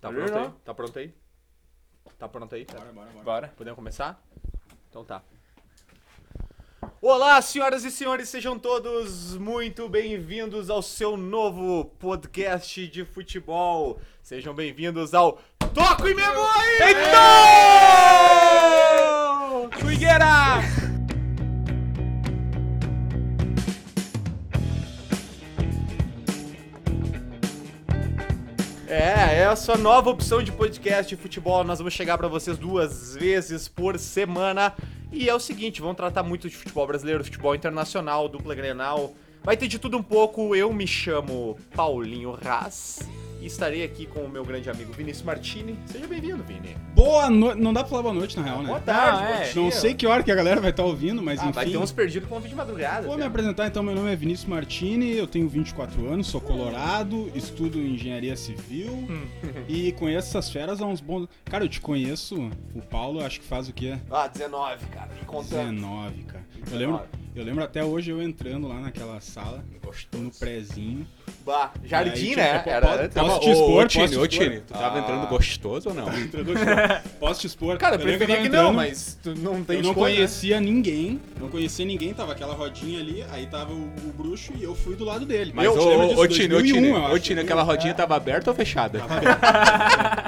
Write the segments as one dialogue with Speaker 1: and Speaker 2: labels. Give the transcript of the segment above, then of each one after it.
Speaker 1: Tá
Speaker 2: Olha
Speaker 1: pronto aí?
Speaker 2: lá.
Speaker 1: Tá pronto aí? Tá pronto aí?
Speaker 2: Bora, bora, bora.
Speaker 1: Bora. Podemos começar? Então tá. Olá, senhoras e senhores, sejam todos muito bem-vindos ao seu novo podcast de futebol. Sejam bem-vindos ao Toco e Memória! Eita! Figueira! É, é a sua nova opção de podcast de futebol. Nós vamos chegar pra vocês duas vezes por semana. E é o seguinte, vamos tratar muito de futebol brasileiro, futebol internacional, dupla Grenal. Vai ter de tudo um pouco. Eu me chamo Paulinho Raz e estarei aqui com o meu grande amigo Vinícius Martini. Seja bem-vindo, Vini.
Speaker 2: Boa noite. Não dá pra falar boa noite, na real, né?
Speaker 1: Boa tarde,
Speaker 3: Não,
Speaker 1: bom
Speaker 3: é.
Speaker 1: dia.
Speaker 2: Não sei que hora que a galera vai estar ouvindo, mas
Speaker 1: Ah,
Speaker 2: enfim.
Speaker 1: vai ter uns perdidos com um vídeo de madrugada.
Speaker 2: Vou me
Speaker 1: viu?
Speaker 2: apresentar então, meu nome é Vinícius Martini, eu tenho 24 anos, sou colorado, estudo engenharia civil
Speaker 1: Hum.
Speaker 2: e conheço essas feras há uns bons... Cara, eu te conheço, o Paulo acho que faz o quê?
Speaker 1: Ah, 19, cara. Me contando.
Speaker 2: 19, cara. Eu
Speaker 1: 19.
Speaker 2: lembro, eu lembro até hoje eu entrando lá naquela sala,
Speaker 1: Gostoso.
Speaker 2: no prezinho.
Speaker 1: Bah,
Speaker 2: Aí,
Speaker 1: jardim,
Speaker 2: tipo,
Speaker 1: né?
Speaker 2: po-
Speaker 1: Era...
Speaker 2: po-
Speaker 1: tava-
Speaker 2: posso te expor,
Speaker 3: Ô, Tini,
Speaker 2: posso
Speaker 3: ô,
Speaker 2: te expor?
Speaker 3: Tini, tu tava
Speaker 1: Ah.
Speaker 3: entrando gostoso ou não?
Speaker 2: Entrando, posso te expor?
Speaker 1: Cara, eu
Speaker 2: lembro
Speaker 1: preferia
Speaker 2: tava
Speaker 1: que não,
Speaker 2: entrando-
Speaker 1: mas tu não tem
Speaker 2: eu não
Speaker 1: escolha, né?
Speaker 2: conhecia ninguém, não conhecia ninguém, tava aquela rodinha ali, aí tava o, o bruxo e eu fui do lado dele.
Speaker 3: Mas,
Speaker 2: eu
Speaker 3: ô,
Speaker 2: te lembro disso,
Speaker 3: ô, ô, Tini, ô,
Speaker 2: 2001,
Speaker 3: Tini,
Speaker 4: um,
Speaker 2: eu
Speaker 3: ô,
Speaker 2: acho,
Speaker 3: Tini, aquela rodinha tava aberta ou fechada?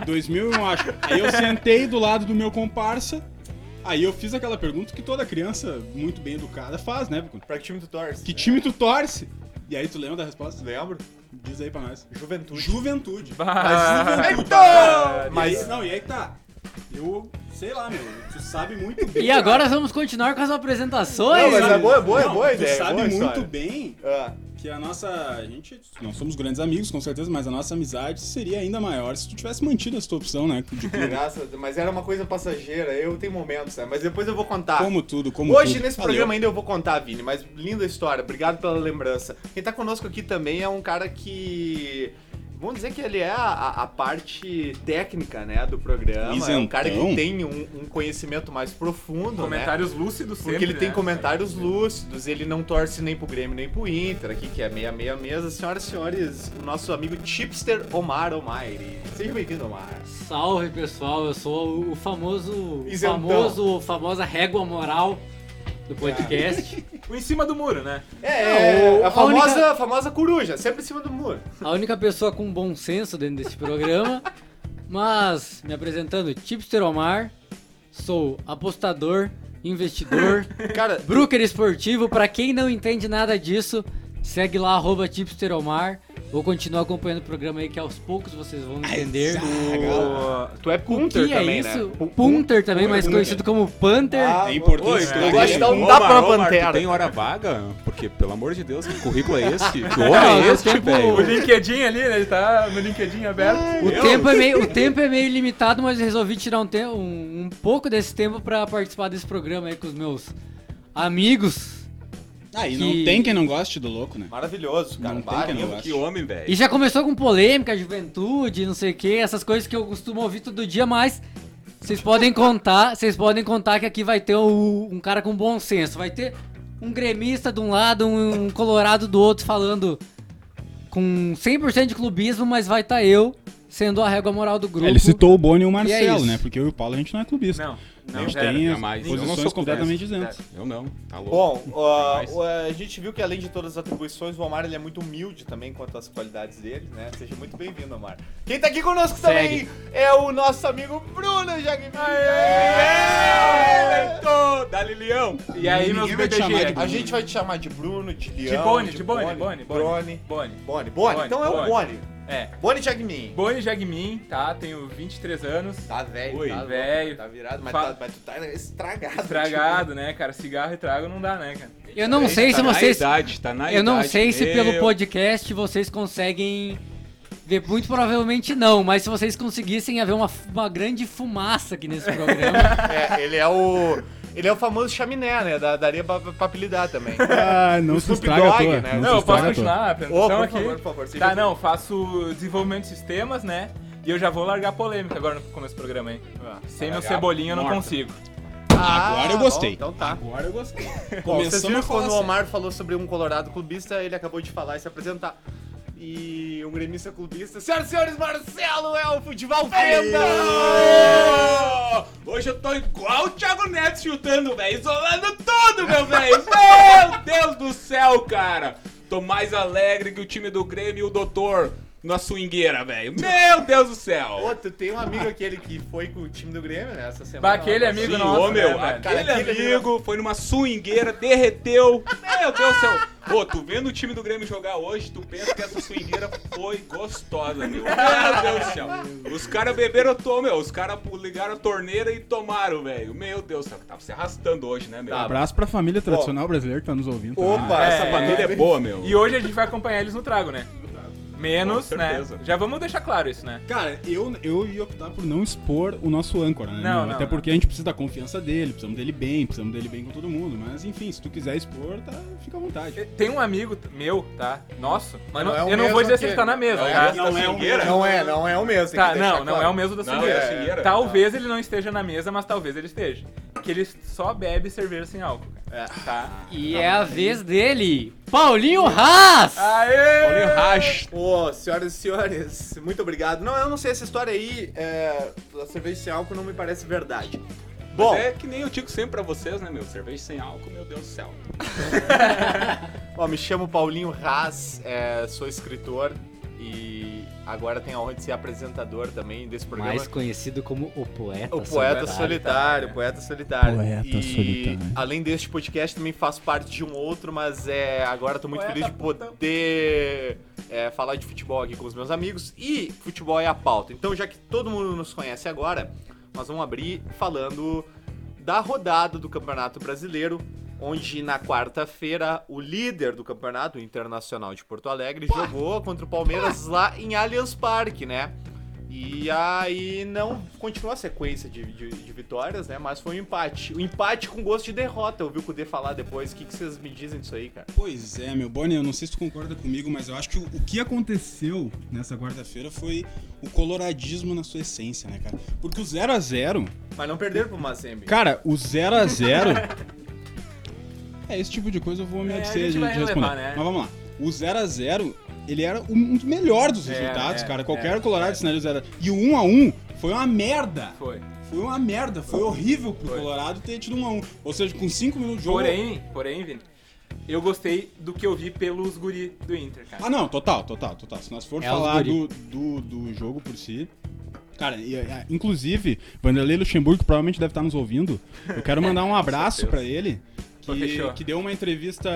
Speaker 2: 2001, acho. Aí um, eu sentei do lado do meu comparsa, aí eu fiz aquela pergunta que toda criança muito bem educada faz, né?
Speaker 1: Pra que time tu torce?
Speaker 2: Que time tu torce? E aí tu lembra da
Speaker 1: Tu
Speaker 2: resposta?
Speaker 1: lembra?
Speaker 2: Diz aí pra nós.
Speaker 1: Juventude.
Speaker 2: Juventude.
Speaker 3: Ah,
Speaker 1: Então!
Speaker 2: Mas,
Speaker 1: Mas
Speaker 2: não, e aí que tá. Eu, sei lá, meu, tu sabe muito bem.
Speaker 3: E agora
Speaker 2: cara.
Speaker 3: vamos continuar com as
Speaker 1: Não,
Speaker 3: apresentações?
Speaker 1: mas é boa, é boa, é
Speaker 2: Não,
Speaker 1: boa a
Speaker 2: Tu
Speaker 1: ideia, é
Speaker 2: sabe
Speaker 1: boa a
Speaker 2: muito
Speaker 1: história.
Speaker 2: bem
Speaker 1: ah,
Speaker 2: que a nossa. A gente. Não somos grandes amigos, com certeza, mas a nossa amizade seria ainda maior se tu tivesse mantido essa tua opção, né? De clube.
Speaker 1: graças, mas era uma coisa passageira. Eu tenho momentos, né? Mas depois eu vou contar.
Speaker 2: como tudo, como
Speaker 1: Hoje
Speaker 2: tudo.
Speaker 1: nesse
Speaker 2: Valeu.
Speaker 1: programa ainda eu vou contar, Vini, mas linda história, obrigado pela lembrança. Quem tá conosco aqui também é um cara que. Vamos dizer que ele é a, a parte técnica, né, do programa. É um
Speaker 2: Isentão.
Speaker 1: cara que tem um, um conhecimento mais profundo, né?
Speaker 4: Comentários lúcidos
Speaker 1: Porque
Speaker 4: sempre,
Speaker 1: ele tem
Speaker 4: né?
Speaker 1: comentários lúcidos, ele não torce nem pro Grêmio nem pro Inter, aqui que é meia-meia mesa. Senhoras e senhores, o nosso amigo Chipster Omar Omairi. Seja bem-vindo, Omar.
Speaker 3: Salve pessoal, eu sou o- o famoso, o
Speaker 1: Isentão.
Speaker 3: famoso, famosa régua moral do podcast.
Speaker 4: O em cima do muro, né?
Speaker 1: É,
Speaker 3: Não, o-
Speaker 1: a,
Speaker 3: a
Speaker 1: famosa,
Speaker 3: única-
Speaker 1: a famosa coruja, sempre em cima do muro.
Speaker 3: A única pessoa com bom senso dentro deste programa. Mas, me apresentando, Tipster Omar, sou apostador, investidor,
Speaker 1: Cara,
Speaker 3: broker esportivo. Pra quem não entende nada disso, segue lá, arroba Tipster Omar. Vou continuar acompanhando o programa aí que aos poucos vocês vão entender.
Speaker 4: O... Tu é
Speaker 3: O
Speaker 1: Punter
Speaker 3: que é
Speaker 1: também, né?
Speaker 3: isso?
Speaker 1: Pu-
Speaker 3: Punter também,
Speaker 2: Punter,
Speaker 3: mais
Speaker 2: Punter.
Speaker 3: conhecido como Panther.
Speaker 1: Ah,
Speaker 2: É importante
Speaker 4: Oi,
Speaker 2: isso
Speaker 4: cara,
Speaker 2: daí.
Speaker 1: eu gosto de dar um
Speaker 4: Ô,
Speaker 1: tapa na
Speaker 4: Omar, Omar,
Speaker 1: pantera.
Speaker 4: tu
Speaker 3: tem
Speaker 4: tem hora vaga? Porque, pelo amor de Deus, que currículo é esse? Que homem
Speaker 3: Não,
Speaker 4: é
Speaker 3: eu
Speaker 4: esse,
Speaker 3: tenho-
Speaker 4: velho?
Speaker 3: O
Speaker 4: O LinkedIn ali, né? Ele tá no LinkedIn aberto.
Speaker 3: O tempo, é meio, o tempo é meio limitado, mas eu resolvi tirar um, te- um, um pouco desse tempo pra participar desse programa aí com os meus amigos.
Speaker 2: Ah, e não
Speaker 3: que-
Speaker 2: tem quem não goste do louco, né?
Speaker 1: Maravilhoso, cara.
Speaker 2: Não tem
Speaker 1: Bah,
Speaker 2: que
Speaker 1: lindo.
Speaker 2: não
Speaker 4: Que homem, velho.
Speaker 3: E já começou com polêmica, juventude, não sei o que, essas coisas que eu costumo ouvir todo dia, mas vocês podem contar, vocês podem contar que aqui vai ter o- um cara com bom senso, vai ter um gremista de um lado, um, um colorado do outro falando com 100% de clubismo, mas vai estar eu sendo a régua moral do grupo.
Speaker 2: Ele citou o Boni e o
Speaker 3: E é
Speaker 2: Marcelo,
Speaker 3: isso.
Speaker 2: né? Porque eu e o Paulo a gente não é clubista.
Speaker 4: Não,
Speaker 2: a
Speaker 4: não,
Speaker 2: gente
Speaker 4: zero.
Speaker 2: tem as
Speaker 3: jamais. Eu não
Speaker 2: posições
Speaker 3: sou
Speaker 2: completamente
Speaker 4: clubista.
Speaker 2: isentas.
Speaker 3: Zero.
Speaker 4: Eu não, tá louco.
Speaker 1: Bom, ó,
Speaker 4: Demais.
Speaker 1: ó, a gente viu que além de todas as atribuições, o Omar ele é muito humilde também quanto às qualidades dele, né? Seja muito bem-vindo, Omar. Quem tá aqui conosco
Speaker 3: Segue.
Speaker 1: também é o nosso amigo Bruno Jagmin.
Speaker 4: Tô, Dá-lhe leão. E aí, meus
Speaker 2: Ninguém vai te chamar de
Speaker 4: BTG?
Speaker 2: Bruno.
Speaker 1: A gente vai te chamar de Bruno, de
Speaker 4: De
Speaker 1: Leão,
Speaker 4: Boni, de Boni, Boni,
Speaker 1: Boni.
Speaker 4: Boni. Boni.
Speaker 1: Boni, Boni.
Speaker 4: Boni,
Speaker 1: Então é o
Speaker 4: Boni.
Speaker 1: Boni.
Speaker 4: É.
Speaker 1: Boni Jagmin.
Speaker 4: Boni Jagmin, tá? Tenho 23 anos.
Speaker 1: Tá velho,
Speaker 4: Oi.
Speaker 1: tá louco,
Speaker 4: Velho.
Speaker 1: Tá virado, mas,
Speaker 4: Fa-
Speaker 1: tá, mas tu tá estragado.
Speaker 4: Estragado, né, cara? Cigarro e trago não dá, né, cara?
Speaker 3: Eu não sei se vocês idade,
Speaker 4: tá na
Speaker 3: Eu não
Speaker 4: idade,
Speaker 3: sei se
Speaker 4: meu.
Speaker 3: pelo podcast vocês conseguem ver, muito provavelmente não, mas se vocês conseguissem haver uma, fu- uma grande fumaça aqui nesse programa.
Speaker 1: É, ele é o. Ele é o famoso chaminé, né? Da, daria pra, pra apelidar também.
Speaker 2: Ah, não
Speaker 1: O
Speaker 2: se
Speaker 1: Snoop
Speaker 2: estraga à
Speaker 1: Dogg,
Speaker 2: toa.
Speaker 1: né?
Speaker 2: se
Speaker 4: Não, eu posso
Speaker 2: estraga à toa.
Speaker 4: continuar a
Speaker 1: Ô,
Speaker 4: apresentação
Speaker 1: por
Speaker 4: aqui?
Speaker 1: favor, por favor. seja
Speaker 4: Tá, não, faço desenvolvimento de sistemas, né? E eu já vou largar a polêmica agora no começo do programa, hein?
Speaker 2: Ah,
Speaker 4: Sem meu
Speaker 1: largar
Speaker 4: cebolinha eu não
Speaker 1: morta.
Speaker 4: consigo.
Speaker 1: Ah,
Speaker 2: Agora eu gostei.
Speaker 1: Bom, então tá.
Speaker 2: Agora eu gostei.
Speaker 1: Bom, vocês
Speaker 2: Começamos
Speaker 1: viram
Speaker 2: a falar assim.
Speaker 1: quando o
Speaker 2: sério.
Speaker 1: Omar falou sobre um colorado clubista, ele acabou de falar e se apresentar. e um gremista clubista. Senhoras e senhores, Marcelo é o Fudival Fenda!
Speaker 5: Hoje eu tô igual o Thiago Neto chutando, velho. Isolando tudo, meu velho. Meu Deus do céu, cara. Tô mais alegre que o time do Grêmio e o doutor na swingueira, velho. Meu Deus do
Speaker 1: Pô,
Speaker 5: céu.
Speaker 1: tu tem um amigo aquele que foi com o time do Grêmio, né? Essa semana.
Speaker 4: Bah, aquele amigo
Speaker 5: Sim,
Speaker 4: nosso,
Speaker 5: ô, meu,
Speaker 4: né, velho?
Speaker 5: aquele
Speaker 1: Cara, aquele
Speaker 5: amigo foi numa swingueira, derreteu. Meu Deus do céu. Pô, tu vendo o time do Grêmio jogar hoje, tu pensa que essa swingueira foi gostosa, meu. Meu Deus do céu. Os caras beberam, tô, meu. Os caras ligaram a torneira e tomaram, velho. Meu Deus do céu. Tava se arrastando hoje, né, meu?
Speaker 1: Tá.
Speaker 2: Abraço pra família tradicional brasileira que tá nos ouvindo. também, né?
Speaker 1: Opa,
Speaker 5: Essa
Speaker 4: É.
Speaker 5: família é boa, meu.
Speaker 4: E hoje a gente vai acompanhar eles no trago, né? Menos,
Speaker 5: Com
Speaker 4: né?
Speaker 5: certeza.
Speaker 4: Já vamos deixar claro isso, né?
Speaker 2: Cara, eu, eu ia optar por não expor o nosso âncora, né?
Speaker 4: Não,
Speaker 2: meu?
Speaker 4: não,
Speaker 2: Até
Speaker 4: não.
Speaker 2: porque a gente precisa da confiança dele, precisamos dele bem, precisamos dele bem com todo mundo. Mas enfim, se tu quiser expor, tá, fica à vontade.
Speaker 4: Tem um amigo t- meu, tá? Nosso. Mas
Speaker 1: Não
Speaker 4: não-
Speaker 1: é o
Speaker 4: eu não
Speaker 1: mesmo
Speaker 4: vou dizer se ele
Speaker 1: que-
Speaker 4: tá na mesa,
Speaker 5: Não é
Speaker 4: tá?
Speaker 5: o mesmo. swingueira?
Speaker 1: Não é, não é o mesmo. tem
Speaker 4: Tá,
Speaker 1: que deixar
Speaker 4: não, não
Speaker 1: claro.
Speaker 4: é o mesmo da
Speaker 5: Não,
Speaker 4: swingueira.
Speaker 5: é a swingueira.
Speaker 4: Talvez ele não esteja na mesa, mas talvez ele esteja. Que ele só bebe cerveja sem álcool, cara.
Speaker 1: É.
Speaker 4: Tá?
Speaker 3: E é a vez dele, Paulinho Haas!
Speaker 4: Aê!
Speaker 5: Olha o racha.
Speaker 1: Ô, senhoras e senhores, muito obrigado. Não, eu não sei, essa história aí, é, da cerveja sem álcool não me parece verdade. Bom,
Speaker 5: Bom, é que nem eu digo sempre pra vocês, né, meu? Cerveja sem álcool, meu Deus do céu.
Speaker 1: ó, me chamo Paulinho Haas, é, sou escritor e agora tenho a honra de ser apresentador também desse programa.
Speaker 3: Mais conhecido como o poeta.
Speaker 1: O Poeta
Speaker 3: solitário.
Speaker 1: Solitário, Poeta Solitário.
Speaker 2: Poeta
Speaker 1: e,
Speaker 2: Solitário.
Speaker 1: Além deste podcast, também faço parte de um outro, mas é, agora tô muito
Speaker 4: Poeta
Speaker 1: feliz de
Speaker 4: puta.
Speaker 1: poder é, falar de futebol aqui com os meus amigos. E futebol é a pauta. Então, já que todo mundo nos conhece agora, nós vamos abrir falando da rodada do Campeonato Brasileiro. Onde na quarta-feira o líder do campeonato o internacional de Porto Alegre jogou contra o Palmeiras lá em Allianz Parque, né? E aí não continuou a sequência de, de- de vitórias, né? Mas foi um empate. O empate com gosto de derrota. Eu vi o Kudê falar depois. O que, que vocês me dizem disso aí, cara?
Speaker 2: Pois é, meu Bonnie, eu não sei se tu concorda comigo, mas eu acho que o, o que aconteceu nessa quarta-feira foi o coloradismo na sua essência, né, cara? Porque o 0 a 0
Speaker 1: Mas não perderam pro Mazembe.
Speaker 2: Cara, o 0 a 0 É, esse tipo de coisa eu vou me
Speaker 4: É, a
Speaker 2: abster
Speaker 4: gente
Speaker 2: de,
Speaker 4: vai
Speaker 2: de
Speaker 4: relevar,
Speaker 2: responder.
Speaker 4: né?
Speaker 2: Mas vamos lá. O 0 a 0 ele era o- um dos melhores dos
Speaker 4: É,
Speaker 2: resultados,
Speaker 4: é,
Speaker 2: cara.
Speaker 4: é,
Speaker 2: Qualquer colorado cenário 0 E o 1 a 1 foi uma merda.
Speaker 4: Foi.
Speaker 2: Foi uma merda, foi horrível pro
Speaker 4: Foi.
Speaker 2: Colorado ter tido 1 a 1. Ou seja, com 5 minutos de jogo.
Speaker 4: Porém, porém, Vini, eu gostei do que eu vi pelos guri do Inter, cara.
Speaker 2: Ah, não, total, total, total. Se nós for
Speaker 3: É
Speaker 2: falar
Speaker 3: os guri.
Speaker 2: do, do, do jogo por si. Cara, e- e- inclusive, Vanderlei Luxemburgo provavelmente deve estar nos ouvindo. Eu quero mandar um abraço pra ele.
Speaker 4: Pô, fechou.
Speaker 2: Que, que deu uma entrevista.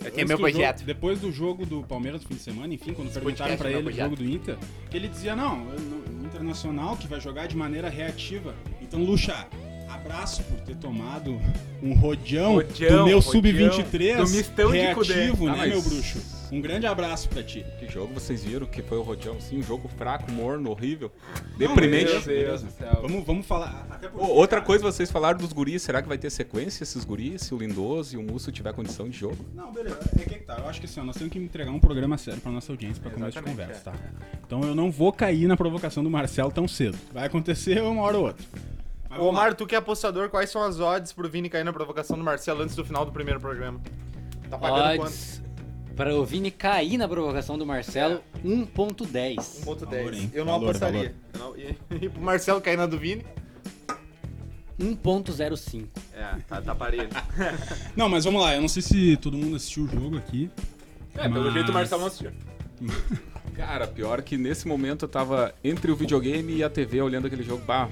Speaker 2: antes
Speaker 1: meu
Speaker 2: do
Speaker 1: projeto.
Speaker 2: jogo- depois do jogo do Palmeiras no fim de semana, enfim, quando perguntaram
Speaker 1: podcast
Speaker 2: pra
Speaker 1: é meu
Speaker 2: ele o
Speaker 1: projeto.
Speaker 2: jogo do Inter, que ele dizia: não, eu não- o Internacional que vai jogar de maneira reativa. Então, Luxa, abraço por ter tomado um rodeão,
Speaker 4: Rodeão,
Speaker 2: do meu
Speaker 4: rodeão,
Speaker 2: sub-23
Speaker 4: do mistão de
Speaker 2: reativo,
Speaker 4: Cudê.
Speaker 2: né,
Speaker 5: Ah, mas-
Speaker 2: meu bruxo? Um grande abraço pra ti.
Speaker 5: Que jogo vocês viram que foi o rodeão, assim, um jogo fraco, morno, horrível, deprimente.
Speaker 4: Meu Deus do céu.
Speaker 2: Vamos, vamos falar. Ah, Até
Speaker 5: Ô, outra coisa, vocês falaram dos guris, será que vai ter sequência esses guris, se o Lindoso e o Musso tiver condição de jogo?
Speaker 2: Não, beleza. É que é que tá. Eu acho que assim, ó, nós temos que entregar um programa sério pra nossa audiência pra começo de
Speaker 4: Exatamente, é.
Speaker 2: conversa, tá? Então eu não vou cair na provocação do Marcelo tão cedo. Vai acontecer uma hora ou outra. Mas
Speaker 1: Ô,
Speaker 2: vamos lá.
Speaker 1: Omar, tu que é apostador, quais são as odds pro Vini cair na provocação do Marcelo antes do final do primeiro programa? Tá pagando
Speaker 3: Odds para o Vini cair na provocação do Marcelo, 1.10.
Speaker 1: quanto?
Speaker 2: Valor, hein?
Speaker 1: 1.10. Eu não
Speaker 2: Valor,
Speaker 1: apostaria. Eu não- E, e pro Marcelo cair na do Vini?
Speaker 3: 1.05.
Speaker 1: É, tá, tá parelho.
Speaker 2: Não, mas vamos lá. Eu não sei se todo mundo assistiu o jogo aqui.
Speaker 4: É, pelo
Speaker 2: Mas-
Speaker 4: jeito o Marcelo não assistiu.
Speaker 5: Cara, pior que nesse momento eu tava entre o videogame e a TV olhando aquele jogo, bah,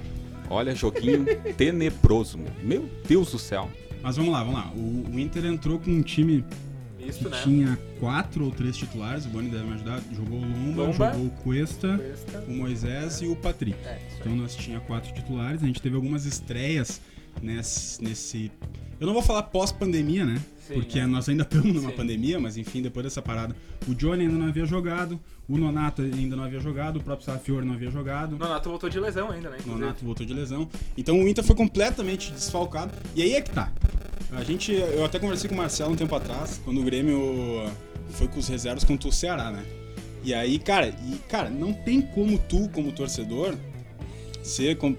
Speaker 5: olha, joguinho tenebroso, meu. meu Deus do céu.
Speaker 2: Mas vamos lá, vamos lá. O, o Inter entrou com um time que
Speaker 4: Isso, né?
Speaker 2: tinha quatro ou três titulares. O Boni deve me ajudar. Jogou o Lomba,
Speaker 4: Lomba.
Speaker 2: jogou o Cuesta,
Speaker 4: Cuesta.
Speaker 2: o Moisés e o Patrick.
Speaker 4: É, isso aí.
Speaker 2: Então nós tinha quatro titulares, a gente teve algumas estreias nesse. nesse- eu não vou falar pós-pandemia, né?
Speaker 4: Sim,
Speaker 2: Porque
Speaker 4: é.
Speaker 2: nós ainda estamos numa
Speaker 4: Sim.
Speaker 2: pandemia, mas enfim, depois dessa parada. O Johnny ainda não havia jogado, o Nonato ainda não havia jogado, o próprio Safiori não havia jogado.
Speaker 4: Nonato voltou de lesão ainda, né?
Speaker 2: O
Speaker 4: inclusive.
Speaker 2: Nonato voltou de lesão. Então o Inter foi completamente desfalcado. E aí é que tá. A gente. Eu até conversei com o Marcelo um tempo atrás, quando o Grêmio foi com os reservas contra o Ceará, né? E aí, cara, e, cara, não tem como tu, como torcedor, ser. Como,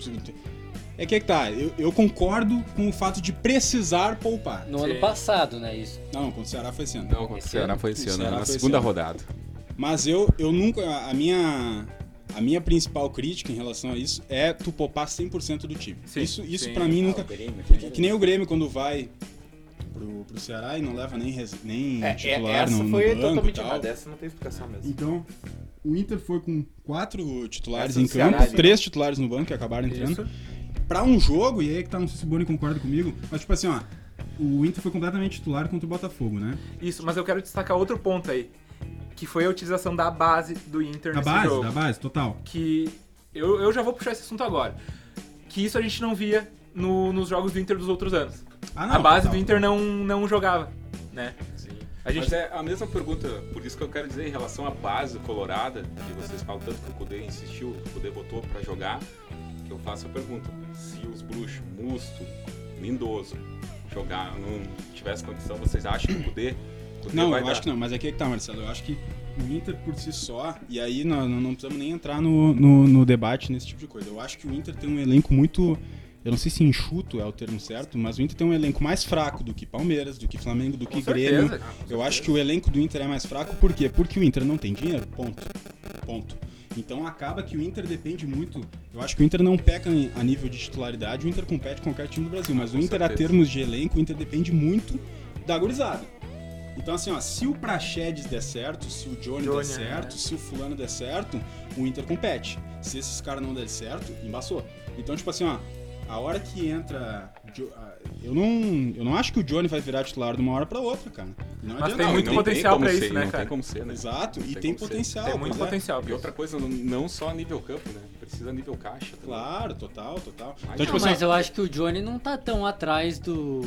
Speaker 2: é que é que tá. Eu, eu concordo com o fato de precisar poupar.
Speaker 3: No
Speaker 4: Sim.
Speaker 3: ano passado, né? Isso.
Speaker 2: Não, contra o Ceará foi assim, sendo.
Speaker 5: Não, contra o
Speaker 3: Esse
Speaker 5: Ceará
Speaker 3: ano?
Speaker 5: foi esse
Speaker 2: O
Speaker 5: ano,
Speaker 2: Ceará
Speaker 5: na
Speaker 2: foi esse
Speaker 5: segunda
Speaker 2: ano.
Speaker 5: rodada.
Speaker 2: Mas eu, eu nunca. A minha, a minha principal crítica em relação a isso é tu poupar 100% do time.
Speaker 4: Sim,
Speaker 2: isso isso
Speaker 4: sim.
Speaker 2: para mim nunca.
Speaker 3: Tipo
Speaker 2: Porque, É
Speaker 3: assim,
Speaker 2: que nem o Grêmio quando vai pro, pro Ceará e não leva nem, res- nem
Speaker 1: É, é,
Speaker 2: titular
Speaker 1: essa
Speaker 2: no, no
Speaker 1: foi
Speaker 2: banco e
Speaker 1: totalmente
Speaker 2: tal.
Speaker 1: errada, essa não tem explicação mesmo.
Speaker 2: Então, o Inter foi com quatro titulares
Speaker 1: Essa
Speaker 2: em
Speaker 1: do Ceará,
Speaker 2: campo,
Speaker 1: né?
Speaker 2: três titulares no banco que acabaram entrando. Pra um jogo, e aí que tá, não sei se o Boni concorda comigo, mas tipo assim, ó, o Inter foi completamente titular contra o Botafogo, né?
Speaker 4: Isso, mas eu quero destacar outro ponto aí. Que foi a utilização da base do Inter
Speaker 2: Da
Speaker 4: nesse
Speaker 2: base,
Speaker 4: jogo.
Speaker 2: da base, total.
Speaker 4: que eu, eu já vou puxar esse assunto agora. Que isso a gente não via no- nos jogos do Inter dos outros anos.
Speaker 2: Ah,
Speaker 4: a base
Speaker 2: total.
Speaker 4: do Inter não, não jogava, né? A gente
Speaker 5: Mas é a mesma pergunta, por isso que eu quero dizer em relação à base colorada, que vocês falam tanto que o Kudê insistiu, que o Kudê botou pra jogar, que eu faço a pergunta, se os bruxos, Musto, Lindoso, jogar, não tivesse condição, vocês acham que o Kudê, Kudê
Speaker 2: Não,
Speaker 5: vai
Speaker 2: eu
Speaker 5: dar?
Speaker 2: acho que não, mas aqui é que tá, Marcelo. Eu acho que o Inter por si só, e aí não, não, não precisamos nem entrar no, no, no debate nesse tipo de coisa. Eu acho que o Inter tem um elenco muito. Eu não sei se enxuto é o termo certo, mas o Inter tem um elenco mais fraco do que Palmeiras, do que Flamengo, do que
Speaker 4: Com
Speaker 2: Grêmio.
Speaker 4: certeza.
Speaker 2: Eu acho que o elenco do Inter é mais fraco, por quê? Porque o Inter não tem dinheiro, ponto. Ponto. Então acaba que o Inter depende muito. Eu acho que o Inter não peca em- a nível de titularidade, o Inter compete com qualquer time do Brasil, mas
Speaker 5: Com
Speaker 2: o Inter, a
Speaker 5: certeza.
Speaker 2: termos de elenco, o Inter depende muito da gurizada. Então, assim, ó, se o Praxedes der certo, se o Johnny, der
Speaker 4: Johnny, é.
Speaker 2: certo, se o Fulano der certo, o Inter compete. Se esses caras não der certo, embaçou. Então, tipo assim, ó, a hora que entra. Jo- ah, Eu não, eu não acho que o Johnny vai virar titular de uma hora pra outra, cara. Não
Speaker 4: Mas
Speaker 2: adianta.
Speaker 4: tem
Speaker 5: Não,
Speaker 4: muito
Speaker 5: não
Speaker 4: potencial
Speaker 5: como
Speaker 4: pra
Speaker 5: ser,
Speaker 4: isso, né,
Speaker 5: não
Speaker 4: cara?
Speaker 5: tem como ser, né?
Speaker 2: Exato, e
Speaker 5: Tem
Speaker 2: tem
Speaker 5: como ser.
Speaker 2: potencial.
Speaker 4: Tem muito
Speaker 2: pois é.
Speaker 4: potencial.
Speaker 5: E outra coisa, não- não só nível campo, né? Precisa nível caixa também.
Speaker 2: Claro, total, total. Então,
Speaker 5: Não,
Speaker 2: tipo assim,
Speaker 3: mas eu acho que o Johnny não tá tão atrás do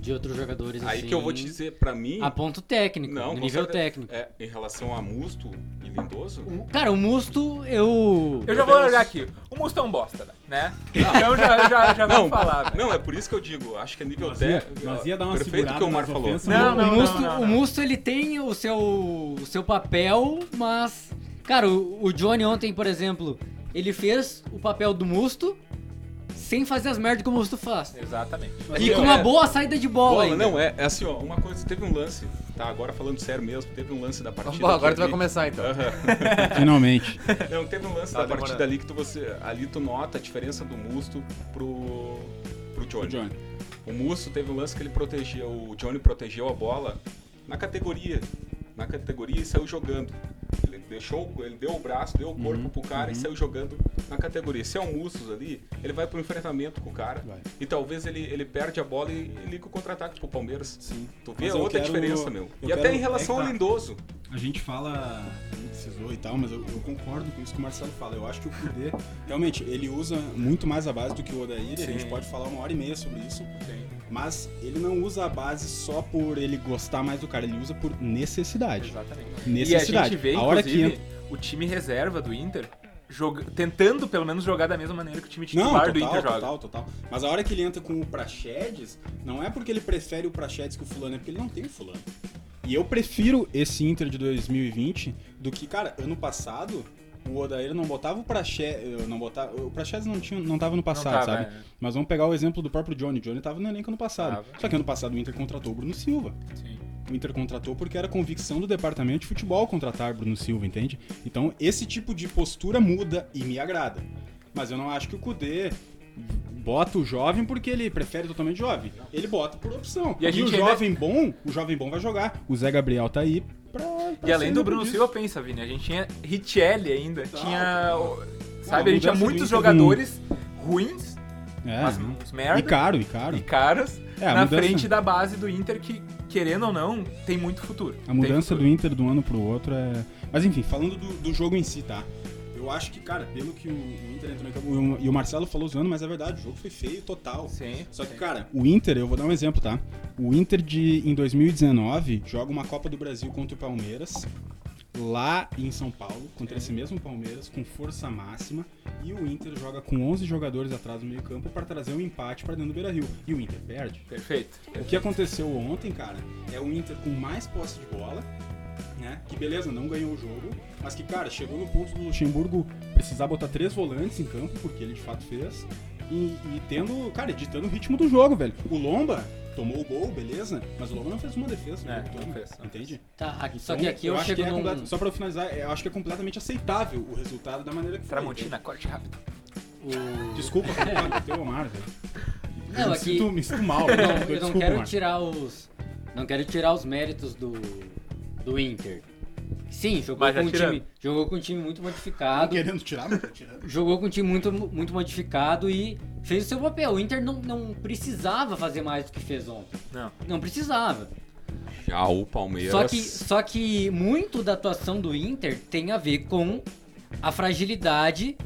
Speaker 3: de outros jogadores
Speaker 5: Aí
Speaker 3: assim.
Speaker 5: que eu vou te dizer, pra mim,
Speaker 3: A ponto técnico,
Speaker 5: Não,
Speaker 3: no
Speaker 5: com
Speaker 3: nível
Speaker 5: certeza.
Speaker 3: técnico.
Speaker 5: é, em relação a Musto e Lindoso,
Speaker 3: Cara, o Musto, eu.
Speaker 4: Eu já vou largar aqui. O Musto é um bosta, né? Então já, já, já vamos falar, né? velho.
Speaker 5: Não, é por isso que eu digo, acho que é nível
Speaker 2: Nós ia-
Speaker 5: 10.
Speaker 2: nós ia dar uma
Speaker 5: Perfeito
Speaker 2: segurada
Speaker 5: que o Omar
Speaker 2: nas
Speaker 5: falou.
Speaker 2: ofensas,
Speaker 4: Não,
Speaker 3: o
Speaker 4: não,
Speaker 3: Musto,
Speaker 4: não, não,
Speaker 3: o
Speaker 4: não.
Speaker 3: Musto ele tem o seu, o seu papel, mas. Cara, o, o Johnny ontem, por exemplo, ele fez o papel do Musto sem fazer as merdas que o Musto faz.
Speaker 4: Exatamente.
Speaker 3: E com
Speaker 2: É.
Speaker 3: uma boa saída de bola,
Speaker 5: Bola,
Speaker 3: ainda.
Speaker 5: não, é, é assim, ó, uma coisa, teve um lance, tá, agora falando sério mesmo, teve um lance da partida.
Speaker 1: Bom, agora
Speaker 5: que
Speaker 1: tu vai
Speaker 5: ali-
Speaker 1: começar então.
Speaker 5: Aham.
Speaker 2: Finalmente.
Speaker 5: Não, teve um lance
Speaker 1: Tá
Speaker 5: da partida
Speaker 1: demorando.
Speaker 5: ali que tu, você, ali tu nota a diferença do Musto pro, pro Johnny.
Speaker 2: O Johnny.
Speaker 5: O Musso teve um lance que ele protegeu, o Johnny protegeu a bola na categoria. Na categoria e saiu jogando. Ele deixou, ele deu o braço,
Speaker 2: Uhum,
Speaker 5: deu o corpo pro cara e saiu jogando na categoria. Se é o Mussos ali, ele vai pro enfrentamento com o cara.
Speaker 2: Vai.
Speaker 5: E talvez ele, ele perde a bola e, e liga o contra-ataque pro Palmeiras.
Speaker 2: Sim.
Speaker 5: Tu vê
Speaker 2: Mas
Speaker 5: a
Speaker 2: eu
Speaker 5: outra
Speaker 2: quero-
Speaker 5: diferença, meu.
Speaker 2: eu
Speaker 5: E até
Speaker 2: quero-
Speaker 5: em relação
Speaker 2: é que
Speaker 5: ao
Speaker 2: tá.
Speaker 5: Lindoso.
Speaker 2: A gente fala, a gente precisou e tal, mas eu, eu concordo com isso que o Marcelo fala. Eu acho que o Kudê, realmente, ele usa muito mais a base do que o Odair. A gente pode falar uma hora e meia sobre isso. Mas ele não usa a base só por ele gostar mais do cara, ele usa por necessidade.
Speaker 4: Exatamente. E a
Speaker 2: Necessidade.
Speaker 4: gente vê,
Speaker 2: a hora que
Speaker 4: inclusive,
Speaker 2: entra...
Speaker 4: o time reserva do Inter joga- tentando pelo menos jogar da mesma maneira que o time
Speaker 2: Não,
Speaker 4: titular
Speaker 2: total,
Speaker 4: do Inter joga.
Speaker 2: total, total. Mas a hora que ele entra com o Praxedes, não é porque ele prefere o Praxedes que o fulano, é porque ele não tem o fulano. E eu prefiro esse Inter de 2020 do que, cara, ano passado o Odair não botava o Praxedes, não botava, o Praxedes não tinha, não tava no
Speaker 4: Não
Speaker 2: passado,
Speaker 4: tava,
Speaker 2: sabe?
Speaker 4: né?
Speaker 2: Mas vamos pegar o exemplo do próprio Johnny. Johnny tava no elenco ano passado.
Speaker 4: Tava.
Speaker 2: Só que ano passado o Inter contratou o Bruno Silva.
Speaker 4: Sim.
Speaker 2: O Inter contratou porque era convicção do departamento de futebol contratar Bruno Silva, entende? Então, esse tipo de postura muda e me agrada. Mas eu não acho que o Kudê bota o jovem porque ele prefere totalmente jovem. Ele bota por opção.
Speaker 4: E
Speaker 2: E,
Speaker 4: a gente
Speaker 2: o
Speaker 4: ainda-
Speaker 2: jovem bom, o jovem bom vai jogar. O Zé Gabriel tá aí pra. pra
Speaker 4: E além
Speaker 2: ser
Speaker 4: do Bruno
Speaker 2: disso.
Speaker 4: Silva, pensa, Vini, a gente tinha Richelli ainda,
Speaker 2: Total,
Speaker 4: tinha. o-
Speaker 2: Ah,
Speaker 4: Sabe, a gente
Speaker 2: mudança
Speaker 4: tinha
Speaker 2: do
Speaker 4: muitos
Speaker 2: Inter
Speaker 4: jogadores ruins,
Speaker 2: É.
Speaker 4: mas
Speaker 2: né?
Speaker 4: uns
Speaker 2: E
Speaker 4: merda,
Speaker 2: caro, e
Speaker 4: e
Speaker 2: caro.
Speaker 4: caras,
Speaker 2: É, a
Speaker 4: na
Speaker 2: mudança-
Speaker 4: frente da base do Inter que, querendo ou não, tem muito futuro.
Speaker 2: A mudança do Inter de um ano pro outro é. Mas enfim, falando do, do jogo em si, tá? Eu acho que, cara, pelo que o o Inter entrou em campo. o- E o Marcelo falou zoando, mas é verdade, o jogo foi feio total.
Speaker 4: Sim.
Speaker 2: Só que,
Speaker 4: sim.
Speaker 2: cara, o Inter, eu vou dar um exemplo, tá? O Inter de em 2019 joga uma Copa do Brasil contra o Palmeiras, lá em São Paulo, contra esse mesmo Palmeiras, com força máxima, e o Inter joga com 11 jogadores atrás do meio-campo pra trazer um empate pra dentro do Beira-Rio. E o Inter perde.
Speaker 4: Perfeito.
Speaker 2: O que aconteceu ontem, cara, é o Inter com mais posse de bola, né? Que beleza, não ganhou o jogo, mas que, cara, chegou no ponto do Luxemburgo precisar botar três volantes em campo, porque ele de fato fez, e, e tendo, cara, ditando o ritmo do jogo, velho. O Lomba tomou o gol, beleza, mas o Lomba não fez uma defesa. no
Speaker 4: É,
Speaker 2: jogo todo,
Speaker 4: não fez, não
Speaker 2: Entende?
Speaker 3: Tá, aqui- só
Speaker 2: Então,
Speaker 3: que aqui eu,
Speaker 2: acho
Speaker 3: chego
Speaker 2: que é
Speaker 3: num...
Speaker 2: completa- Só pra eu finalizar, eu acho que é completamente aceitável o resultado da maneira que foi,
Speaker 4: Tramontina, corte rápido.
Speaker 2: entende? Desculpa, cara, tá, bateu o Omar, velho.
Speaker 3: Não,
Speaker 2: me,
Speaker 3: aqui-
Speaker 2: sinto, me sinto mal. né?
Speaker 3: Eu não,
Speaker 2: desculpa,
Speaker 3: eu não quero
Speaker 2: Omar.
Speaker 3: tirar os. Não quero tirar os méritos do. do Inter. Sim, jogou
Speaker 4: Mas já
Speaker 3: com um
Speaker 4: tirando.
Speaker 3: time. Jogou com um time muito
Speaker 2: Não
Speaker 3: modificado.
Speaker 2: Tá querendo tirar, mas tô tirando.
Speaker 3: Jogou com um time muito, muito modificado e fez o seu papel. O Inter não, não precisava fazer mais do que fez ontem.
Speaker 4: Não.
Speaker 3: Não precisava.
Speaker 5: Já o Palmeiras.
Speaker 3: Só que, só que muito da atuação do Inter tem a ver com a fragilidade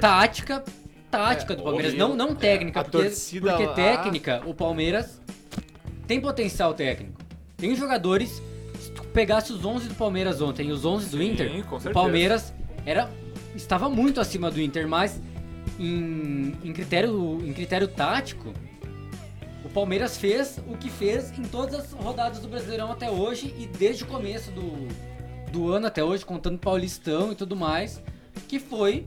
Speaker 3: tática tática do Palmeiras, não, não técnica,
Speaker 1: É, a
Speaker 3: porque,
Speaker 1: torcida
Speaker 3: porque
Speaker 1: lá-
Speaker 3: técnica, o Palmeiras tem potencial técnico. Tem jogadores, se tu pegasse os 11 do Palmeiras ontem e os 11 do
Speaker 4: Sim,
Speaker 3: Inter,
Speaker 4: com
Speaker 3: o
Speaker 4: certeza.
Speaker 3: Palmeiras era, estava muito acima do Inter, mas em, em critério, em critério tático, o Palmeiras fez o que fez em todas as rodadas do Brasileirão até hoje e desde o começo do, do ano até hoje, contando Paulistão e tudo mais, que foi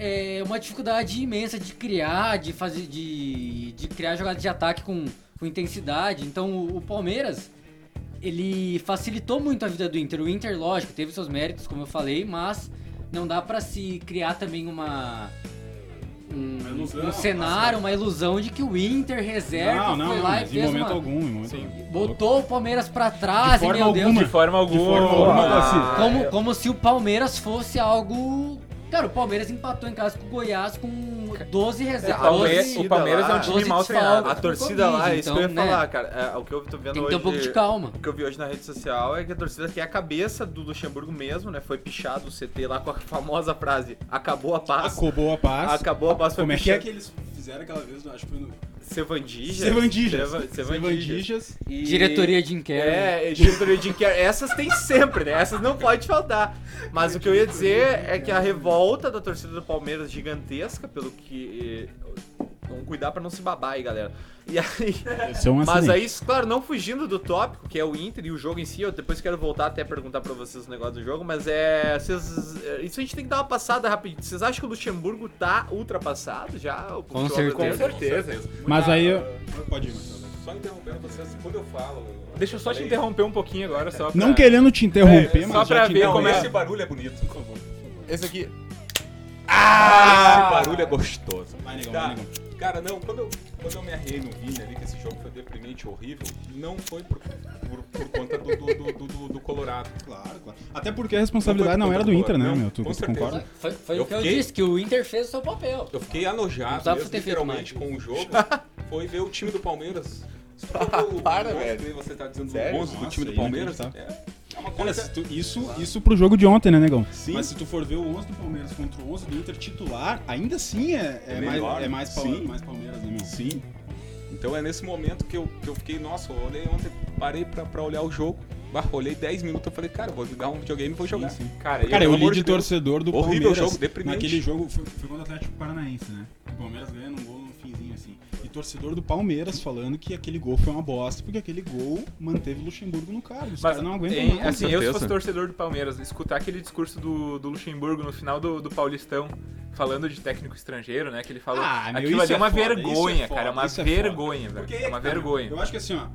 Speaker 3: é, uma dificuldade imensa de criar, de fazer, de, de criar jogadas de ataque com, com intensidade. Então o, o Palmeiras ele facilitou muito a vida do Inter. O Inter, lógico, teve seus méritos, como eu falei, mas não dá pra se criar também uma um,
Speaker 2: Uma ilusão,
Speaker 3: um cenário, uma ilusão de que o Inter reserva
Speaker 2: Não, não,
Speaker 3: foi
Speaker 2: não,
Speaker 3: lá e
Speaker 2: mas em
Speaker 3: fez
Speaker 2: momento
Speaker 3: uma-
Speaker 2: algum, em momento algum.
Speaker 3: botou o Palmeiras pra trás,
Speaker 2: De
Speaker 3: e,
Speaker 2: forma
Speaker 3: meu Deus,
Speaker 2: alguma.
Speaker 4: De forma alguma.
Speaker 2: alguma, assim,
Speaker 4: Ah,
Speaker 3: como,
Speaker 4: eu-
Speaker 3: como se o Palmeiras fosse algo. Cara, o Palmeiras empatou em casa com o Goiás com 12
Speaker 4: O
Speaker 3: reservas.
Speaker 4: Palmeiras-
Speaker 3: 12
Speaker 4: o Palmeiras é um
Speaker 1: lá,
Speaker 4: time
Speaker 3: doze
Speaker 4: mal
Speaker 3: desfalques.
Speaker 4: treinado.
Speaker 1: A
Speaker 3: com
Speaker 1: torcida lá, é
Speaker 3: Covid,
Speaker 1: isso que eu ia
Speaker 3: então, né?
Speaker 1: falar, cara. é, o que eu tô vendo
Speaker 3: Tem que
Speaker 1: hoje...
Speaker 3: ter um pouco de calma.
Speaker 1: O que eu vi hoje na rede social é que a torcida quer a cabeça do Luxemburgo mesmo, né? Foi pichado o CT lá com a famosa frase: acabou a paz.
Speaker 2: Acabou a paz.
Speaker 1: Acabou a paz. Foi
Speaker 2: Como é que é
Speaker 1: pichado.
Speaker 2: que eles fizeram aquela vez? Acho que foi no.
Speaker 1: Sevandijas.
Speaker 2: Sevandijas.
Speaker 1: Seva- Sevandijas.
Speaker 2: Sevandijas.
Speaker 1: E-
Speaker 3: Diretoria de inquérito.
Speaker 1: É, diretoria de inquérito. Essas tem sempre, né? Essas não pode faltar. Mas o que eu ia dizer é que a revolta da torcida do Palmeiras gigantesca, pelo que. eh, Vamos cuidar pra não se babar aí, galera. E aí.
Speaker 2: Esse é um
Speaker 1: Mas aí, claro, não fugindo do tópico, que é o Inter e o jogo em si, eu depois quero voltar até perguntar pra vocês o negócio do jogo, mas é, vocês, é, isso a gente tem que dar uma passada rapidinho. Vocês acham que o Luxemburgo tá ultrapassado já? O
Speaker 3: Com
Speaker 1: futebol
Speaker 3: certeza.
Speaker 1: brasileiro?
Speaker 4: certeza.
Speaker 2: Mas aí. ah, Pode ir,
Speaker 5: Só interrompendo vocês, quando eu falo. eu-
Speaker 4: Deixa eu só te
Speaker 5: falei-
Speaker 4: interromper um pouquinho agora, só pra...
Speaker 2: Não querendo te interromper, mas.
Speaker 4: só
Speaker 2: já
Speaker 4: pra
Speaker 2: te
Speaker 4: ver
Speaker 2: interrompi.
Speaker 5: Não,
Speaker 4: como é-
Speaker 5: esse barulho é bonito. Por favor.
Speaker 1: Esse aqui.
Speaker 5: Esse barulho é gostoso.
Speaker 2: Vai, negão,
Speaker 5: Tá.
Speaker 2: vai, negão.
Speaker 5: Cara, não, quando eu, quando eu me arrei no Vini ali, que esse jogo foi deprimente horrível, não foi por, por, por conta do, do, do, do- do- do Colorado.
Speaker 2: Claro, claro. Até porque a responsabilidade não era do Inter, né, meu? Tu,
Speaker 5: Com
Speaker 2: tu
Speaker 5: certeza.
Speaker 2: concorda?
Speaker 3: Foi, foi
Speaker 5: Eu
Speaker 3: o que eu
Speaker 5: fiquei-
Speaker 3: disse, que o Inter fez o seu papel.
Speaker 5: Eu fiquei
Speaker 3: Não
Speaker 5: alojado,
Speaker 3: precisava
Speaker 5: mesmo,
Speaker 3: ter feito
Speaker 5: literalmente,
Speaker 3: mais.
Speaker 5: com o jogo, foi ver o time do Palmeiras.
Speaker 1: Para,
Speaker 5: Para,
Speaker 1: velho.
Speaker 5: Você tá dizendo do
Speaker 1: Sério?
Speaker 5: 11 do
Speaker 2: Nossa,
Speaker 5: time do
Speaker 2: aí
Speaker 5: Palmeiras?
Speaker 2: não tem
Speaker 5: É, é uma
Speaker 2: Cara,
Speaker 5: coisa...
Speaker 2: se tu- isso, isso pro jogo de ontem, né, negão?
Speaker 5: Sim.
Speaker 2: Mas se tu for ver o 11 do Palmeiras contra o 11 do Inter titular, ainda assim é, é
Speaker 5: É
Speaker 2: mais,
Speaker 5: melhor.
Speaker 2: é mais, pal-
Speaker 5: Sim.
Speaker 2: mais Palmeiras, né, meu?
Speaker 5: Sim. Então é nesse momento que eu, que eu fiquei, nossa, eu olhei ontem, parei pra, pra olhar o jogo, bah, olhei 10 minutos, eu falei, cara, vou ligar um videogame e vou jogar.
Speaker 2: Sim, sim.
Speaker 4: Cara,
Speaker 2: Cara,
Speaker 5: pelo
Speaker 2: eu li
Speaker 5: amor
Speaker 2: de
Speaker 5: de Deus.
Speaker 2: torcedor do
Speaker 5: Horrível
Speaker 2: Palmeiras.
Speaker 5: jogo, deprimente.
Speaker 2: Naquele jogo foi, foi contra o Atlético Paranaense, né? O Palmeiras ganhando um gol no finzinho, assim. E torcedor do Palmeiras falando que aquele gol foi uma bosta, porque aquele gol manteve o Luxemburgo no cargo. Os caras não aguentam
Speaker 4: em-
Speaker 2: mais.
Speaker 4: assim,
Speaker 5: Com
Speaker 4: eu se
Speaker 5: certeza.
Speaker 4: fosse torcedor do Palmeiras, escutar aquele discurso do, do Luxemburgo no final do, do Paulistão, falando de técnico estrangeiro, né? Que ele falou.
Speaker 2: Ah, meu,
Speaker 4: aquilo
Speaker 2: isso
Speaker 4: ali
Speaker 2: é
Speaker 4: é uma
Speaker 2: foda, isso
Speaker 4: vergonha,
Speaker 2: é foda,
Speaker 4: cara. É uma
Speaker 2: isso é
Speaker 4: vergonha, velho.
Speaker 2: Porque
Speaker 4: É uma
Speaker 2: que tá,
Speaker 4: vergonha.
Speaker 2: Eu acho que assim, ó.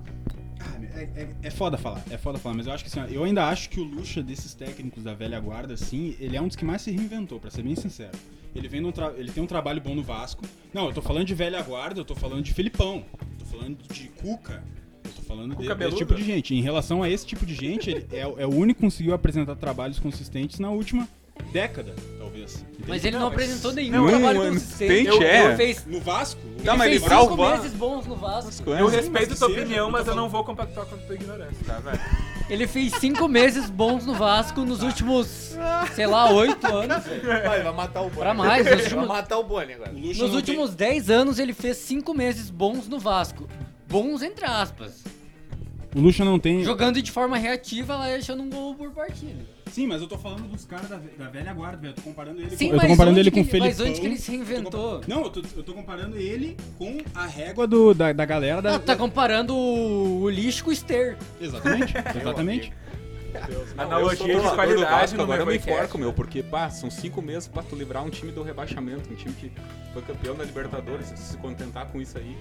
Speaker 2: ah, É, é- é foda falar, é foda falar, mas eu acho que assim, ó, eu ainda acho que o Lucha desses técnicos da velha guarda, assim, ele é um dos que mais se reinventou, pra ser bem sincero. Ele, vem num tra- ele tem um trabalho bom no Vasco. Não, eu tô falando de velha guarda, eu tô falando de Felipão, eu tô falando de Cuca, eu tô falando de,
Speaker 4: Cuca
Speaker 2: desse
Speaker 4: Beluga.
Speaker 2: tipo de gente. Em relação a esse tipo de gente, ele é, o- é o único que conseguiu apresentar trabalhos consistentes na última década, talvez. entende?
Speaker 3: Mas ele não, apresentou nenhum
Speaker 5: não,
Speaker 3: trabalho
Speaker 5: é
Speaker 3: consistente.
Speaker 5: instante,
Speaker 3: Eu-
Speaker 5: é.
Speaker 3: eu fez,
Speaker 2: No Vasco?
Speaker 5: Tá, mas
Speaker 3: fez
Speaker 5: ele
Speaker 3: cinco
Speaker 5: salva-
Speaker 3: meses bons no Vasco.
Speaker 4: Eu
Speaker 2: Sim,
Speaker 4: respeito
Speaker 2: mas
Speaker 4: tua
Speaker 2: que seja,
Speaker 4: opinião,
Speaker 2: eu tô
Speaker 4: mas eu não
Speaker 2: falando.
Speaker 4: vou compactuar com a tua ignorância, tá, velho?
Speaker 3: Ele fez cinco meses bons no Vasco nos últimos, sei lá, oito anos.
Speaker 1: Vai, vai matar o Boni.
Speaker 3: Pra mais, nos últimos-
Speaker 1: Vai matar o Boni agora.
Speaker 2: O Lucha
Speaker 3: Nos
Speaker 2: não tem-
Speaker 3: últimos 10 anos ele fez 5 meses bons no Vasco. Bons entre aspas.
Speaker 2: O Lucha não tem.
Speaker 3: Jogando de forma reativa, lá e achando um gol por partida.
Speaker 2: Sim, mas eu tô falando dos caras da, ve- da velha guarda, velho. Eu tô comparando ele
Speaker 3: Sim,
Speaker 2: com Eu tô
Speaker 3: mas
Speaker 2: comparando
Speaker 3: onde
Speaker 2: ele
Speaker 3: que
Speaker 2: com o
Speaker 3: ele-
Speaker 2: Felipão.
Speaker 3: mas onde que ele se
Speaker 2: eu tô
Speaker 3: reinventou?
Speaker 2: compa- Não, eu tô, eu tô comparando ele com a régua do, da,
Speaker 3: Tá,
Speaker 2: da galera da.
Speaker 3: Ah, tá comparando o, o lixo com o esterco.
Speaker 2: Exatamente, exatamente.
Speaker 5: Eu sou
Speaker 4: Analogia de
Speaker 5: torcedor do
Speaker 4: qualidade
Speaker 5: Vasco,
Speaker 4: no
Speaker 5: agora eu
Speaker 4: meu
Speaker 5: me enforco, meu, porque, pá, são cinco meses pra tu livrar um time do rebaixamento, um time que foi campeão da Libertadores, se contentar com isso aí.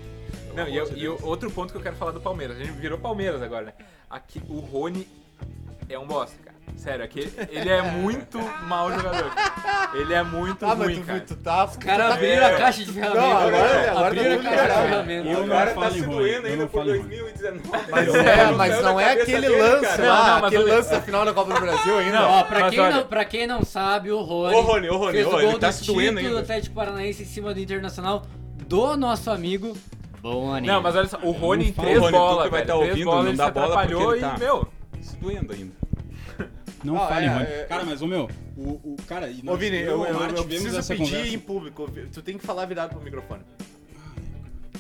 Speaker 4: Não, e, eu- e eu- outro ponto que eu quero falar do Palmeiras. A gente virou Palmeiras agora, né? Aqui, o Rony é um bosta, cara. Sério, aqui, ele é muito mau jogador. cara. Ele é muito
Speaker 1: Tá, mas
Speaker 4: ruim,
Speaker 1: tu,
Speaker 4: cara.
Speaker 1: tu tá. Os
Speaker 3: cara abriram a caixa de ferramentas.
Speaker 1: Não,
Speaker 3: é,
Speaker 1: agora- agora
Speaker 3: abriram
Speaker 1: tá
Speaker 3: a
Speaker 1: tudo
Speaker 3: caixa de
Speaker 1: liberado.
Speaker 3: ferramentas.
Speaker 2: Eu-
Speaker 5: o
Speaker 2: não
Speaker 5: cara tá
Speaker 2: falo
Speaker 5: se
Speaker 2: em Rony,
Speaker 5: doendo
Speaker 2: eu
Speaker 5: ainda
Speaker 2: não
Speaker 5: por
Speaker 2: falo em Rony.
Speaker 5: 2019.
Speaker 1: Mas
Speaker 5: Eu não
Speaker 1: é,
Speaker 5: saiu
Speaker 1: mas
Speaker 5: da
Speaker 1: não é
Speaker 5: tá cabeça
Speaker 1: aquele
Speaker 5: dele,
Speaker 1: lance
Speaker 5: cara.
Speaker 4: Não,
Speaker 1: lá,
Speaker 4: não, mas
Speaker 1: aquele
Speaker 4: olha-
Speaker 1: lance da final da Copa do Brasil ainda.
Speaker 4: Não,
Speaker 3: Ó, pra
Speaker 4: Mas
Speaker 3: quem,
Speaker 4: olha-
Speaker 3: não, pra quem não sabe, o Rony,
Speaker 5: Ô, Rony, ô, Rony,
Speaker 3: fez
Speaker 5: ô,
Speaker 3: o
Speaker 5: ele
Speaker 3: gol
Speaker 5: tá
Speaker 3: do
Speaker 5: se doendo
Speaker 3: título do
Speaker 5: ainda.
Speaker 3: Atlético Paranaense em cima do Internacional do nosso amigo Boni.
Speaker 4: Não, mas olha só, o Rony em
Speaker 2: fala,
Speaker 4: três
Speaker 5: Rony, tu
Speaker 4: bolas,
Speaker 5: que vai
Speaker 4: velho.
Speaker 5: tá
Speaker 4: três
Speaker 5: ouvindo,
Speaker 4: bolas,
Speaker 5: não
Speaker 4: ele
Speaker 5: dá
Speaker 4: se
Speaker 5: bola porque ele
Speaker 4: atrapalhou
Speaker 5: tá-
Speaker 4: e, meu...
Speaker 5: Se doendo ainda.
Speaker 2: Não
Speaker 1: Ah,
Speaker 2: fale,
Speaker 1: é,
Speaker 2: mano.
Speaker 1: é.
Speaker 2: Cara, mas, ô meu, o, o cara. e
Speaker 1: Ô,
Speaker 2: nós-
Speaker 1: Vini,
Speaker 2: e o
Speaker 1: eu, eu, eu
Speaker 2: Omar tivemos
Speaker 1: preciso
Speaker 2: essa
Speaker 1: pedir
Speaker 2: conversa.
Speaker 1: em público. Tu tem que falar virado pro microfone.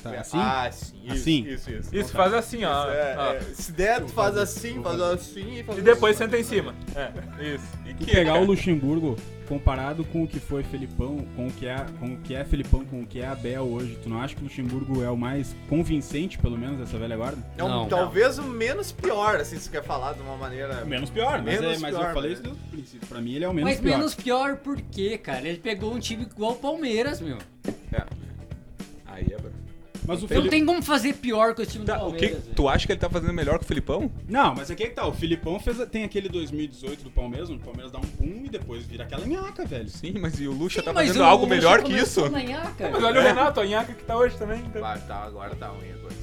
Speaker 2: Tá, assim?
Speaker 1: Ah, sim. Isso,
Speaker 2: Assim?
Speaker 1: isso. isso.
Speaker 4: Isso, faz assim, ó.
Speaker 1: É,
Speaker 4: ó.
Speaker 1: é, se der, tu faz assim, faz assim e faz
Speaker 4: E depois
Speaker 1: assim.
Speaker 4: senta em cima. É, isso.
Speaker 5: E
Speaker 2: Tu
Speaker 5: que,
Speaker 2: pegar
Speaker 5: cara?
Speaker 2: o Luxemburgo comparado com o que foi Felipão, com o que é, com o que é Felipão, com o que é Abel hoje, tu não acha que o Luxemburgo é o mais convincente, pelo menos, dessa velha guarda?
Speaker 1: É um-
Speaker 3: Não.
Speaker 1: talvez o menos pior, assim, se tu quer falar de uma maneira.
Speaker 2: Menos pior, mas,
Speaker 1: Menos
Speaker 2: é, mas
Speaker 1: pior,
Speaker 2: eu falei
Speaker 1: né?
Speaker 2: isso desde o princípio. Pra mim ele é o menos
Speaker 3: Mas
Speaker 2: pior.
Speaker 3: menos pior por quê, cara? Ele pegou um time igual o Palmeiras, meu.
Speaker 5: Aí é, bro.
Speaker 2: Mas o
Speaker 3: Não
Speaker 2: Felipe...
Speaker 3: tem como fazer pior que o time do
Speaker 5: Tá, o que,
Speaker 3: Palmeiras. velho.
Speaker 5: tu acha que ele tá fazendo melhor que o Filipão?
Speaker 2: Não, mas aqui é que tá. O Filipão fez, a- tem aquele 2018 do Palmeiras, onde o Palmeiras dá um boom e depois vira aquela nhaca, velho.
Speaker 5: Sim, mas e o Lucha
Speaker 3: Sim,
Speaker 5: tá
Speaker 3: mas
Speaker 5: fazendo
Speaker 3: o
Speaker 5: algo
Speaker 3: Lucha
Speaker 5: melhor que isso?
Speaker 3: começou na nhaca.
Speaker 4: Mas
Speaker 5: É.
Speaker 4: olha o Renato, a Inhaca que tá hoje também. Então.
Speaker 1: Ah, tá, agora tá ruim a coisa.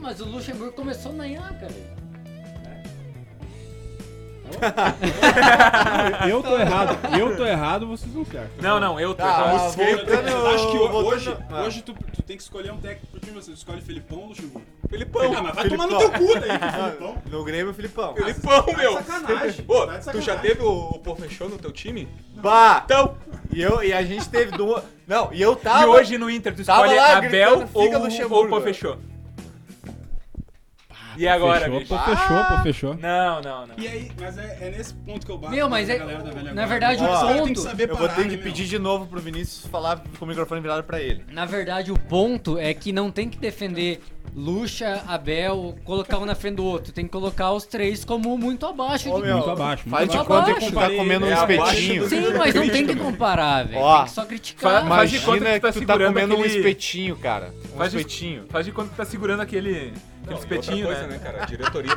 Speaker 3: Mas o Luxemburgo começou na nhaca, velho.
Speaker 2: Eu tô errado, eu tô errado, vocês tá- não certo.
Speaker 4: Não, não, eu tô.
Speaker 1: Tá,
Speaker 4: errado.
Speaker 1: ah, voltando-
Speaker 2: Eu acho que
Speaker 1: voltando-
Speaker 2: hoje,
Speaker 1: ah.
Speaker 2: hoje tu, tu tem que escolher um técnico pro time. Você escolhe Felipão ou Luxemburgo?
Speaker 5: Filipão,
Speaker 2: Ah, mas vai
Speaker 1: Felipão.
Speaker 2: tomar no teu cu daí, Felipão.
Speaker 1: Ah, No Grêmio, Filipão.
Speaker 5: Filipão, meu.
Speaker 2: Tá sacanagem, tá
Speaker 5: Ô,
Speaker 2: de
Speaker 5: tu
Speaker 2: sacanagem.
Speaker 5: já teve o, o Porfechô no teu time?
Speaker 1: Bah!
Speaker 5: Então,
Speaker 1: E, eu, e a gente teve duas. Não, e eu tava.
Speaker 4: E hoje é no Inter, tu
Speaker 1: Ah, Tava
Speaker 4: escolhe
Speaker 1: lá
Speaker 4: Abel
Speaker 1: gritando,
Speaker 4: ou,
Speaker 1: fica
Speaker 4: ou
Speaker 1: Luxemburgo.
Speaker 4: Pô Fechou. E agora,
Speaker 2: fechou,
Speaker 4: bicho?
Speaker 2: pô, fechou, pô, fechou.
Speaker 4: Não, não, não.
Speaker 2: E aí, mas é, é nesse ponto que eu bato.
Speaker 3: Meu, mas
Speaker 2: na
Speaker 3: é-
Speaker 2: galera da velha
Speaker 3: na
Speaker 2: guarda.
Speaker 3: verdade,
Speaker 2: Os
Speaker 1: o
Speaker 2: caras têm
Speaker 3: ponto-
Speaker 2: que saber
Speaker 1: eu vou
Speaker 2: parar,
Speaker 1: ter
Speaker 2: né,
Speaker 1: que
Speaker 2: meu?
Speaker 1: pedir de novo pro Vinícius falar com o microfone virado pra ele.
Speaker 3: Na verdade, o ponto é que não tem que defender Lucha, Abel, colocar um na frente do outro. Tem que colocar os três como um muito abaixo.
Speaker 1: Ô,
Speaker 3: de-
Speaker 1: meu,
Speaker 2: Muito abaixo, muito
Speaker 1: Faz de
Speaker 3: abaixo.
Speaker 1: conta que tu tá
Speaker 2: Comparei-
Speaker 1: comendo um
Speaker 5: É abaixo
Speaker 1: espetinho.
Speaker 5: do-
Speaker 3: Sim, mas não tem que comparar, velho.
Speaker 1: Ó,
Speaker 3: Tem que só criticar.
Speaker 4: fala- Faz de conta
Speaker 1: Imagina
Speaker 4: que tu tá
Speaker 1: que tu tá
Speaker 4: segurando
Speaker 1: comendo um
Speaker 4: aquele-
Speaker 1: espetinho, cara. Um
Speaker 4: Faz de-
Speaker 1: espetinho.
Speaker 4: Faz de conta que tá segurando aquele, aquele
Speaker 5: não, e outra
Speaker 4: espetinho,
Speaker 5: coisa,
Speaker 4: né?
Speaker 5: cara? A diretoria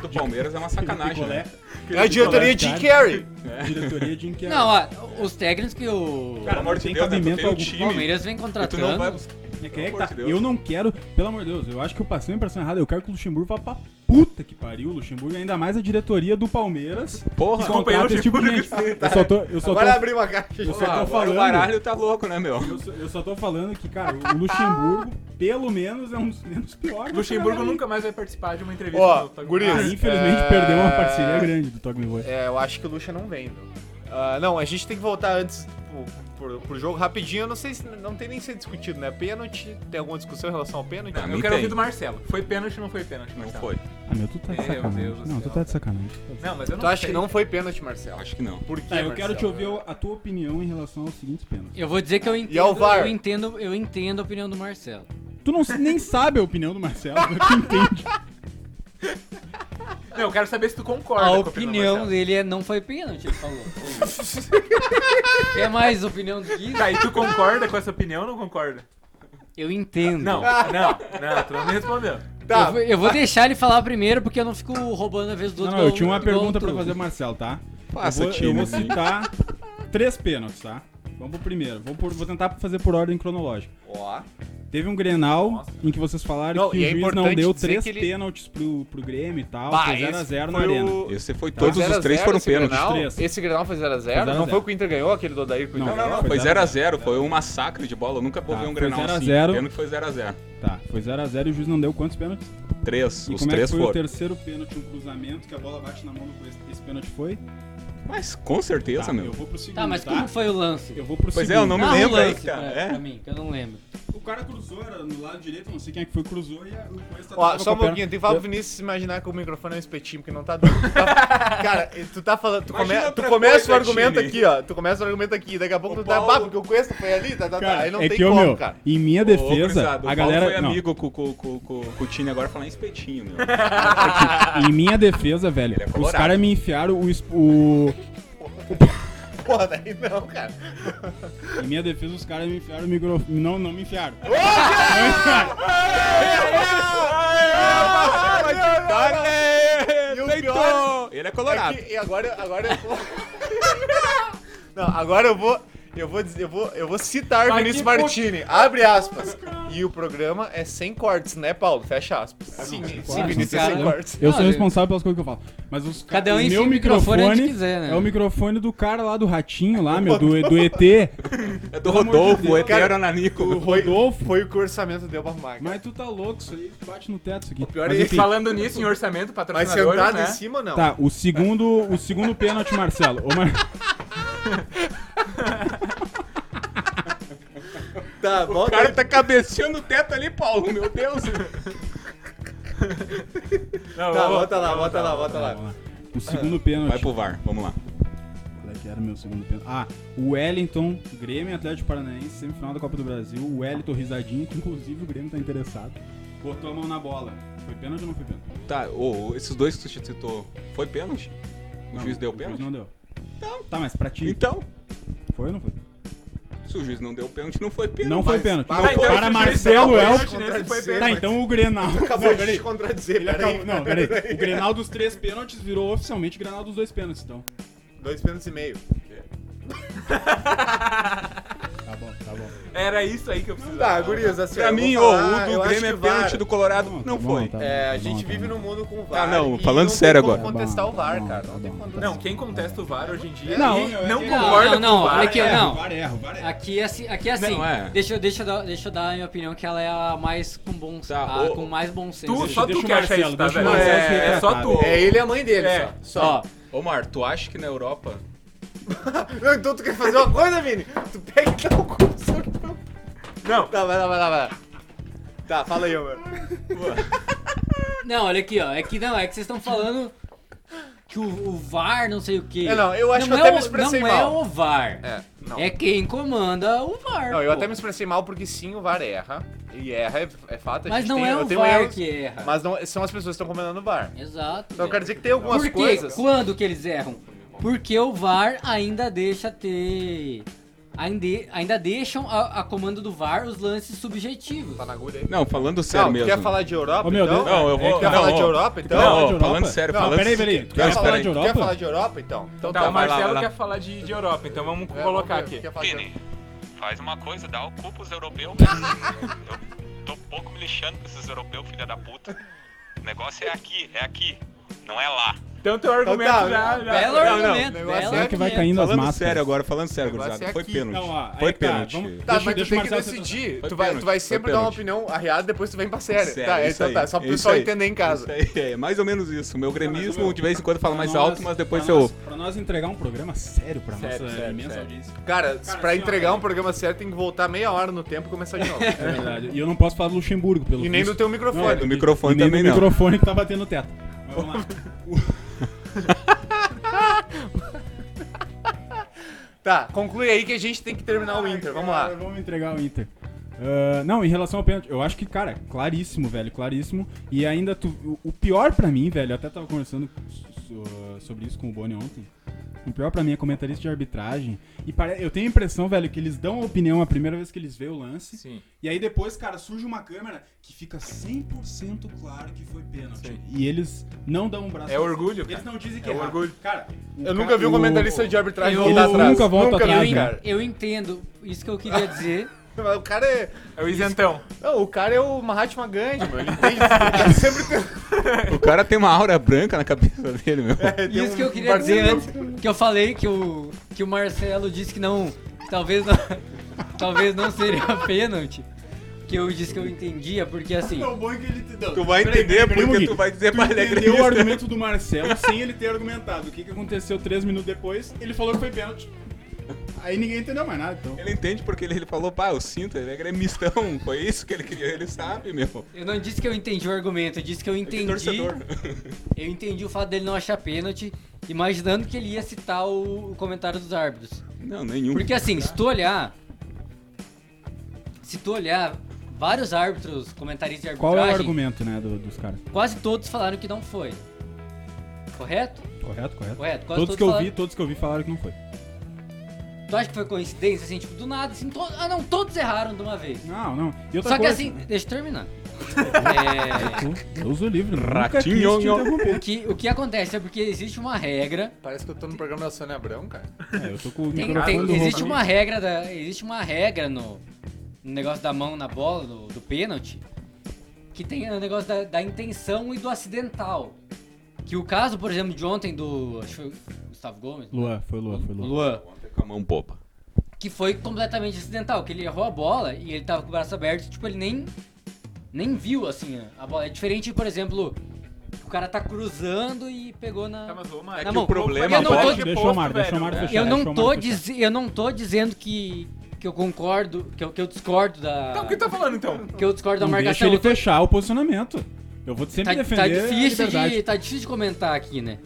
Speaker 5: do Palmeiras é uma sacanagem,
Speaker 2: Picolé,
Speaker 5: né?
Speaker 1: É a diretoria de Jim Carrey.
Speaker 2: diretoria de um é inquérito.
Speaker 3: Não, ó, os técnicos que o
Speaker 5: Pelo amor de
Speaker 2: tem
Speaker 5: Deus, né? Tu
Speaker 2: cabimento
Speaker 5: tem um
Speaker 2: algum.
Speaker 5: time
Speaker 3: Palmeiras vem
Speaker 5: que tu não vai
Speaker 3: contratando.
Speaker 5: buscar.
Speaker 2: É que é que
Speaker 5: Pelo amor
Speaker 2: tá.
Speaker 5: de Deus.
Speaker 2: Eu não quero, pelo amor de Deus, eu acho que eu passei a impressão errada. Eu quero que o Luxemburgo vá pra puta que pariu, o Luxemburgo, e ainda mais a diretoria do Palmeiras.
Speaker 5: Porra,
Speaker 2: que
Speaker 4: Desculpa aí,
Speaker 2: contrata esse tipo de gente.
Speaker 4: Luxemburgo.
Speaker 2: Eu só tô, eu só tô,
Speaker 1: Agora abriu uma caixa.
Speaker 2: eu
Speaker 5: ah,
Speaker 2: só tô
Speaker 5: agora o
Speaker 2: falando.
Speaker 5: baralho tá louco, né, meu?
Speaker 2: Eu só, eu só tô falando que, cara, o Luxemburgo, pelo menos, é um dos menos piores. dessa
Speaker 4: Luxemburgo
Speaker 2: galera aí.
Speaker 4: nunca mais vai participar de uma entrevista.
Speaker 1: Ó,
Speaker 4: do-
Speaker 1: guris.
Speaker 2: Ah, infelizmente,
Speaker 1: É.
Speaker 2: perdeu uma parceria grande do Talk Me Voice.
Speaker 1: É, eu acho que o Lucha não vem, viu? Ah, não, a gente tem que voltar antes pro, pro- pro jogo rapidinho. Eu não sei se não tem nem ser discutido, né? Pênalti, tem alguma discussão em relação ao pênalti?
Speaker 5: Não,
Speaker 4: Eu
Speaker 5: mim
Speaker 4: quero
Speaker 5: tem.
Speaker 4: ouvir do Marcelo. Foi pênalti ou não foi pênalti,
Speaker 5: Não
Speaker 4: Marcelo?
Speaker 5: foi.
Speaker 2: Ah, meu, tu tá de
Speaker 4: Meu
Speaker 2: sacanagem.
Speaker 4: Deus do
Speaker 2: não, tu
Speaker 4: céu.
Speaker 2: tá de sacanagem.
Speaker 4: Não, mas eu não
Speaker 1: Tu acha
Speaker 4: sei.
Speaker 1: que não foi pênalti, Marcelo?
Speaker 5: Acho que não.
Speaker 1: Por quê?
Speaker 2: Tá, eu quero
Speaker 1: Marcelo?
Speaker 2: te ouvir a tua opinião em relação aos seguintes pênaltis.
Speaker 3: Eu vou dizer que eu entendo,
Speaker 1: ao VAR?
Speaker 3: eu entendo, eu entendo a opinião do Marcelo.
Speaker 2: Tu não, nem sabe a opinião do Marcelo, tu entende.
Speaker 4: Não, eu quero saber se tu concorda
Speaker 3: A
Speaker 4: com
Speaker 3: opinião
Speaker 4: dele.
Speaker 3: dele é não foi pênalti, ele falou. Quer mais opinião do que isso?
Speaker 4: Tá, e tu concorda com essa opinião ou não concorda?
Speaker 3: Eu entendo.
Speaker 4: Não, não, não, tu não me respondeu.
Speaker 1: Tá,
Speaker 3: Eu, vou, eu vou deixar ele falar primeiro porque eu não fico roubando a vez do
Speaker 2: Não,
Speaker 3: outro.
Speaker 2: não, eu
Speaker 3: igual-
Speaker 2: tinha uma
Speaker 3: igual
Speaker 2: pergunta
Speaker 3: tu.
Speaker 2: pra fazer pro Marcelo, tá?
Speaker 5: Passa,
Speaker 2: eu vou,
Speaker 5: time,
Speaker 2: eu vou
Speaker 5: assim.
Speaker 2: citar três pênaltis, tá? Vamos pro primeiro. Vou, por- vou tentar fazer por ordem cronológica.
Speaker 1: ó.
Speaker 2: Teve um Grenal em que vocês falaram
Speaker 1: Não,
Speaker 2: que o
Speaker 1: e é
Speaker 2: juiz não
Speaker 1: importante
Speaker 2: deu
Speaker 1: dizer
Speaker 2: três
Speaker 1: que ele-
Speaker 2: pênaltis pro, pro Grêmio e tal.
Speaker 1: Bah,
Speaker 2: foi
Speaker 1: esse
Speaker 2: 0x0 na
Speaker 1: foi
Speaker 2: arena.
Speaker 1: o-
Speaker 5: Esse foi, todos os
Speaker 1: 0x0
Speaker 5: três foram
Speaker 1: esse
Speaker 5: pênaltis.
Speaker 1: Grenal?
Speaker 2: Três.
Speaker 1: Esse Grenal foi 0x0?
Speaker 2: Foi
Speaker 1: Não
Speaker 2: 0x0.
Speaker 1: foi o que o Inter ganhou, aquele do Daí?
Speaker 2: Não,
Speaker 5: Não, não,
Speaker 2: Foi
Speaker 5: foi
Speaker 2: 0 a
Speaker 5: 0x0, foi um massacre de bola. Eu nunca provei
Speaker 2: Tá,
Speaker 5: um
Speaker 2: foi
Speaker 5: Grenal
Speaker 2: 0 a
Speaker 5: assim.
Speaker 2: 0.
Speaker 5: Pênalti foi 0x0.
Speaker 2: Tá, foi 0x0 e o juiz não deu quantos pênaltis?
Speaker 5: Três,
Speaker 2: E
Speaker 5: os
Speaker 2: como é que
Speaker 5: três
Speaker 2: foi o
Speaker 5: foram.
Speaker 2: terceiro pênalti, um cruzamento, que a bola bate na mão do juiz? Esse pênalti foi?
Speaker 5: Mas com certeza,
Speaker 2: Tá,
Speaker 5: meu.
Speaker 2: Eu vou pro segundo,
Speaker 3: Tá, mas como foi o lance?
Speaker 2: Eu vou pro
Speaker 5: Pois é,
Speaker 2: segundo.
Speaker 5: eu não me
Speaker 3: Narra um
Speaker 5: lembro aí,
Speaker 3: lance
Speaker 5: cara.
Speaker 3: Pra,
Speaker 5: É.
Speaker 3: pra mim, que eu não lembro.
Speaker 2: O cara cruzou, era no lado direito, não sei quem é que foi, cruzou e a- o tá Cuesta
Speaker 1: Ó,
Speaker 2: tava
Speaker 1: só um
Speaker 2: com a perna-
Speaker 1: pouquinho, tem que falar pro Vinícius se imaginar que o microfone é um espetinho, porque não tá dando. Tá- Cara, tu tá falando, tu, come-
Speaker 5: Imagina
Speaker 1: tu
Speaker 5: outra
Speaker 1: começa o
Speaker 5: coisa,
Speaker 1: argumento
Speaker 5: Tini.
Speaker 1: aqui, ó. Tu começa o argumento aqui, daqui a pouco tu tá.
Speaker 5: Paulo-
Speaker 1: Bah, porque o Cuesta foi ali, tá, tá, tá.
Speaker 2: Cara,
Speaker 1: Aí não
Speaker 2: é
Speaker 1: tem
Speaker 2: que, ô,
Speaker 1: como,
Speaker 2: meu,
Speaker 1: cara.
Speaker 2: em minha
Speaker 5: Ô,
Speaker 2: defesa,
Speaker 5: gurizada, o
Speaker 2: a
Speaker 5: Paulo
Speaker 2: galera.
Speaker 5: foi
Speaker 2: não,
Speaker 5: amigo com, com, com, com, com o Tini agora falar em espetinho, meu.
Speaker 2: é em minha defesa, velho,
Speaker 1: é
Speaker 2: os
Speaker 1: colorado.
Speaker 2: caras me enfiaram o, es- o.
Speaker 1: Porra, daí não, cara. É
Speaker 2: Em minha defesa, os caras me enfiaram o microfone. Não, não me enfiaram.
Speaker 1: E o
Speaker 5: Aceitou!
Speaker 1: pior
Speaker 5: Ele
Speaker 1: É
Speaker 5: é colorado.
Speaker 1: que, e agora, agora eu vou. Não, agora eu vou. Eu vou, dizer- eu vou, eu vou citar
Speaker 4: Mas
Speaker 1: Vinícius
Speaker 4: que puta-
Speaker 1: Martini. Abre aspas. E o programa é sem cortes, né, Paulo? Fecha aspas. Sim, sim
Speaker 3: cortes,
Speaker 1: Vinícius é
Speaker 3: cara.
Speaker 1: sem cortes.
Speaker 2: Eu sou
Speaker 3: Olha.
Speaker 2: responsável pelas coisas que eu falo. Mas os ca-
Speaker 3: Cada um
Speaker 2: o
Speaker 3: enfia
Speaker 2: meu
Speaker 3: o microfone onde quiser, né?
Speaker 2: É o microfone do cara lá do ratinho lá, meu, do, do ET.
Speaker 5: É
Speaker 2: Pelo
Speaker 5: do
Speaker 2: amor de
Speaker 5: Rodolfo, o
Speaker 2: Deus.
Speaker 5: Etero Ananico.
Speaker 1: Foi,
Speaker 2: Rodolfo.
Speaker 1: foi o que o orçamento deu pra arrumar. cara.
Speaker 2: Mas tu tá louco, isso aí bate no teto isso aqui.
Speaker 1: pior
Speaker 2: Mas
Speaker 1: é
Speaker 2: enfim,
Speaker 4: Falando nisso, em orçamento,
Speaker 1: Mas
Speaker 4: patrocinador,
Speaker 1: sentado
Speaker 4: né?
Speaker 1: em cima, não.
Speaker 2: Tá, o segundo, o segundo pênalti, Marcelo. Ô, Mar...
Speaker 1: Tá,
Speaker 5: O
Speaker 1: volta
Speaker 5: cara
Speaker 1: aí.
Speaker 5: tá cabeceando o teto ali, Paulo, meu Deus.
Speaker 4: Não,
Speaker 1: Tá,
Speaker 4: vou-
Speaker 1: volta lá, volta lá, volta lá.
Speaker 2: Vamos lá. O segundo pênalti.
Speaker 5: Vai pro VAR, vamos lá.
Speaker 2: Qual é que era o meu segundo pênalti? Ah, o Wellington, Grêmio Atlético Paranaense, semifinal da Copa do Brasil. O Wellington risadinho, que inclusive o Grêmio tá interessado. Botou a mão na bola. Foi pênalti ou não foi pênalti?
Speaker 5: Tá, ô, ô, esses dois que tu citou, foi pênalti? O
Speaker 2: Não,
Speaker 5: juiz deu pênalti?
Speaker 2: Não deu. Tá, mas pra ti,
Speaker 5: Então,
Speaker 2: foi ou não foi?
Speaker 5: se o juiz não deu pênalti, não foi pênalti.
Speaker 2: Não foi pênalti.
Speaker 1: mas-
Speaker 2: Não
Speaker 4: Ah,
Speaker 2: foi.
Speaker 4: então
Speaker 2: Cara,
Speaker 4: esse juiz
Speaker 2: Marcelo
Speaker 4: deu
Speaker 2: é
Speaker 4: pênalti
Speaker 2: o...
Speaker 4: nesse foi
Speaker 1: Tá,
Speaker 4: pênalti.
Speaker 2: Tá, então o Grenal...
Speaker 1: Acabou de
Speaker 2: peraí.
Speaker 1: te contradizer,
Speaker 2: Ele acabou-
Speaker 1: peraí.
Speaker 2: Não, peraí. O Grenal dos três pênaltis virou oficialmente Grenal dos dois pênaltis, então.
Speaker 1: Dois pênaltis e meio.
Speaker 2: Tá bom, tá bom.
Speaker 4: Era isso aí que eu precisava.
Speaker 1: Tá, gurias, assim,
Speaker 5: Pra
Speaker 1: eu
Speaker 5: mim,
Speaker 1: vou
Speaker 5: ô,
Speaker 1: falar,
Speaker 5: o
Speaker 1: eu
Speaker 5: do
Speaker 1: acho
Speaker 5: Grêmio é
Speaker 1: que VAR-
Speaker 5: pênalti do Colorado,
Speaker 2: tá
Speaker 5: não foi.
Speaker 1: É,
Speaker 4: Tá
Speaker 1: a gente vive num mundo com VAR.
Speaker 5: não,
Speaker 1: e
Speaker 5: falando
Speaker 1: tem
Speaker 5: sério
Speaker 1: como
Speaker 5: agora.
Speaker 1: contestar
Speaker 2: Tá
Speaker 1: o VAR,
Speaker 2: bom,
Speaker 1: cara.
Speaker 2: tá
Speaker 1: Não tem
Speaker 2: bom,
Speaker 1: como
Speaker 2: tá
Speaker 1: contestar.
Speaker 4: Não, quem contesta o VAR hoje em dia
Speaker 2: Não,
Speaker 4: e
Speaker 2: eu-
Speaker 4: não
Speaker 2: eu-
Speaker 4: concorda
Speaker 3: não, não,
Speaker 4: com o VAR. É.
Speaker 3: olha aqui, ó. Não.
Speaker 2: o VAR erra, o VAR erra.
Speaker 3: Aqui é assim, aqui é assim.
Speaker 5: Não, é.
Speaker 3: Deixa, eu- deixa, eu dar, deixa eu dar a minha opinião que ela é a mais com bom senso.
Speaker 5: Tá,
Speaker 3: a
Speaker 5: ô,
Speaker 3: com mais bom senso.
Speaker 4: Tu,
Speaker 2: Deixa-
Speaker 4: só
Speaker 2: deixa
Speaker 4: tu
Speaker 2: o
Speaker 4: que acha
Speaker 2: Marcelo,
Speaker 4: isso, tá,
Speaker 2: deixa o
Speaker 4: velho?
Speaker 2: Marcelo
Speaker 1: se
Speaker 4: É, é só
Speaker 2: retratado.
Speaker 4: tu.
Speaker 1: É ele e a mãe dele,
Speaker 4: É.
Speaker 1: só. só.
Speaker 5: Ô, Mar, tu acha que na Europa...
Speaker 1: Não, então tu quer fazer uma coisa, Vini? Tu pega e dá o cu do seu irmão.
Speaker 4: Não,
Speaker 1: Tá, vai lá, vai lá, vai lá. Tá, fala aí, mano.
Speaker 3: Não, olha aqui, ó. É que não, é que vocês estão falando que o, o VAR não sei o quê.
Speaker 1: É, não, eu acho
Speaker 3: Não
Speaker 1: que eu até
Speaker 3: é
Speaker 1: me
Speaker 3: o-
Speaker 1: expressei
Speaker 3: não
Speaker 1: mal.
Speaker 3: é o VAR.
Speaker 1: É, não.
Speaker 3: É quem comanda o VAR.
Speaker 1: Não, eu
Speaker 3: pô.
Speaker 1: até me expressei mal porque sim, o VAR erra. E erra é, é fato. A
Speaker 3: Mas
Speaker 1: gente
Speaker 3: não
Speaker 1: tem,
Speaker 3: é
Speaker 1: eu
Speaker 3: o
Speaker 1: tenho
Speaker 3: VAR
Speaker 1: erros,
Speaker 3: que erra.
Speaker 1: Mas não, são as pessoas que estão comandando o VAR. Então
Speaker 3: Exato.
Speaker 1: eu
Speaker 3: velho.
Speaker 1: quero dizer que tem algumas
Speaker 3: Por quê?
Speaker 1: coisas...
Speaker 3: Quando que eles erram? Porque o VAR ainda deixa ter. Ainda, ainda deixam a, a comando do VAR os lances subjetivos.
Speaker 1: Tá na agulha aí.
Speaker 5: Não, falando sério
Speaker 1: Não, tu
Speaker 5: mesmo.
Speaker 1: quer falar de Europa,
Speaker 2: Ô, meu
Speaker 1: então?
Speaker 2: Deus.
Speaker 5: Não, eu vou...
Speaker 1: Quer
Speaker 5: não,
Speaker 1: falar
Speaker 5: ó,
Speaker 1: de Europa, então?
Speaker 5: Não,
Speaker 2: Falar de
Speaker 5: ó,
Speaker 2: Europa?
Speaker 5: falando sério,
Speaker 1: Não,
Speaker 5: falando...
Speaker 2: peraí, é peraí.
Speaker 5: Não,
Speaker 1: Quer
Speaker 5: espera
Speaker 1: falar,
Speaker 5: aí.
Speaker 1: de Europa? quer falar de Europa, então? Então
Speaker 4: tá,
Speaker 5: Tá,
Speaker 4: o
Speaker 5: vai lá, vai
Speaker 4: Marcelo
Speaker 5: lá.
Speaker 4: quer falar de, de Europa, então vamos
Speaker 1: É,
Speaker 4: colocar aqui.
Speaker 1: Quer falar de
Speaker 6: Vini, faz uma coisa, dá o cu pros europeus. mesmo. Eu tô um pouco me lixando com esses europeus, filha da puta. O negócio é aqui, é aqui, não é lá.
Speaker 4: Então teu argumento
Speaker 1: tá,
Speaker 4: já... já
Speaker 3: Belo
Speaker 4: Não, não.
Speaker 3: argumento,
Speaker 1: negócio é
Speaker 3: belo
Speaker 2: Será que vai
Speaker 3: argumento.
Speaker 2: caindo as
Speaker 5: Falando
Speaker 2: máscaras?
Speaker 5: sério agora, falando sério,
Speaker 1: O negócio
Speaker 5: gurizada.
Speaker 1: é
Speaker 5: Foi
Speaker 1: aqui.
Speaker 5: pênalti.
Speaker 2: Não, ó, aí
Speaker 5: Foi
Speaker 2: tá,
Speaker 5: pênalti.
Speaker 2: vamos-
Speaker 1: Tá,
Speaker 2: Deixa-
Speaker 1: mas tu
Speaker 2: deixa
Speaker 1: tem
Speaker 2: o
Speaker 1: que
Speaker 2: Marcelo tentar.
Speaker 1: decidir.
Speaker 5: Foi
Speaker 1: Tu vai, tu
Speaker 5: pênalti,
Speaker 1: vai
Speaker 5: foi
Speaker 1: sempre dar uma
Speaker 5: pênalti.
Speaker 1: opinião arreada, depois tu vem pra séria.
Speaker 5: Sério, é
Speaker 1: tá,
Speaker 5: isso
Speaker 1: então
Speaker 5: aí,
Speaker 1: tá. Só pro
Speaker 5: isso
Speaker 1: pessoal
Speaker 5: aí.
Speaker 1: entender em casa.
Speaker 5: Isso aí, é mais ou menos isso. Meu gremismo,
Speaker 2: meu,
Speaker 5: de vez em quando, fala
Speaker 2: Pra
Speaker 5: mais
Speaker 2: nós-
Speaker 5: alto, mas depois
Speaker 2: pra
Speaker 5: eu...
Speaker 2: nós- Pra nós entregar um programa sério pra
Speaker 4: Sério,
Speaker 2: nossa
Speaker 4: sério,
Speaker 2: imensa
Speaker 4: sério.
Speaker 2: audiência.
Speaker 1: Cara,
Speaker 2: Cara,
Speaker 1: pra
Speaker 2: assim, ó,
Speaker 1: entregar
Speaker 2: é.
Speaker 1: um programa sério, tem que voltar meia hora no tempo e começar de novo.
Speaker 2: É verdade. E eu não posso falar do Luxemburgo, pelo
Speaker 1: e nem do
Speaker 2: visto.
Speaker 1: teu
Speaker 2: Não,
Speaker 1: microfone.
Speaker 5: do microfone
Speaker 2: e nem
Speaker 5: também
Speaker 2: do
Speaker 5: não.
Speaker 2: microfone que tá batendo no teto. Mas vamos lá. é.
Speaker 1: Tá, conclui aí que a gente tem que terminar o Inter. Vamos
Speaker 2: Cara,
Speaker 1: lá.
Speaker 2: É, Vamos entregar o Inter. Ah, não, em relação ao pênalti, eu acho que, cara, claríssimo, velho, claríssimo. E ainda, tu, o- o pior pra mim, velho, eu até tava conversando so- so- sobre isso com o Boni ontem. O pior pra mim é comentarista de arbitragem. E pare- eu tenho a impressão, velho, que eles dão a opinião a primeira vez que eles vê o lance.
Speaker 4: Sim.
Speaker 2: E aí depois, cara, surge uma câmera que fica 100% claro que foi pênalti.
Speaker 4: Sim.
Speaker 2: E eles não dão um braço.
Speaker 4: É orgulho,
Speaker 2: Eles
Speaker 4: cara.
Speaker 2: não dizem que
Speaker 4: É
Speaker 2: erraram.
Speaker 4: orgulho.
Speaker 2: Cara, o
Speaker 1: Eu
Speaker 2: ca-
Speaker 1: nunca vi um
Speaker 2: o-
Speaker 1: comentarista de arbitragem
Speaker 3: Eu-
Speaker 1: voltar
Speaker 3: eu
Speaker 1: atrás.
Speaker 2: nunca volto
Speaker 1: vi,
Speaker 2: atrás, né?
Speaker 1: cara.
Speaker 3: Eu entendo isso que eu queria dizer.
Speaker 1: Mas O cara é.
Speaker 4: É o isentão.
Speaker 1: Não, o cara é o Mahatma Gandhi, mano. Ele tá tem. ele sempre tem.
Speaker 5: O cara tem uma aura branca na cabeça dele, meu.
Speaker 1: tem
Speaker 3: isso
Speaker 1: um
Speaker 3: que eu queria
Speaker 1: barzinho
Speaker 3: dizer
Speaker 1: no-
Speaker 3: antes. Que eu falei que o, que o Marcelo disse que não. Talvez não. talvez não seria pênalti. Que eu disse que eu entendia, porque assim.
Speaker 2: É o bom é que ele te dá.
Speaker 5: Tu vai
Speaker 2: peraí,
Speaker 5: entender porque
Speaker 2: Gui.
Speaker 5: é tu vai dizer
Speaker 2: Tu
Speaker 5: mais
Speaker 3: é
Speaker 2: entendeu o
Speaker 5: alegre.
Speaker 2: argumento do Marcelo sem ele ter argumentado. O que, que aconteceu três minutos depois? Ele falou que foi pênalti.
Speaker 7: Aí ninguém entendeu mais nada, então.
Speaker 5: Ele entende porque ele, ele falou, pá, eu sinto, ele é gremistão, foi isso que ele queria, ele sabe, meu.
Speaker 3: Eu não disse que eu entendi o argumento, eu disse que eu
Speaker 5: É que
Speaker 3: entendi.
Speaker 5: torcedor.
Speaker 3: Eu entendi o fato dele não achar pênalti, imaginando que ele ia citar o, o comentário dos árbitros.
Speaker 5: Não, nenhum.
Speaker 3: Porque assim, se tu olhar. Se tu olhar, vários árbitros, comentaristas de
Speaker 2: Qual é o
Speaker 3: arbitragem,
Speaker 2: argumento, né, do- dos caras?
Speaker 3: quase todos falaram que não foi. Correto?
Speaker 2: Correto, correto.
Speaker 3: Correto, quase
Speaker 2: Todos que eu vi, todos que eu vi falaram que não foi.
Speaker 3: Tu acha que foi coincidência, assim, tipo, do nada, assim, to- ah não, todos erraram de uma vez.
Speaker 2: Não, não. E outra
Speaker 3: Só que
Speaker 2: coisa,
Speaker 3: assim, deixa eu terminar. É,
Speaker 2: tu- Deus o livre, nunca quis te
Speaker 5: Ratinho, nhon.
Speaker 2: interromper.
Speaker 3: o, que, o que acontece é porque existe uma regra
Speaker 1: Parece que eu tô no programa da Sônia Abrão, cara.
Speaker 2: É, eu tô com o
Speaker 3: Tem-
Speaker 2: microfone
Speaker 3: tem-
Speaker 2: do
Speaker 3: existe
Speaker 2: Rodrigo.
Speaker 3: uma regra da, existe uma regra no, no negócio da mão na bola do, do pênalti que tem o negócio da, da intenção e do acidental que o caso por exemplo de ontem do acho que foi o Gustavo Gomes
Speaker 2: Luan, foi Luan, foi Luan.
Speaker 3: Luan
Speaker 5: Com a mão popa.
Speaker 3: que foi completamente acidental que ele errou a bola e ele tava com o braço aberto tipo ele nem nem viu assim a bola é diferente por exemplo o cara tá cruzando e pegou na
Speaker 4: Tá, mas ô, Mário,
Speaker 3: Na
Speaker 4: que
Speaker 3: mão.
Speaker 4: o problema
Speaker 3: Eu não tô-
Speaker 4: bola de
Speaker 2: Deixa
Speaker 4: posto,
Speaker 2: o Mário, deixa o
Speaker 4: velho.
Speaker 2: Mário fechar.
Speaker 3: Eu
Speaker 2: deixa
Speaker 3: não,
Speaker 2: o
Speaker 3: tô
Speaker 2: Mário fechar.
Speaker 3: diz, eu não tô dizendo que, que eu concordo, que eu, que eu discordo da.
Speaker 4: Então, o que tá falando então?
Speaker 3: Que eu discordo da
Speaker 2: Não deixa
Speaker 3: marcação.
Speaker 2: ele
Speaker 3: Eu tô-
Speaker 2: fechar o posicionamento. Eu vou sempre
Speaker 3: tá,
Speaker 2: defender
Speaker 3: tá
Speaker 2: a
Speaker 3: difícil
Speaker 2: liberdade.
Speaker 3: de, tá difícil de comentar aqui, né?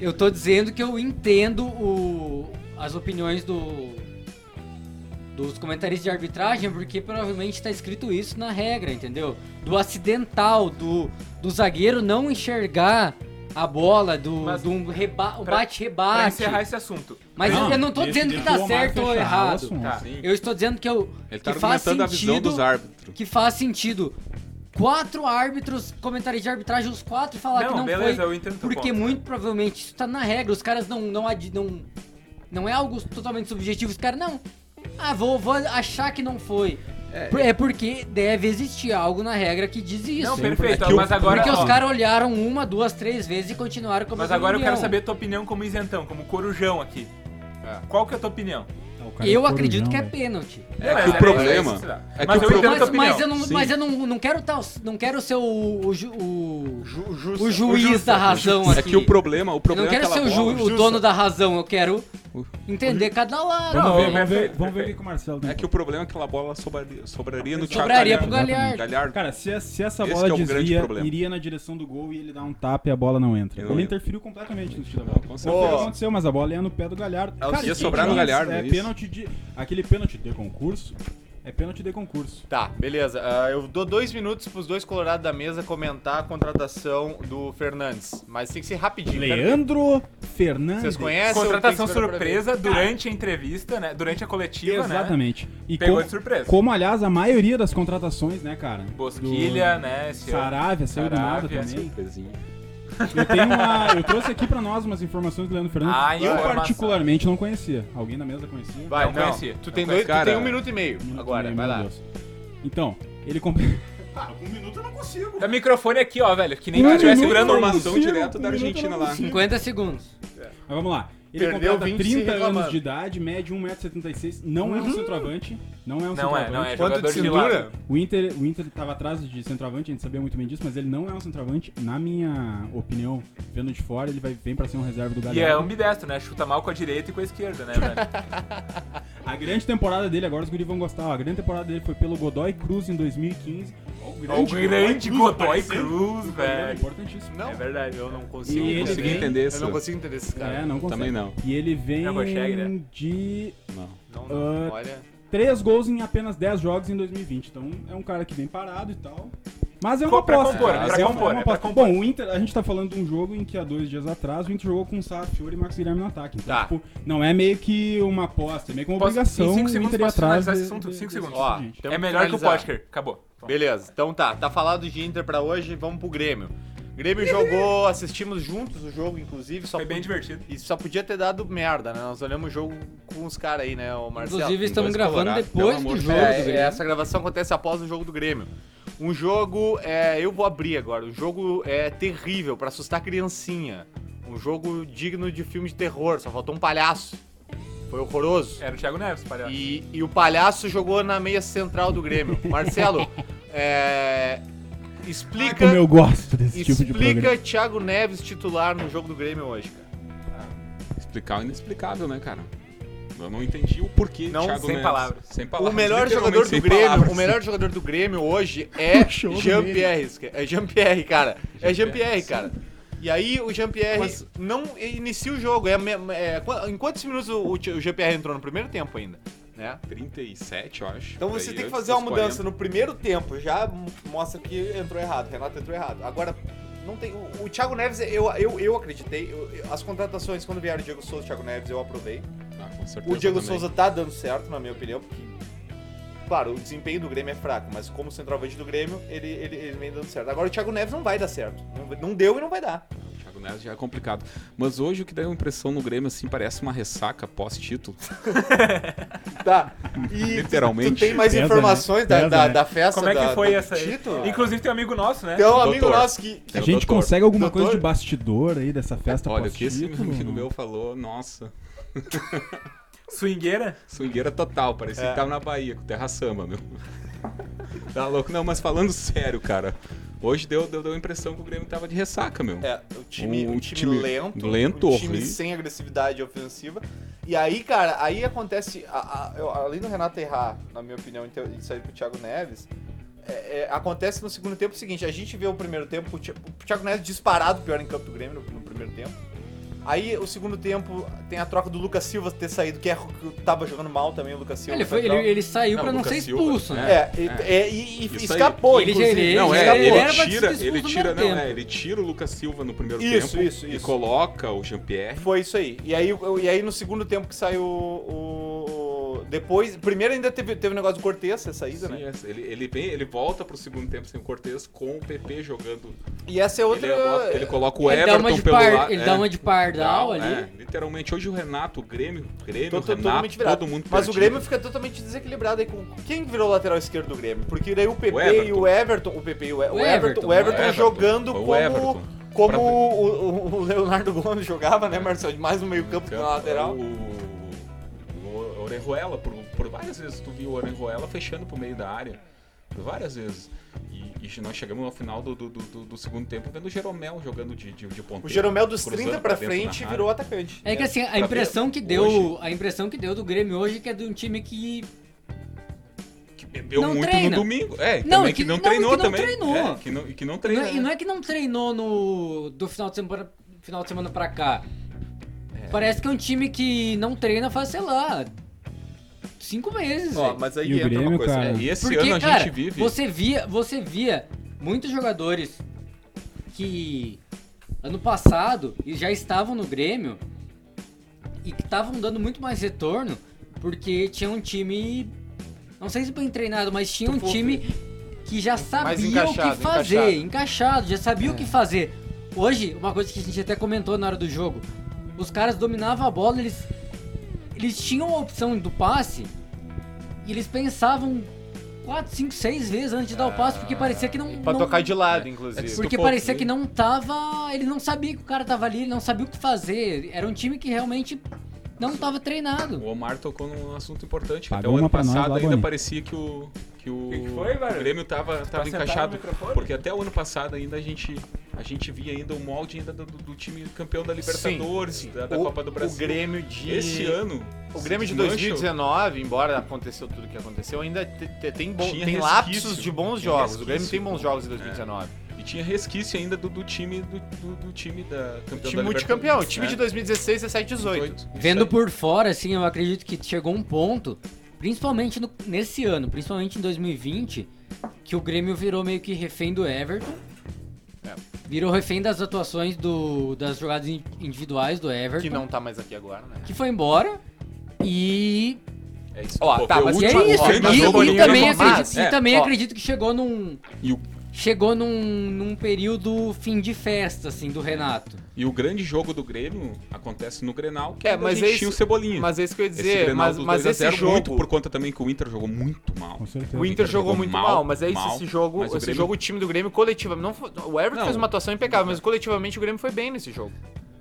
Speaker 3: Eu tô dizendo que eu entendo o, as opiniões do, dos comentaristas de arbitragem, porque provavelmente tá escrito isso na regra, entendeu? Do acidental, do, do zagueiro não enxergar a bola, do,
Speaker 4: Mas-
Speaker 3: do um reba, o
Speaker 4: pra- Pra
Speaker 3: bate-rebate.
Speaker 4: encerrar esse assunto.
Speaker 3: Mas
Speaker 2: Não,
Speaker 3: eu não tô
Speaker 2: deixa-
Speaker 3: dizendo que
Speaker 2: deixa
Speaker 3: tá
Speaker 2: o Omar
Speaker 3: certo ou
Speaker 2: fechar o
Speaker 3: errado.
Speaker 2: assunto.
Speaker 4: Tá.
Speaker 5: Sim.
Speaker 3: Eu estou dizendo que eu
Speaker 5: Ele tá
Speaker 3: que faz
Speaker 5: argumentando a visão
Speaker 3: sentido-
Speaker 5: dos árbitros.
Speaker 3: que faz sentido. Quatro árbitros, comentaristas de arbitragem, os quatro falar
Speaker 4: Não,
Speaker 3: que não
Speaker 4: beleza, eu
Speaker 3: foi.
Speaker 4: entendo teu
Speaker 3: Porque
Speaker 4: ponto.
Speaker 3: muito provavelmente isso tá na regra. Os caras não não ad- não não é algo totalmente subjetivo. Os caras não. Ah, vou, vou achar que não foi. É, porque deve existir algo na regra que diz isso.
Speaker 4: Não, perfeito,
Speaker 2: É que
Speaker 4: mas
Speaker 2: eu-
Speaker 4: agora.
Speaker 3: porque
Speaker 4: ó,
Speaker 3: os caras olharam uma, duas, três vezes e continuaram com a
Speaker 4: Mas
Speaker 3: mesma
Speaker 4: agora eu quero
Speaker 3: opinião.
Speaker 4: saber a tua opinião como isentão, como corujão aqui. Qual que é a tua opinião?
Speaker 2: Ah, o cara
Speaker 3: Eu
Speaker 2: corujão,
Speaker 3: acredito que é
Speaker 2: velho.
Speaker 3: pênalti.
Speaker 5: É que o
Speaker 4: mas
Speaker 5: problema-
Speaker 4: isso, tá.
Speaker 5: é que
Speaker 4: mas
Speaker 5: o
Speaker 4: eu entendo
Speaker 5: problema-
Speaker 4: a tua
Speaker 3: Mas,
Speaker 4: opinião.
Speaker 3: mas eu, não,
Speaker 5: Sim.
Speaker 3: mas eu não, não quero tal, não quero ser o, o, ju- o,
Speaker 1: justa.
Speaker 3: o juiz da razão
Speaker 5: É
Speaker 3: aqui.
Speaker 5: que o problema, o
Speaker 3: Então, assim, Eu
Speaker 5: problema
Speaker 3: não quero
Speaker 5: é
Speaker 3: ser
Speaker 5: aquela
Speaker 3: o, ju-
Speaker 5: bola.
Speaker 3: o dono da razão, eu quero entender cada lado.
Speaker 4: Não,
Speaker 2: Vamos ver,
Speaker 5: né?
Speaker 4: é
Speaker 2: vamos ver,
Speaker 4: perfeito,
Speaker 2: vamos ver o que
Speaker 4: perfeito.
Speaker 2: que o Marcelo tem.
Speaker 5: É que o problema é que aquela bola sobraria, sobraria no Thiago
Speaker 3: Sobraria pro
Speaker 2: Galhardo.
Speaker 5: Galhardo.
Speaker 2: Cara, se, a- se essa
Speaker 5: Esse
Speaker 2: bola
Speaker 5: que é o grande
Speaker 2: desvia,
Speaker 5: problema.
Speaker 2: iria na direção do gol e ele dá um tapa e a bola não entra.
Speaker 5: Eu
Speaker 2: ele
Speaker 5: lembro.
Speaker 2: interferiu completamente no tiro da
Speaker 5: Não,
Speaker 2: bola.
Speaker 5: com
Speaker 2: Não
Speaker 5: certeza.
Speaker 2: sei o que aconteceu, mas a bola ia no pé do Galhardo.
Speaker 5: Ela ia
Speaker 2: isso
Speaker 5: sobrar no
Speaker 2: é-
Speaker 5: Galhardo,
Speaker 2: É
Speaker 5: isso.
Speaker 2: pênalti de... Aquele pênalti de concurso é pênalti de concurso.
Speaker 1: Tá, beleza. Ah, eu dou dois minutos pros dois colorados da mesa comentar a contratação do Fernandes. Mas tem que ser rapidinho. quero-
Speaker 2: Leandro Fernandes.
Speaker 1: Vocês
Speaker 4: é
Speaker 1: conhecem? ou tem que
Speaker 4: Contratação
Speaker 1: esperar pra ver?
Speaker 4: surpresa durante a entrevista, né? Durante a coletiva, né?
Speaker 2: Exatamente. E
Speaker 4: Pegou
Speaker 2: como-
Speaker 4: de surpresa.
Speaker 2: Como, aliás, a maioria das contratações, né, cara?
Speaker 4: Bosquilha,
Speaker 2: Do-
Speaker 4: né? Esse
Speaker 2: Saravia saiu do nada
Speaker 4: Saravia,
Speaker 2: também.
Speaker 5: Surpresinha.
Speaker 2: Eu, tenho uma, eu trouxe aqui pra nós umas informações do Leandro Fernandes.
Speaker 4: Ah,
Speaker 2: que eu
Speaker 4: informação.
Speaker 2: particularmente não conhecia. Alguém na mesa conhecia?
Speaker 1: Vai,
Speaker 4: Não
Speaker 1: não.
Speaker 4: conhecia.
Speaker 1: Tu,
Speaker 4: Não
Speaker 1: tem
Speaker 4: conhecia.
Speaker 1: dois, tu
Speaker 5: Cara,
Speaker 1: tem um minuto e meio
Speaker 2: Um minuto
Speaker 1: agora,
Speaker 2: e meio,
Speaker 1: vai
Speaker 2: meu
Speaker 1: lá.
Speaker 2: Deus. Então, ele comp... um minuto eu não consigo.
Speaker 4: O microfone aqui, ó, velho. Que nem
Speaker 2: Um
Speaker 4: tu tivesse
Speaker 2: minuto.
Speaker 4: segurando uma.
Speaker 5: Informação
Speaker 2: consigo,
Speaker 5: direto da
Speaker 2: um minuto
Speaker 5: Argentina
Speaker 2: eu não
Speaker 5: lá.
Speaker 2: consigo.
Speaker 3: 50 segundos.
Speaker 5: Tá
Speaker 2: Mas vamos lá. Ele
Speaker 1: Perdeu
Speaker 2: completa
Speaker 1: 20 se
Speaker 2: 30 anos
Speaker 1: reclamando.
Speaker 2: de idade, um mede 1,76m, não é um centroavante, não é um
Speaker 4: Uhum. Não é,
Speaker 2: centroavante.
Speaker 4: não é.
Speaker 1: Quanto
Speaker 4: Jogador
Speaker 1: de
Speaker 4: de
Speaker 1: cintura?
Speaker 4: lado.
Speaker 2: O Inter, o Inter tava atrás de centroavante, a gente sabia muito bem disso, mas ele não é um centroavante, na minha opinião, vendo de fora, ele vai, vem pra ser um reserva do
Speaker 4: E é
Speaker 2: Galhardo.
Speaker 4: ambidestro, né? Chuta mal com a direita e com a esquerda, né, velho?
Speaker 2: A grande temporada dele, agora os guris vão gostar, ó, a grande temporada dele foi pelo Godoy Cruz em 2015. Ó,
Speaker 4: o grande Godoy Cruz,
Speaker 2: É
Speaker 4: velho.
Speaker 2: importantíntissimo.
Speaker 1: Não,
Speaker 4: É verdade, eu não
Speaker 2: E
Speaker 4: consigo.
Speaker 2: ele
Speaker 5: Consegui
Speaker 2: vem-
Speaker 5: entender
Speaker 1: eu
Speaker 5: isso.
Speaker 1: não consigo entender esses
Speaker 2: É,
Speaker 1: caras.
Speaker 2: não consegue.
Speaker 5: Também não.
Speaker 2: E ele vem
Speaker 4: Não consegue, né?
Speaker 2: de
Speaker 5: Não.
Speaker 1: Não, não,
Speaker 2: Ah,
Speaker 1: olha.
Speaker 2: 3 gols em apenas 10 jogos em 2020. Então é um cara que vem parado e tal. Mas é uma
Speaker 4: Co- pra
Speaker 2: aposta.
Speaker 4: compor,
Speaker 2: cara.
Speaker 4: é pra
Speaker 2: É uma-
Speaker 4: compor,
Speaker 2: é uma
Speaker 4: é pra
Speaker 2: aposta.
Speaker 4: compor.
Speaker 2: Bom, o Inter, a gente tá falando de um jogo em que há dois dias atrás o Inter jogou com o Safiori e Marcos Guilherme no ataque. Então,
Speaker 1: Tá.
Speaker 2: tipo, não é meio que uma aposta, é meio que uma
Speaker 4: Posso-
Speaker 2: obrigação
Speaker 4: em cinco
Speaker 2: o
Speaker 4: segundos
Speaker 2: Inter ir
Speaker 4: posso
Speaker 2: atrás.
Speaker 4: finalizar esse
Speaker 2: de-
Speaker 4: assunto?
Speaker 2: de-
Speaker 4: Cinco
Speaker 2: desse
Speaker 4: segundos.
Speaker 1: Ó,
Speaker 2: gente.
Speaker 1: temos
Speaker 4: É melhor que o
Speaker 1: finalizar.
Speaker 4: Potker. Acabou.
Speaker 1: Beleza, então tá, tá falado de Inter pra hoje, vamos pro Grêmio. Grêmio jogou, assistimos juntos o jogo, inclusive, só
Speaker 4: Foi bem
Speaker 1: podia-
Speaker 4: divertido.
Speaker 1: E só podia ter dado merda, né? Nós olhamos o jogo com os caras aí, né, o Marcelo?
Speaker 3: Inclusive, estamos
Speaker 5: dois
Speaker 3: gravando
Speaker 5: colorados,
Speaker 3: depois
Speaker 5: pelo
Speaker 3: do
Speaker 5: amor de
Speaker 3: jogo.
Speaker 1: É,
Speaker 3: do
Speaker 1: é,
Speaker 3: Grêmio.
Speaker 1: essa gravação acontece após o jogo do Grêmio. Um jogo, é, eu vou abrir agora, um jogo é terrível pra assustar criancinha. Um jogo digno de filme de terror, só faltou um palhaço. Foi horroroso.
Speaker 4: Era o Thiago Neves,
Speaker 5: Tá.
Speaker 4: palhaço.
Speaker 1: E, e o palhaço jogou na meia central do Grêmio. Marcelo, é,
Speaker 2: Ai,
Speaker 1: explica,
Speaker 2: Como eu gosto desse tipo de programa.
Speaker 1: explica Thiago Neves titular no jogo do Grêmio hoje, cara.
Speaker 5: Explicar o inexplicável, né, cara? Eu não entendi o porquê.
Speaker 1: Não,
Speaker 5: Thiago
Speaker 4: sem
Speaker 5: Neves.
Speaker 4: palavras.
Speaker 5: Sem
Speaker 1: O
Speaker 5: palavras.
Speaker 1: melhor
Speaker 5: literalmente
Speaker 1: jogador do
Speaker 5: sem
Speaker 1: Grêmio,
Speaker 5: palavras.
Speaker 1: o melhor jogador do Grêmio hoje é
Speaker 2: Show do
Speaker 1: Jean-Pierre, é Jean-Pierre, cara. É Jean-Pierre,
Speaker 4: Jean-Pierre,
Speaker 1: cara. E aí o Jean-Pierre
Speaker 2: Mas-
Speaker 1: não inicia o jogo, é, me- é- qu- em quantos minutos o, o Jean-Pierre entrou no primeiro tempo ainda, né?
Speaker 5: 37, eu acho.
Speaker 1: Então
Speaker 5: por
Speaker 1: você tem
Speaker 5: aí,
Speaker 1: que
Speaker 5: antes
Speaker 1: fazer uma
Speaker 5: dos
Speaker 1: mudança no primeiro tempo, já m- mostra que entrou errado, Renato entrou errado. Agora, não tem. O, o Thiago Neves, eu, eu, eu acreditei. eu- eu- as contratações, quando vieram o Diego Souza e o Thiago Neves, eu aprovei.
Speaker 5: 40. Ah, com certeza
Speaker 1: O Diego
Speaker 5: também.
Speaker 1: Souza tá dando certo, na minha opinião, porque. Claro, o desempenho do Grêmio é fraco, mas como centroavante do Grêmio, ele, ele, ele vem dando certo. Agora o Thiago Neves não vai dar certo. Não, não deu e não vai dar.
Speaker 5: O Thiago Neves já é complicado. Mas hoje o que dá uma impressão no Grêmio, assim, parece uma ressaca pós-título.
Speaker 1: Tá. E
Speaker 5: Literalmente.
Speaker 1: tu tem mais
Speaker 2: Pesa, né?
Speaker 1: informações da,
Speaker 2: Pesa,
Speaker 1: da,
Speaker 2: né?
Speaker 1: da festa
Speaker 4: Como é
Speaker 1: da-
Speaker 4: que foi
Speaker 1: do
Speaker 4: essa aí?
Speaker 1: título?
Speaker 4: Inclusive tem um amigo nosso, né?
Speaker 1: Tem um amigo
Speaker 5: Doutor.
Speaker 1: nosso que, que
Speaker 5: É
Speaker 2: A
Speaker 5: o
Speaker 2: gente
Speaker 5: doutor.
Speaker 2: consegue alguma coisa
Speaker 1: Doutor?
Speaker 2: de bastidor aí dessa festa
Speaker 5: Olha, o que esse
Speaker 2: pós-título?
Speaker 5: amigo
Speaker 2: mano?
Speaker 5: meu falou, nossa,
Speaker 4: Swingueira?
Speaker 5: swingueira total, parecia
Speaker 1: É.
Speaker 5: que tava na Bahia, com terra samba, meu. tá louco? Não, mas falando sério, cara, hoje deu, deu, deu a impressão que o Grêmio tava de ressaca, meu.
Speaker 1: É, o time,
Speaker 5: O
Speaker 1: um time,
Speaker 5: time
Speaker 1: lento,
Speaker 5: lento,
Speaker 1: um time
Speaker 5: horrível.
Speaker 1: sem agressividade ofensiva. E aí, cara, aí acontece, a- a- eu- além do Renato errar, na minha opinião, em ter- em sair pro Thiago Neves, é- é, acontece no segundo tempo o seguinte, a gente vê o primeiro tempo, o Thi- o Thiago Neves disparado pior em campo do Grêmio no, no primeiro tempo. Aí, o segundo tempo, tem a troca do Lucas Silva ter saído, que, é, que tava jogando mal também o Lucas Silva.
Speaker 3: Ele, foi, ele,
Speaker 1: central.
Speaker 3: ele saiu
Speaker 5: um- Não,
Speaker 3: pra não
Speaker 5: Lucas
Speaker 3: ser
Speaker 5: Silva,
Speaker 3: expulso,
Speaker 5: né?
Speaker 3: né?
Speaker 1: É, e, é, e- e
Speaker 5: Isso aí.
Speaker 1: escapou,
Speaker 3: Ele já-
Speaker 1: inclusive.
Speaker 3: ele-
Speaker 5: Não, é,
Speaker 3: Ele
Speaker 5: ele,
Speaker 3: era pra ser
Speaker 5: tira,
Speaker 3: expulso
Speaker 5: ele
Speaker 3: no
Speaker 5: tira,
Speaker 3: primeiro
Speaker 5: não, é,
Speaker 3: tempo.
Speaker 5: ele tira o Lucas Silva no primeiro
Speaker 1: Isso,
Speaker 5: tempo
Speaker 1: isso,
Speaker 5: e
Speaker 1: isso.
Speaker 5: coloca o Jean-Pierre.
Speaker 1: É. Foi isso aí. E aí, e aí no segundo tempo que saiu o. o- Depois. Primeiro ainda teve, teve o negócio do Cortez, essa saída,
Speaker 5: Sim,
Speaker 1: né?
Speaker 5: essa- ele, ele, vem- ele volta pro segundo tempo sem o Cortez com o PP jogando.
Speaker 1: E essa é outra.
Speaker 5: Ele, bota- ele coloca o
Speaker 3: Ele dá uma
Speaker 5: Everton
Speaker 3: de
Speaker 5: pelo
Speaker 3: par-
Speaker 5: lado.
Speaker 3: ele
Speaker 5: é.
Speaker 3: dá uma de pardal
Speaker 5: Não,
Speaker 3: ali.
Speaker 5: é, literalmente, hoje o Renato, o Grêmio, o Grêmio,
Speaker 1: Tô-
Speaker 5: o
Speaker 1: tô-
Speaker 5: Renato,
Speaker 1: totalmente virado.
Speaker 5: todo mundo
Speaker 1: Mas o
Speaker 5: perdido.
Speaker 1: Grêmio fica totalmente desequilibrado aí com. Quem virou lateral esquerdo do Grêmio? Porque daí o PP e
Speaker 5: Everton.
Speaker 1: o Everton. O PP e o, E- o
Speaker 3: O
Speaker 1: Everton.
Speaker 3: Everton, é.
Speaker 1: O Everton
Speaker 5: o Everton.
Speaker 1: jogando
Speaker 5: Foi o
Speaker 1: como.
Speaker 5: Everton.
Speaker 1: Como
Speaker 5: Pra-
Speaker 1: o, o- o Leonardo Gomes jogava, né, Marcelo? Mais no meio-campo que na lateral.
Speaker 5: é O, o Orejuela, por, por várias vezes tu viu o Orejuela fechando pro meio da área. Por várias vezes. E, e nós chegamos ao final do, do, do- do- do segundo tempo vendo o Jeromel jogando de, de, de ponteiro.
Speaker 1: O Jeromel dos
Speaker 5: cruzando
Speaker 1: 30 pra
Speaker 5: dentro da
Speaker 1: frente
Speaker 5: área.
Speaker 1: virou atacante.
Speaker 3: É que assim, a
Speaker 5: pra
Speaker 3: impressão
Speaker 5: ver
Speaker 3: que deu,
Speaker 5: Tá hoje.
Speaker 3: a impressão que deu do Grêmio hoje é que é de um time que
Speaker 5: Que bebeu
Speaker 3: Não
Speaker 5: muito
Speaker 3: treina.
Speaker 5: no domingo. É,
Speaker 3: Não,
Speaker 5: também
Speaker 3: e
Speaker 5: que,
Speaker 3: que-
Speaker 5: não
Speaker 3: não,
Speaker 5: treinou
Speaker 3: e que não
Speaker 5: também.
Speaker 3: treinou.
Speaker 5: É, que não, né? e que não
Speaker 3: Não
Speaker 5: treinou.
Speaker 3: é- e não é que não treinou no do final de semana, final de semana pra cá. Parece que é um time que não treina faz, sei lá, cinco meses.
Speaker 1: Ó,
Speaker 3: velho.
Speaker 1: mas
Speaker 2: E o Grêmio, cara?
Speaker 1: né?
Speaker 5: E esse
Speaker 3: Porque,
Speaker 5: ano a
Speaker 3: cara,
Speaker 5: gente vive.
Speaker 3: Você via, você via muitos jogadores que ano passado e já estavam no Grêmio e que estavam dando muito mais retorno porque tinha um time, não sei se bem treinado, mas tinha um time que já sabia o
Speaker 1: encaixado,
Speaker 3: que fazer, encaixado, já sabia
Speaker 5: É.
Speaker 3: o que fazer. Hoje, uma coisa que a gente até comentou na hora do jogo, os caras dominavam a bola, eles eles tinham a opção do passe e eles pensavam 4, 5, 6 vezes antes de dar o passe, porque parecia que não.
Speaker 1: Pra
Speaker 3: não-
Speaker 1: tocar de lado, inclusive.
Speaker 5: se tu
Speaker 3: Porque
Speaker 5: for
Speaker 3: parecia
Speaker 5: ver-
Speaker 3: que não tava. Ele não sabia que o cara tava ali, ele não sabia o que fazer. Era um time que realmente não tava treinado.
Speaker 5: O Omar tocou num assunto importante.
Speaker 2: Pagou
Speaker 5: Até o ano
Speaker 2: uma pra nós
Speaker 5: passado
Speaker 2: lá,
Speaker 5: ainda
Speaker 2: Boni.
Speaker 5: parecia que o. Que o,
Speaker 4: Que que foi,
Speaker 5: o
Speaker 4: velho?
Speaker 5: Grêmio tava, tava
Speaker 4: sentado no
Speaker 5: encaixado.
Speaker 4: microfone?
Speaker 5: Porque até o ano passado ainda a gente. A gente via ainda o molde ainda do, do- do time campeão da Libertadores, da, da
Speaker 1: o,
Speaker 5: Copa do Brasil.
Speaker 1: O Grêmio de.
Speaker 5: Esse ano.
Speaker 1: O
Speaker 5: se
Speaker 1: Grêmio de
Speaker 5: desmancha.
Speaker 1: 2019, embora aconteceu tudo que aconteceu, ainda te- te- tem, bom,
Speaker 5: Tinha
Speaker 1: tem
Speaker 5: resquício.
Speaker 1: lapsos de bons
Speaker 5: Tinha
Speaker 1: jogos. O Grêmio
Speaker 5: resquício. É.
Speaker 1: tem bons jogos em 2019.
Speaker 5: E tinha resquício ainda do, do time do, do- do time da campeão
Speaker 1: Time
Speaker 5: Então da
Speaker 1: multicampeão.
Speaker 5: Libertadores,
Speaker 1: Time
Speaker 5: né?
Speaker 1: de 2016, 17, 18.
Speaker 5: Isso aí.
Speaker 3: Vendo por fora, assim, eu acredito que chegou um ponto, principalmente no- nesse ano, principalmente em 2020, que o Grêmio virou meio que refém do Everton.
Speaker 1: É.
Speaker 3: Virou refém das atuações do, das jogadas in- individuais do Everton.
Speaker 1: Que não tá mais aqui agora, né?
Speaker 3: que foi embora e,
Speaker 5: É isso.
Speaker 1: Ó,
Speaker 5: Pô,
Speaker 1: tá,
Speaker 5: foi o
Speaker 1: mas
Speaker 3: e é
Speaker 5: último
Speaker 3: isso.
Speaker 1: ó,
Speaker 5: grande
Speaker 1: mas
Speaker 3: e,
Speaker 1: o
Speaker 5: jogo
Speaker 3: e
Speaker 5: do
Speaker 1: Boninho
Speaker 3: também,
Speaker 5: Grêmio.
Speaker 1: reclamou.
Speaker 3: acredito,
Speaker 5: É,
Speaker 3: e também
Speaker 1: ó.
Speaker 3: acredito que chegou num
Speaker 5: E o,
Speaker 3: chegou num, num período fim de festa assim do Renato.
Speaker 5: e o grande jogo do Grêmio acontece no Grenal, que
Speaker 1: É,
Speaker 5: ainda
Speaker 1: mas
Speaker 5: a gente
Speaker 1: é
Speaker 5: tinha o
Speaker 1: isso-
Speaker 5: Cebolinha.
Speaker 1: Mas é isso que eu ia
Speaker 5: esse
Speaker 1: dizer.
Speaker 5: Grenal
Speaker 1: mas
Speaker 5: do
Speaker 1: mas
Speaker 5: 2 a
Speaker 1: esse
Speaker 5: 0
Speaker 1: jogo.
Speaker 5: muito por conta também que o Inter jogou muito mal.
Speaker 2: Com certeza.
Speaker 1: O Inter jogou muito mal, mas é isso.
Speaker 5: mal,
Speaker 1: esse jogo,
Speaker 5: mas o
Speaker 1: esse
Speaker 5: Grêmio-
Speaker 1: jogo, o time do Grêmio coletivamente. Não, foi- o Everton
Speaker 5: Não.
Speaker 1: fez uma atuação impecável, mas coletivamente o Grêmio foi bem nesse jogo.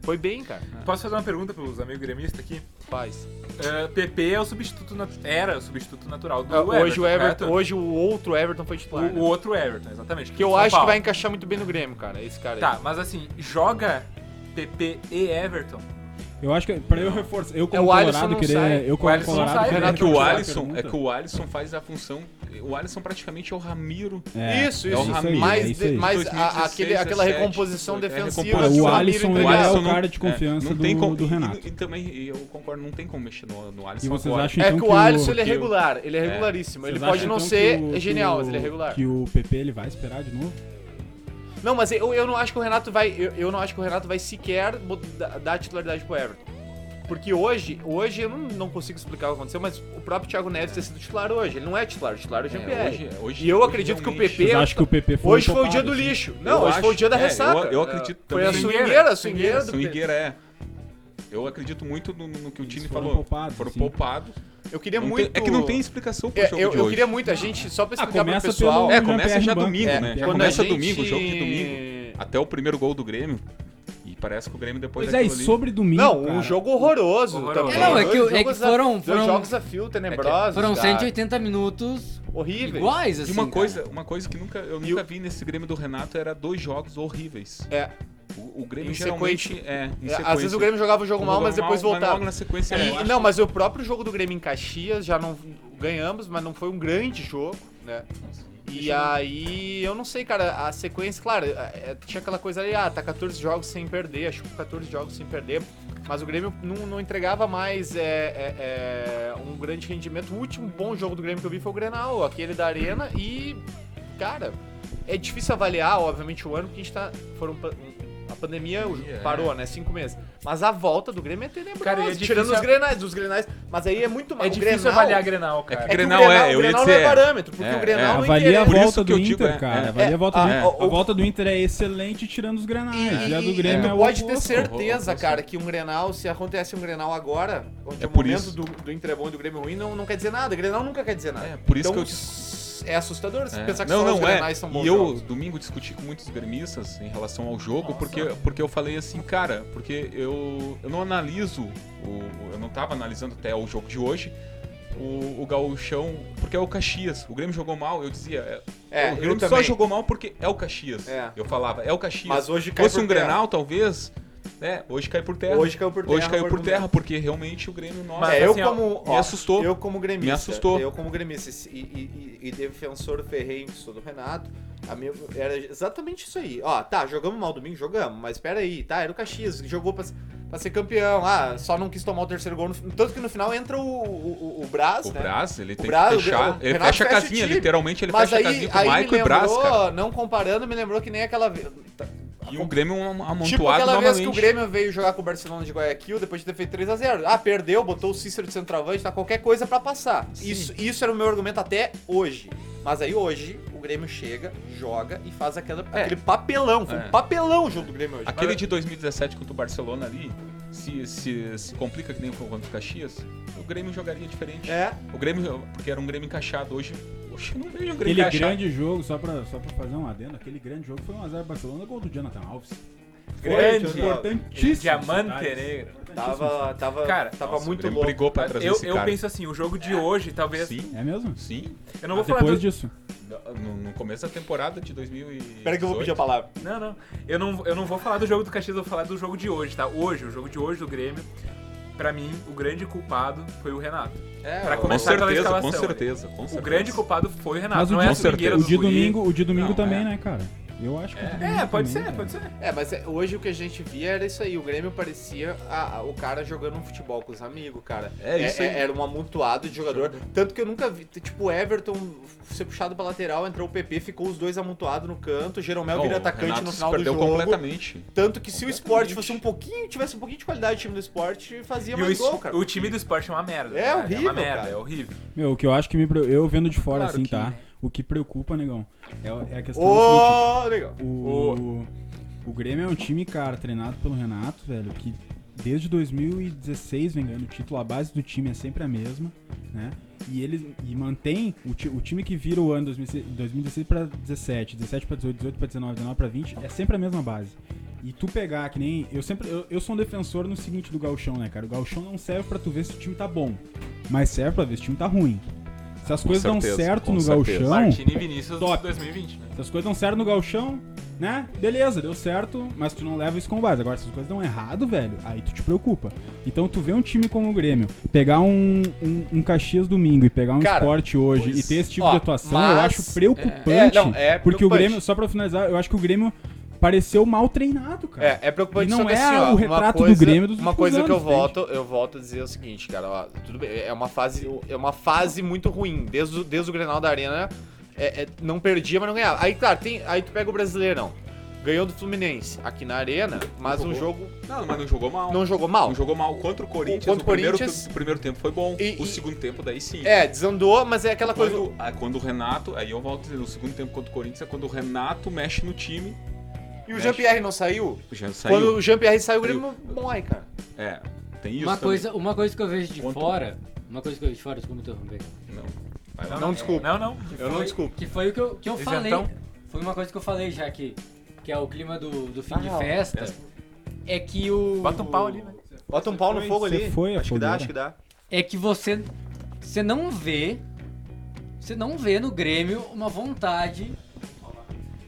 Speaker 1: Foi bem, cara.
Speaker 4: É. Posso fazer uma pergunta pros amigos gremistas aqui?
Speaker 1: Paz.
Speaker 4: Ah, PP é o substituto nat- era o substituto natural do
Speaker 1: É, hoje,
Speaker 4: Everton,
Speaker 1: o Everton,
Speaker 4: correto?
Speaker 1: hoje o outro Everton foi titular.
Speaker 4: o,
Speaker 1: né?
Speaker 4: o outro Everton, exatamente.
Speaker 1: Que eu
Speaker 4: São
Speaker 1: acho
Speaker 4: Paulo.
Speaker 1: que vai encaixar
Speaker 5: Tá.
Speaker 1: muito bem no Grêmio, cara. Esse cara aí.
Speaker 4: Tá, mas assim, joga PP e Everton.
Speaker 2: Eu acho que, pra eu reforçar, eu como
Speaker 1: É, o Alisson
Speaker 2: colorado
Speaker 1: não
Speaker 2: querer,
Speaker 1: sai.
Speaker 2: eu como
Speaker 4: O Alisson não
Speaker 2: colorado
Speaker 4: sai,
Speaker 2: querer
Speaker 4: né?
Speaker 5: É que o
Speaker 2: continuar a
Speaker 5: Alisson, é
Speaker 2: pergunta.
Speaker 5: que o Alisson faz a função. O Alisson praticamente é o Ramiro.
Speaker 2: É,
Speaker 1: isso,
Speaker 5: é
Speaker 1: isso.
Speaker 5: o Ramiro,
Speaker 2: é
Speaker 1: mais
Speaker 2: isso
Speaker 1: de-
Speaker 2: aí.
Speaker 1: mais a-
Speaker 5: 2016,
Speaker 1: aquele, aquela
Speaker 5: 17,
Speaker 1: recomposição
Speaker 5: foi- é,
Speaker 1: defensiva
Speaker 5: recomposição.
Speaker 1: que
Speaker 2: O
Speaker 1: Ramiro
Speaker 2: Alisson, ele
Speaker 1: entregava.
Speaker 2: é
Speaker 5: Alisson
Speaker 2: o
Speaker 5: não-
Speaker 2: cara de confiança
Speaker 5: não tem
Speaker 2: do-
Speaker 5: como-
Speaker 2: do
Speaker 5: e-
Speaker 2: Renato.
Speaker 5: E, também, e eu concordo, não tem como mexer no, no Alisson
Speaker 2: E vocês
Speaker 5: agora.
Speaker 2: acham
Speaker 1: É
Speaker 2: então
Speaker 1: que o Alisson
Speaker 2: o-
Speaker 1: ele é regular, ele é regularíssimo. Ele
Speaker 2: Vocês
Speaker 1: pode
Speaker 2: acham,
Speaker 1: não
Speaker 2: então,
Speaker 1: ser
Speaker 2: que o-
Speaker 1: genial,
Speaker 2: que
Speaker 1: mas
Speaker 2: o-
Speaker 1: ele é regular.
Speaker 2: Que o PP ele vai esperar de novo?
Speaker 1: Não, mas eu, eu não acho que o Renato vai. Eu, eu não acho que o Renato vai sequer bot- dar dar titularidade pro Everton. Porque hoje, hoje eu não, não consigo explicar o que aconteceu, mas o próprio Thiago Neves ter sido titular hoje. Ele não é titular, o titular é o
Speaker 5: É,
Speaker 1: Jean-Pierre.
Speaker 5: hoje- hoje-
Speaker 1: e eu
Speaker 5: hoje
Speaker 1: acredito que o
Speaker 5: realmente-
Speaker 1: PP.
Speaker 2: Vocês acham que o PP foi
Speaker 1: hoje foi o dia
Speaker 2: poupado,
Speaker 1: do
Speaker 2: assim?
Speaker 1: lixo. Não,
Speaker 5: Eu
Speaker 1: hoje foi o
Speaker 5: acho-
Speaker 1: dia da
Speaker 5: é, eu-
Speaker 1: ressaca.
Speaker 5: eu acredito
Speaker 1: Foi a
Speaker 5: também.
Speaker 1: swingueira, a swingueira do PP.
Speaker 5: Sungueira é. Eu acredito muito no, no que o time
Speaker 2: foram
Speaker 5: falou.
Speaker 2: poupados,
Speaker 5: foram
Speaker 2: sim.
Speaker 5: poupados.
Speaker 1: Eu queria
Speaker 5: Não
Speaker 1: muito.
Speaker 5: tem- é que não tem explicação pro
Speaker 1: É,
Speaker 5: jogo
Speaker 1: eu,
Speaker 5: de
Speaker 1: eu
Speaker 5: hoje.
Speaker 1: queria muito, a gente, só pra
Speaker 2: Ah,
Speaker 1: explicar pro
Speaker 2: começa
Speaker 1: pessoal.
Speaker 2: pelo-
Speaker 5: É, começa
Speaker 2: Jean-Pierre
Speaker 5: já
Speaker 2: no banco,
Speaker 5: domingo,
Speaker 2: é.
Speaker 5: né? Já
Speaker 2: Quando
Speaker 5: começa
Speaker 1: gente-
Speaker 5: domingo, o jogo de domingo. Até o primeiro gol do Grêmio. E parece que o Grêmio depois
Speaker 2: Pois é, e
Speaker 5: daquilo ali-
Speaker 2: sobre domingo,
Speaker 1: Não, um
Speaker 2: cara,
Speaker 1: jogo horroroso.
Speaker 4: Horroroso.
Speaker 1: também.
Speaker 4: É, não,
Speaker 3: é que-
Speaker 1: Dois
Speaker 3: é que
Speaker 1: jogos a-
Speaker 3: foram-
Speaker 1: Dois
Speaker 3: foram-
Speaker 1: jogos a fio tenebrosos.
Speaker 3: Foram
Speaker 1: cara.
Speaker 3: 180 minutos
Speaker 1: Horríveis.
Speaker 3: iguais,
Speaker 5: E
Speaker 3: assim.
Speaker 5: uma
Speaker 3: cara.
Speaker 5: coisa, é uma coisa que nunca, eu
Speaker 1: é. E
Speaker 5: nunca
Speaker 1: o-
Speaker 5: vi nesse Grêmio do Renato era dois jogos horríveis.
Speaker 1: É.
Speaker 5: O, o Grêmio
Speaker 1: Em
Speaker 5: geralmente é,
Speaker 1: É,
Speaker 5: em sequência.
Speaker 1: Às vezes o Grêmio jogava o jogo mal,
Speaker 5: Jogava
Speaker 1: mas depois
Speaker 5: mas
Speaker 1: voltava.
Speaker 5: logo na sequência
Speaker 1: E-
Speaker 5: é.
Speaker 1: não, mas o próprio jogo do Grêmio em Caxias já não ganhamos, mas não foi um grande jogo, né? E aí, eu não sei, cara, a sequência, claro, é, tinha aquela coisa ali, ah, tá 14 jogos sem perder, acho que 14 jogos sem perder, mas o Grêmio não, não entregava mais é, é, é, um grande rendimento. O último bom jogo do Grêmio que eu vi foi o Grenal, aquele da Arena, e, cara, é difícil avaliar, obviamente, o ano, porque a gente tá. Foram, pa- um- a pandemia parou, né? Cinco meses. Mas a volta do Grêmio é tenebrosa.
Speaker 4: Cara, e é
Speaker 1: tirando
Speaker 4: difícil-
Speaker 1: os grenais, dos grenais. Mas aí é muito mais.
Speaker 4: É
Speaker 1: o
Speaker 4: difícil
Speaker 1: Grenal-
Speaker 4: avaliar Grenal, cara.
Speaker 1: É que o
Speaker 5: Grenal,
Speaker 1: Grenal,
Speaker 5: é,
Speaker 1: o
Speaker 5: eu ia
Speaker 1: Grenal
Speaker 5: dizer,
Speaker 1: não é parâmetro, porque
Speaker 5: é,
Speaker 1: o Grenal não
Speaker 2: Avalia a
Speaker 1: interessa.
Speaker 5: Por isso
Speaker 2: volta
Speaker 5: que eu
Speaker 2: do
Speaker 5: digo,
Speaker 2: Inter,
Speaker 5: é,
Speaker 2: cara.
Speaker 5: é.
Speaker 2: Avalia a volta do
Speaker 1: É,
Speaker 2: Inter.
Speaker 1: o-
Speaker 2: A
Speaker 1: o-
Speaker 2: volta do Inter é excelente tirando os grenais.
Speaker 1: E-
Speaker 2: E, a do
Speaker 1: e-
Speaker 2: Grêmio
Speaker 1: e
Speaker 2: é
Speaker 1: tu
Speaker 2: o
Speaker 1: pode ter
Speaker 2: oposto.
Speaker 1: certeza,
Speaker 5: Horroroso.
Speaker 1: cara, que um Grenal, se acontece um Grenal agora, onde
Speaker 5: É
Speaker 1: o
Speaker 5: por
Speaker 1: momento
Speaker 5: isso.
Speaker 1: do, do Inter é bom e do Grêmio é ruim, não, não quer dizer nada. Grenal nunca quer dizer nada.
Speaker 5: É, por isso
Speaker 1: então,
Speaker 5: que eu
Speaker 1: s- É assustador se
Speaker 5: É.
Speaker 1: pensar que
Speaker 5: não,
Speaker 1: só
Speaker 5: não
Speaker 1: os
Speaker 5: é.
Speaker 1: Grenais são bons
Speaker 5: e eu
Speaker 1: jogos.
Speaker 5: domingo discuti com muitos gremistas em relação ao jogo, porque porque eu falei assim, cara, porque eu, eu não analiso o eu não tava analisando até o jogo de hoje. O, o gauchão, porque é o Caxias. O Grêmio jogou mal, eu dizia. é,
Speaker 1: É,
Speaker 5: o
Speaker 1: eu
Speaker 5: Grêmio só
Speaker 1: também.
Speaker 5: jogou mal porque é o Caxias.
Speaker 1: É.
Speaker 5: Eu falava, é o Caxias.
Speaker 1: Mas hoje cai
Speaker 5: fosse
Speaker 1: por
Speaker 5: um
Speaker 1: terra.
Speaker 5: Grenal, talvez, né? Hoje cai por terra.
Speaker 1: Hoje caiu por terra
Speaker 5: Hoje caiu
Speaker 1: o
Speaker 5: por
Speaker 1: argumento.
Speaker 5: terra, porque realmente o Grêmio nossa,
Speaker 1: É, eu
Speaker 4: assim, ó,
Speaker 1: como.
Speaker 5: me assustou.
Speaker 1: Eu como gremista.
Speaker 5: Me assustou.
Speaker 1: Eu como gremista e, e- e- e defensor ferrenho que sou do Renato, a minha, era exatamente isso aí. Ó, tá, jogamos mal domingo, jogamos, mas espera aí, tá, era o Caxias, que jogou pra, pra ser campeão. Ah, só não quis tomar o terceiro gol. No, fi- tanto que no final entra o, o, o- o Braz,
Speaker 5: O
Speaker 1: né?
Speaker 5: Braz, ele tem
Speaker 1: Braz, o
Speaker 5: que fechar.
Speaker 1: Gre- o
Speaker 5: Ele
Speaker 1: Renato
Speaker 5: fecha a
Speaker 1: fecha o
Speaker 5: casinha,
Speaker 1: time.
Speaker 5: literalmente ele
Speaker 1: mas
Speaker 5: fecha
Speaker 1: aí,
Speaker 5: a casinha com o
Speaker 1: aí
Speaker 5: Maico
Speaker 1: me
Speaker 5: e Braz,
Speaker 1: lembrou,
Speaker 5: cara.
Speaker 1: não comparando, me lembrou que nem aquela vez... tá,
Speaker 5: E um o Grêmio é am- amontoado
Speaker 1: Tipo aquela vez
Speaker 5: novamente.
Speaker 1: que o Grêmio veio jogar com o Barcelona de Guayaquil depois de ter feito 3x0. Ah, perdeu, botou o Cícero de centroavante, tá qualquer coisa pra passar. Isso, isso era o meu argumento até hoje. Mas aí hoje o Grêmio chega, joga e faz aquela, aquele papelão. Foi
Speaker 5: É.
Speaker 1: um papelão junto do Grêmio hoje.
Speaker 5: Aquele de 2017 contra o Barcelona ali, se, se, se complica que nem contra o Caxias, o Grêmio jogaria diferente.
Speaker 1: É.
Speaker 5: O Grêmio, porque era um Grêmio encaixado hoje. Oxe, eu não vejo o
Speaker 1: é
Speaker 5: Grêmio
Speaker 2: Aquele
Speaker 5: encaixado.
Speaker 2: grande jogo, só pra, só pra fazer um adendo, aquele grande jogo foi 1x0 Barcelona, gol do Jonathan Alves.
Speaker 4: é Grande, É
Speaker 2: Foi É importantíssimo. Tá,
Speaker 4: Diamante
Speaker 1: né?
Speaker 2: detalhe.
Speaker 4: negro.
Speaker 1: Tava, tava,
Speaker 4: Cara,
Speaker 1: tava
Speaker 5: Nossa, o
Speaker 1: muito
Speaker 5: Grêmio
Speaker 1: louco.
Speaker 5: brigou pra trazer
Speaker 4: Eu,
Speaker 5: esse
Speaker 4: eu
Speaker 5: cara.
Speaker 4: penso assim, o jogo de hoje, talvez.
Speaker 5: Sim,
Speaker 2: É mesmo?
Speaker 1: assim.
Speaker 5: sim.
Speaker 4: Eu não vou
Speaker 2: Ah,
Speaker 4: falar
Speaker 2: depois
Speaker 4: do,
Speaker 2: disso.
Speaker 5: No, no começo da temporada de 2018.
Speaker 1: Espera que eu vou pedir a palavra.
Speaker 4: Não, não. Eu não, eu não vou falar do jogo do Caxias, eu vou falar do jogo de hoje, tá? Hoje, o jogo de hoje do Grêmio, pra mim, o grande culpado foi o Renato.
Speaker 5: É,
Speaker 4: Pra
Speaker 5: com
Speaker 4: começar pela
Speaker 5: certeza, com
Speaker 4: escalação, né?
Speaker 5: certeza, com
Speaker 4: O
Speaker 3: é
Speaker 5: certeza.
Speaker 4: grande culpado foi o Renato.
Speaker 2: Mas o
Speaker 4: não é
Speaker 2: dia,
Speaker 4: a
Speaker 5: com certeza.
Speaker 4: swingueira
Speaker 2: o
Speaker 4: dos
Speaker 2: dia
Speaker 4: guris.
Speaker 2: domingo, o dia domingo
Speaker 5: Não,
Speaker 2: também,
Speaker 5: é.
Speaker 2: né, cara? Eu acho que o dia domingo
Speaker 4: É,
Speaker 2: também, né?
Speaker 4: pode ser,
Speaker 2: cara.
Speaker 4: pode ser.
Speaker 1: É, mas é- hoje o que a gente via era isso aí. O Grêmio parecia a- a- o cara jogando um futebol com os amigos, cara.
Speaker 5: É, isso aí.
Speaker 1: Era um amontoado de jogador. Tanto que eu nunca vi. t- Tipo, o Everton ser puxado pra lateral, entrou o PP, ficou os dois amontoados no canto. Jeromel
Speaker 5: Não,
Speaker 1: vira
Speaker 5: o
Speaker 1: atacante
Speaker 5: Renato
Speaker 1: é no
Speaker 5: se
Speaker 1: final do
Speaker 5: perdeu
Speaker 1: jogo.
Speaker 5: completamente.
Speaker 1: Tanto que se o esporte
Speaker 5: Completamente.
Speaker 1: fosse um pouquinho, tivesse um pouquinho de qualidade o time do esporte, fazia
Speaker 4: E o,
Speaker 1: mais
Speaker 4: es-
Speaker 1: gol, cara.
Speaker 4: o time do esporte é uma merda.
Speaker 1: É
Speaker 4: cara. É
Speaker 1: horrível,
Speaker 4: uma merda,
Speaker 1: cara.
Speaker 4: é horrível.
Speaker 2: Meu, o que eu acho que me. pre- Eu vendo de fora,
Speaker 5: Claro
Speaker 2: assim,
Speaker 5: que-
Speaker 2: tá? O que preocupa, negão, é, é a questão. do seguinte,
Speaker 1: Ô, legal.
Speaker 2: o, o Grêmio é um time, cara, treinado pelo Renato, velho, que desde 2016 vem ganhando título. A base do time é sempre a mesma, né? E ele e mantém o, ti- o time que vira o ano 2016 2016 pra 17, 17 pra 18, 18 pra 19, 19 pra 20, é sempre a mesma base. E tu pegar que nem eu sempre eu, eu sou um defensor no seguinte do gauchão, né, cara? O gauchão não serve pra tu ver se o time tá bom, mas serve pra ver se o time tá ruim. Se as coisas dão
Speaker 5: certeza,
Speaker 2: certo
Speaker 5: com
Speaker 2: no
Speaker 5: certeza.
Speaker 2: gauchão,
Speaker 4: Martini e Vinícius
Speaker 2: top.
Speaker 4: de 2020, né?
Speaker 2: se as coisas dão certo no galchão, né? Beleza, deu certo, mas tu não leva isso como base. Agora, se as coisas dão errado, velho, aí tu te preocupa. Então, tu vê um time como o Grêmio, pegar um, um, um Caxias domingo e pegar um
Speaker 1: Cara,
Speaker 2: esporte hoje
Speaker 1: pois-
Speaker 2: e ter esse tipo
Speaker 1: ó,
Speaker 2: de atuação, eu
Speaker 1: mas-
Speaker 2: acho preocupante.
Speaker 1: É, é, não, é
Speaker 2: porque
Speaker 1: preocupante.
Speaker 2: o Grêmio, só pra finalizar, eu acho que o Grêmio pareceu mal treinado, cara.
Speaker 1: É, é preocupante
Speaker 2: E não
Speaker 1: só que
Speaker 2: é
Speaker 1: assim, ó,
Speaker 2: o
Speaker 1: uma
Speaker 2: retrato do
Speaker 1: coisa,
Speaker 2: Grêmio dos
Speaker 1: uma
Speaker 2: últimos
Speaker 1: coisa que eu
Speaker 2: anos, entende?
Speaker 1: volto, eu volto a dizer o seguinte, cara, ó, tudo bem, é uma fase, é uma fase muito ruim, desde, o- desde o Grenal da Arena, é- é, não perdia, mas não ganhava. Aí, claro, tem, aí tu pega o Brasileirão, ganhou do Fluminense aqui na Arena, mas um jogo
Speaker 5: Não, mas não jogou mal.
Speaker 1: não jogou mal.
Speaker 5: Não jogou mal contra o Corinthians.
Speaker 1: Contra o
Speaker 5: o primeiro,
Speaker 1: Corinthians.
Speaker 5: o primeiro tempo foi bom.
Speaker 1: E-
Speaker 5: o
Speaker 1: e-
Speaker 5: segundo tempo, daí sim.
Speaker 1: É, desandou, mas é aquela coisa...
Speaker 5: Quando, ah, quando o Renato, aí eu volto a dizer, no segundo tempo contra o Corinthians, é quando o Renato mexe no time,
Speaker 1: E o Jean-Pierre não saiu?
Speaker 5: já saiu.
Speaker 1: Quando o Jean-Pierre saiu, o Grêmio morre, cara.
Speaker 5: É, tem isso
Speaker 3: uma,
Speaker 5: também.
Speaker 3: coisa, uma coisa que eu vejo de
Speaker 5: Contra-
Speaker 3: fora. Uma coisa que eu vejo de fora, desculpa me interromper.
Speaker 5: Não.
Speaker 1: Não, desculpa.
Speaker 4: Não, não.
Speaker 1: eu não desculpo.
Speaker 3: Que foi o que eu, que eu
Speaker 4: Isentão.
Speaker 3: falei. Foi uma coisa que eu falei já aqui. Que é o clima do, do fim de
Speaker 1: Ah, ó.
Speaker 3: festa. É que o.
Speaker 4: Bota um pau ali, né?
Speaker 1: Bota um pau no fogo
Speaker 2: Você
Speaker 1: ali.
Speaker 2: foi a
Speaker 1: acho que dá,
Speaker 2: fogueira.
Speaker 1: acho que dá.
Speaker 3: É que você. Você não vê. Você não vê no Grêmio uma vontade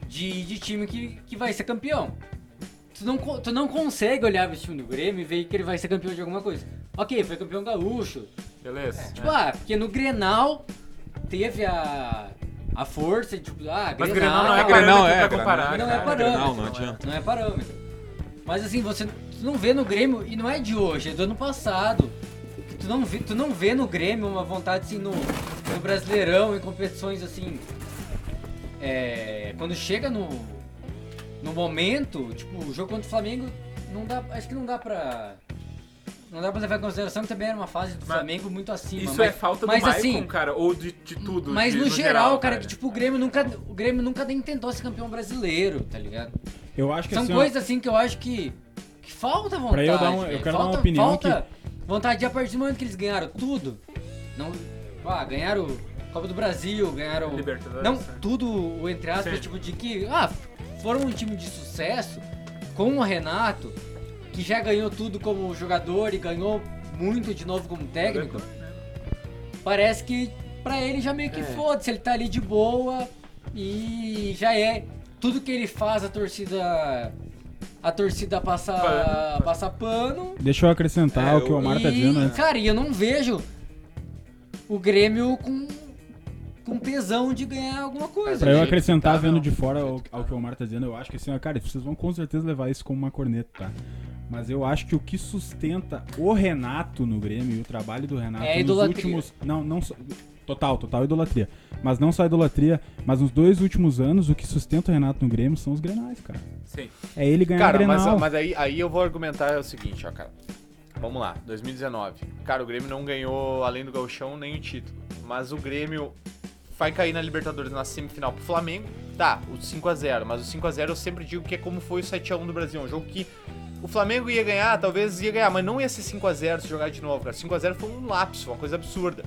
Speaker 3: de, de time que, que vai ser campeão. Tu não, co- tu não consegue olhar pro time do Grêmio e ver que ele vai ser campeão de alguma coisa. Ok, foi campeão gaúcho,
Speaker 4: Beleza. É.
Speaker 3: Tipo, ah, porque no Grenal teve a, a força, tipo, ah,
Speaker 4: Mas
Speaker 3: Grenal,
Speaker 4: Grenal não é
Speaker 3: não,
Speaker 4: Grenal,
Speaker 5: Grenal,
Speaker 4: é
Speaker 5: é,
Speaker 4: pra comparar.
Speaker 3: não
Speaker 4: cara.
Speaker 3: é parâmetro.
Speaker 5: Grenal, não adianta.
Speaker 3: Não é parâmetro. Mas assim, você tu não vê no Grêmio, e não é de hoje, é do ano passado. Tu não vê, tu não vê no Grêmio uma vontade assim no, no Brasileirão, em competições assim. É, quando chega no, no momento, tipo, o jogo contra o Flamengo, não dá, acho que não dá pra. Não dá pra levar em consideração que também era uma fase do
Speaker 4: Mas
Speaker 3: Flamengo muito acima.
Speaker 4: Isso
Speaker 3: mas-
Speaker 4: é falta do
Speaker 3: mas,
Speaker 4: Maicon,
Speaker 3: assim,
Speaker 4: cara, ou de, de tudo.
Speaker 3: mas
Speaker 4: de-
Speaker 3: no, geral, cara, que tipo, o Grêmio nunca. O Grêmio nunca nem tentou ser campeão brasileiro, tá ligado?
Speaker 2: Eu acho que
Speaker 3: São
Speaker 2: assim, ó,
Speaker 3: coisas assim que eu acho que. que falta vontade.
Speaker 2: eu dar um- eu
Speaker 3: velho.
Speaker 2: quero dar
Speaker 3: falta,
Speaker 2: uma opinião
Speaker 3: Falta vontade de a partir do momento que eles ganharam tudo. Não. Ah, ganharam Copa do Brasil, ganharam.
Speaker 4: Libertadores,
Speaker 3: Não,
Speaker 4: né?
Speaker 3: tudo o entre aspas,
Speaker 4: Sim.
Speaker 3: tipo, de que. Ah, foram um time de sucesso com o Renato, que já ganhou tudo como jogador e ganhou muito de novo como técnico. Parece que pra ele já
Speaker 4: É.
Speaker 3: meio que foda-se, ele tá ali de boa e já é. Tudo que ele faz, a torcida. A torcida passa,
Speaker 4: Pano.
Speaker 3: passa pano.
Speaker 2: Deixa eu acrescentar
Speaker 5: É,
Speaker 2: o que o
Speaker 5: eu-
Speaker 2: Omar tá
Speaker 3: e,
Speaker 2: dizendo, né?
Speaker 3: cara, e eu não vejo o Grêmio com, com tesão de ganhar alguma coisa.
Speaker 2: Pra eu
Speaker 3: gente.
Speaker 2: acrescentar,
Speaker 4: tá,
Speaker 2: vendo
Speaker 4: não.
Speaker 2: de fora ao, ao que o Omar tá dizendo, eu acho que assim, ó, cara, vocês vão com certeza levar isso como uma corneta, tá? Mas eu acho que o que sustenta o Renato no Grêmio e o trabalho do Renato
Speaker 3: É a
Speaker 2: nos
Speaker 3: idolatria.
Speaker 2: últimos. Não, não. só- Total, total idolatria. Mas não só idolatria, mas nos dois últimos anos, o que sustenta o Renato no Grêmio são os grenais, cara.
Speaker 4: Sim.
Speaker 2: É ele ganhar
Speaker 1: Cara,
Speaker 2: o
Speaker 1: mas,
Speaker 2: grenal.
Speaker 1: mas aí, aí eu vou argumentar é o seguinte, ó, cara. Vamos lá, 2019. Cara, o Grêmio não ganhou, além do Gauchão, nem o título. Mas o Grêmio vai cair na Libertadores na semifinal pro Flamengo. Tá, o 5x0. Mas o 5x0 eu sempre digo que é como foi o 7x1 do Brasil. É um jogo que o Flamengo ia ganhar, talvez ia ganhar, mas não ia ser 5x0 se jogar de novo, cara. 5x0 foi um lapso, uma coisa absurda.